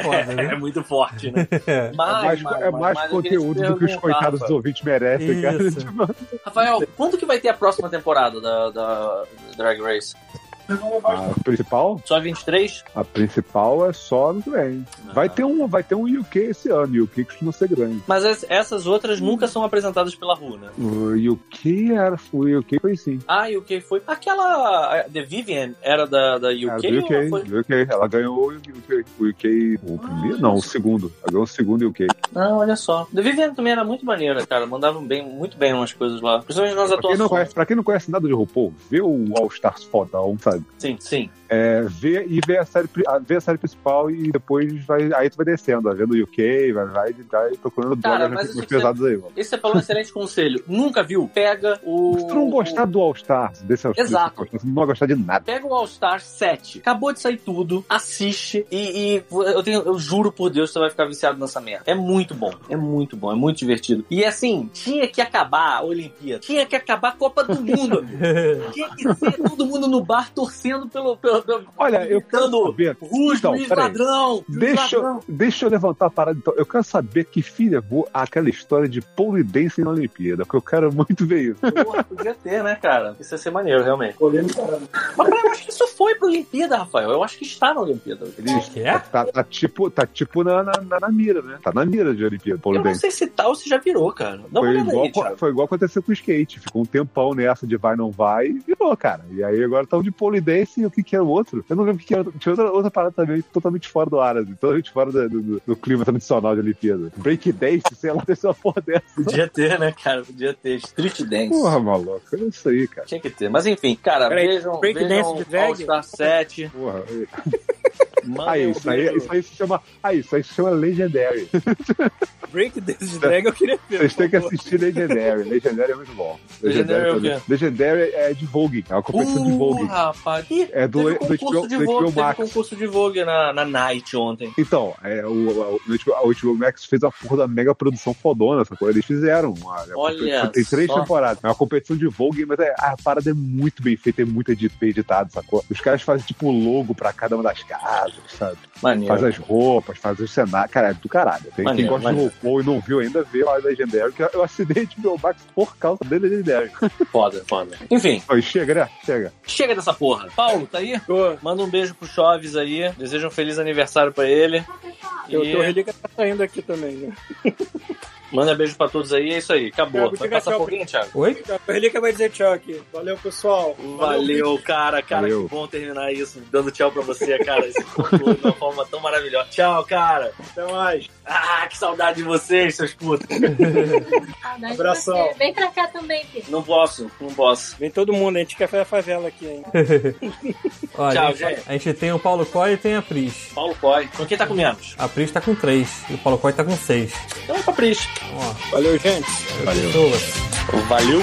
foda,
É,
né?
muito forte, né?
É.
É mais,
Mas, mas,
é
mas,
mais
mas eu queria te
conteúdo do que os
perguntar,
coitados dos
Rafa.
ouvintes merecem, cara.
Isso.
Tipo,
Rafael, quando que vai ter a próxima temporada da, da Drag Race?
a principal?
Só 23?
A principal é só ano que vem. Vai ter um, vai ter um UK esse ano, e o UK costuma ser grande.
Mas es- essas outras
Hum.
nunca são apresentadas pela rua, né?
O UK era. O UK foi sim.
Ah, UK foi. Aquela. eh, The Vivian era da, da UK?
Era
ou
É, do UK,
foi-
do UK. Ela ganhou o UK. O UK. O primeiro? Não, o segundo. Ela ganhou o segundo UK.
Não, Ah, olha só. The Vivian também era muito maneira, cara. Mandavam bem, muito bem umas coisas lá. Principalmente nas
Pra quem, não
atuações.
conhece, pra quem não conhece nada de RuPaul, vê o All Stars fodão, sabe?
Sim, sim.
É, vê, e vê a, série, pri- a- vê a série principal e depois vai. Aí tu vai descendo, vai vendo o UK, vai, vai, vai procurando
Cara,
drogas
mas
mais
isso que
pesados aí, mano.
Esse você falou um excelente conselho. Nunca viu? Pega o.
Se tu não gostar do All Stars, desse All Stars,
Exato.
tu não vai gostar de nada.
Pega o All Star 7. Acabou de sair tudo. Assiste. E, e eu, tenho, eu juro por Deus que você vai ficar viciado nessa merda. É muito bom. É muito bom. É muito divertido. E assim, tinha que acabar a Olimpíada. Tinha que acabar a Copa do Mundo, amigo. Tinha que ser todo mundo no bar torcendo pelo. pelo, pelo
Olha, eu quero
Gritando,
saber.
Russo,
Então,
juiz
peraí.
ladrão! juiz
Deixa,
ladrão.
eu- deixa eu levantar a parada então. Eu quero saber que fim levou aquela história de polidência na Olimpíada, porque eu quero muito ver isso.
Porra, podia ter, né, cara? Isso ia ser maneiro, realmente. Mas cara, eu acho que isso foi pra Olimpíada, Rafael. Eu acho que está na Olimpíada.
Eles-
Que é?
tá, tá tipo, tá tipo na, na- na- na mira, né? Tá na mira de Olimpíada,
Eu não
polidência.
sei se tal ou se já virou, cara. Dá uma
Foi
olhada
igual,
aí, Thiago.
foi igual aconteceu com o skate. Ficou um tempão nessa de vai, não vai, e virou, cara. E aí agora tá um de polidense e o que que era o outro? Eu não lembro o que que era. Tinha outra, outra parada também totalmente fora do ar, assim, totalmente fora do, do- do clima tradicional de Olimpíada. Breakdance, sei lá, dessa porra dessa.
Podia ter, né, cara? Podia ter. Street Dance.
Porra, maluco, é isso aí, cara.
Tinha que ter. Mas enfim, cara,
Peraí,
vejam,
break
vejam
dance de drag?
All Star 7.
Porra.
Mandem
Aí,
o
isso aí,
vídeo.
isso aí se chama. Aí, isso aí se chama Legendary.
Break desse drag eu queria ver.
Vocês têm que
por favor.
assistir Legendary. Legendary é muito bom.
Legendary é o
também. Legendary é de Vogue, é uma competição de
Uh,
Vogue.
rapaz. Ih,
É do-
teve um
do
concurso
HBO
de
do HBO
Vogue, teve
Max.
concurso de Vogue na, na Night ontem.
Então, é, o, a, o- a HBO Max fez a porra da mega produção fodona, essa coisa. Eles fizeram. Uma, né, uma
Olha
competição- tem três
só.
temporadas. É uma competição de Vogue, mas é, a parada é muito bem feita, é muito edit, bem editado, sacou? Os caras fazem, tipo, logo pra cada uma das casas, sabe?
Maneiro.
Faz as roupas, faz os cenários. Cara, é do caralho. Tem
Maneiro,
quem gosta
maneiro.
de RuPaul e não viu ainda, vê lá Legendary, que eu assinei HBO Max por causa da Legendary.
É Foda, foda. Enfim,
Aí, chega, né? Chega.
chega dessa porra. Paulo, tá aí?
Tô-
Manda um beijo pro Choves aí. Deseja um feliz aniversário pra ele.
Eu,
E
teu relíquia tá saindo aqui também, né?
manda beijo pra todos aí. É isso aí. Acabou.
Thiago,
Vai
diga
passar
tchau
por alguém, Thiago?
Oi?
Teu relíquia vai dizer tchau aqui. Valeu, pessoal.
Valeu, cara. Cara,
Valeu.
que bom terminar isso. Dando tchau pra você, cara. Isso conclui de uma forma tão maravilhosa. Tchau, cara.
Até mais.
Ah, que saudade de vocês, seus putos.
Saudade
Abração.
tá, de você. Vem pra cá também, filho.
Não posso, não posso.
Vem todo mundo, a gente quer fazer a favela aqui, hein?
Olha,
Tchau,
a, gente,
gente.
a gente tem o Paulo Coy e tem a Pris.
Paulo Coy. Com quem tá com menos?
A Pris tá com 3 e o Paulo Coy tá com 6.
Então é pra Pris.
Valeu, gente.
Pessoas.
Valeu.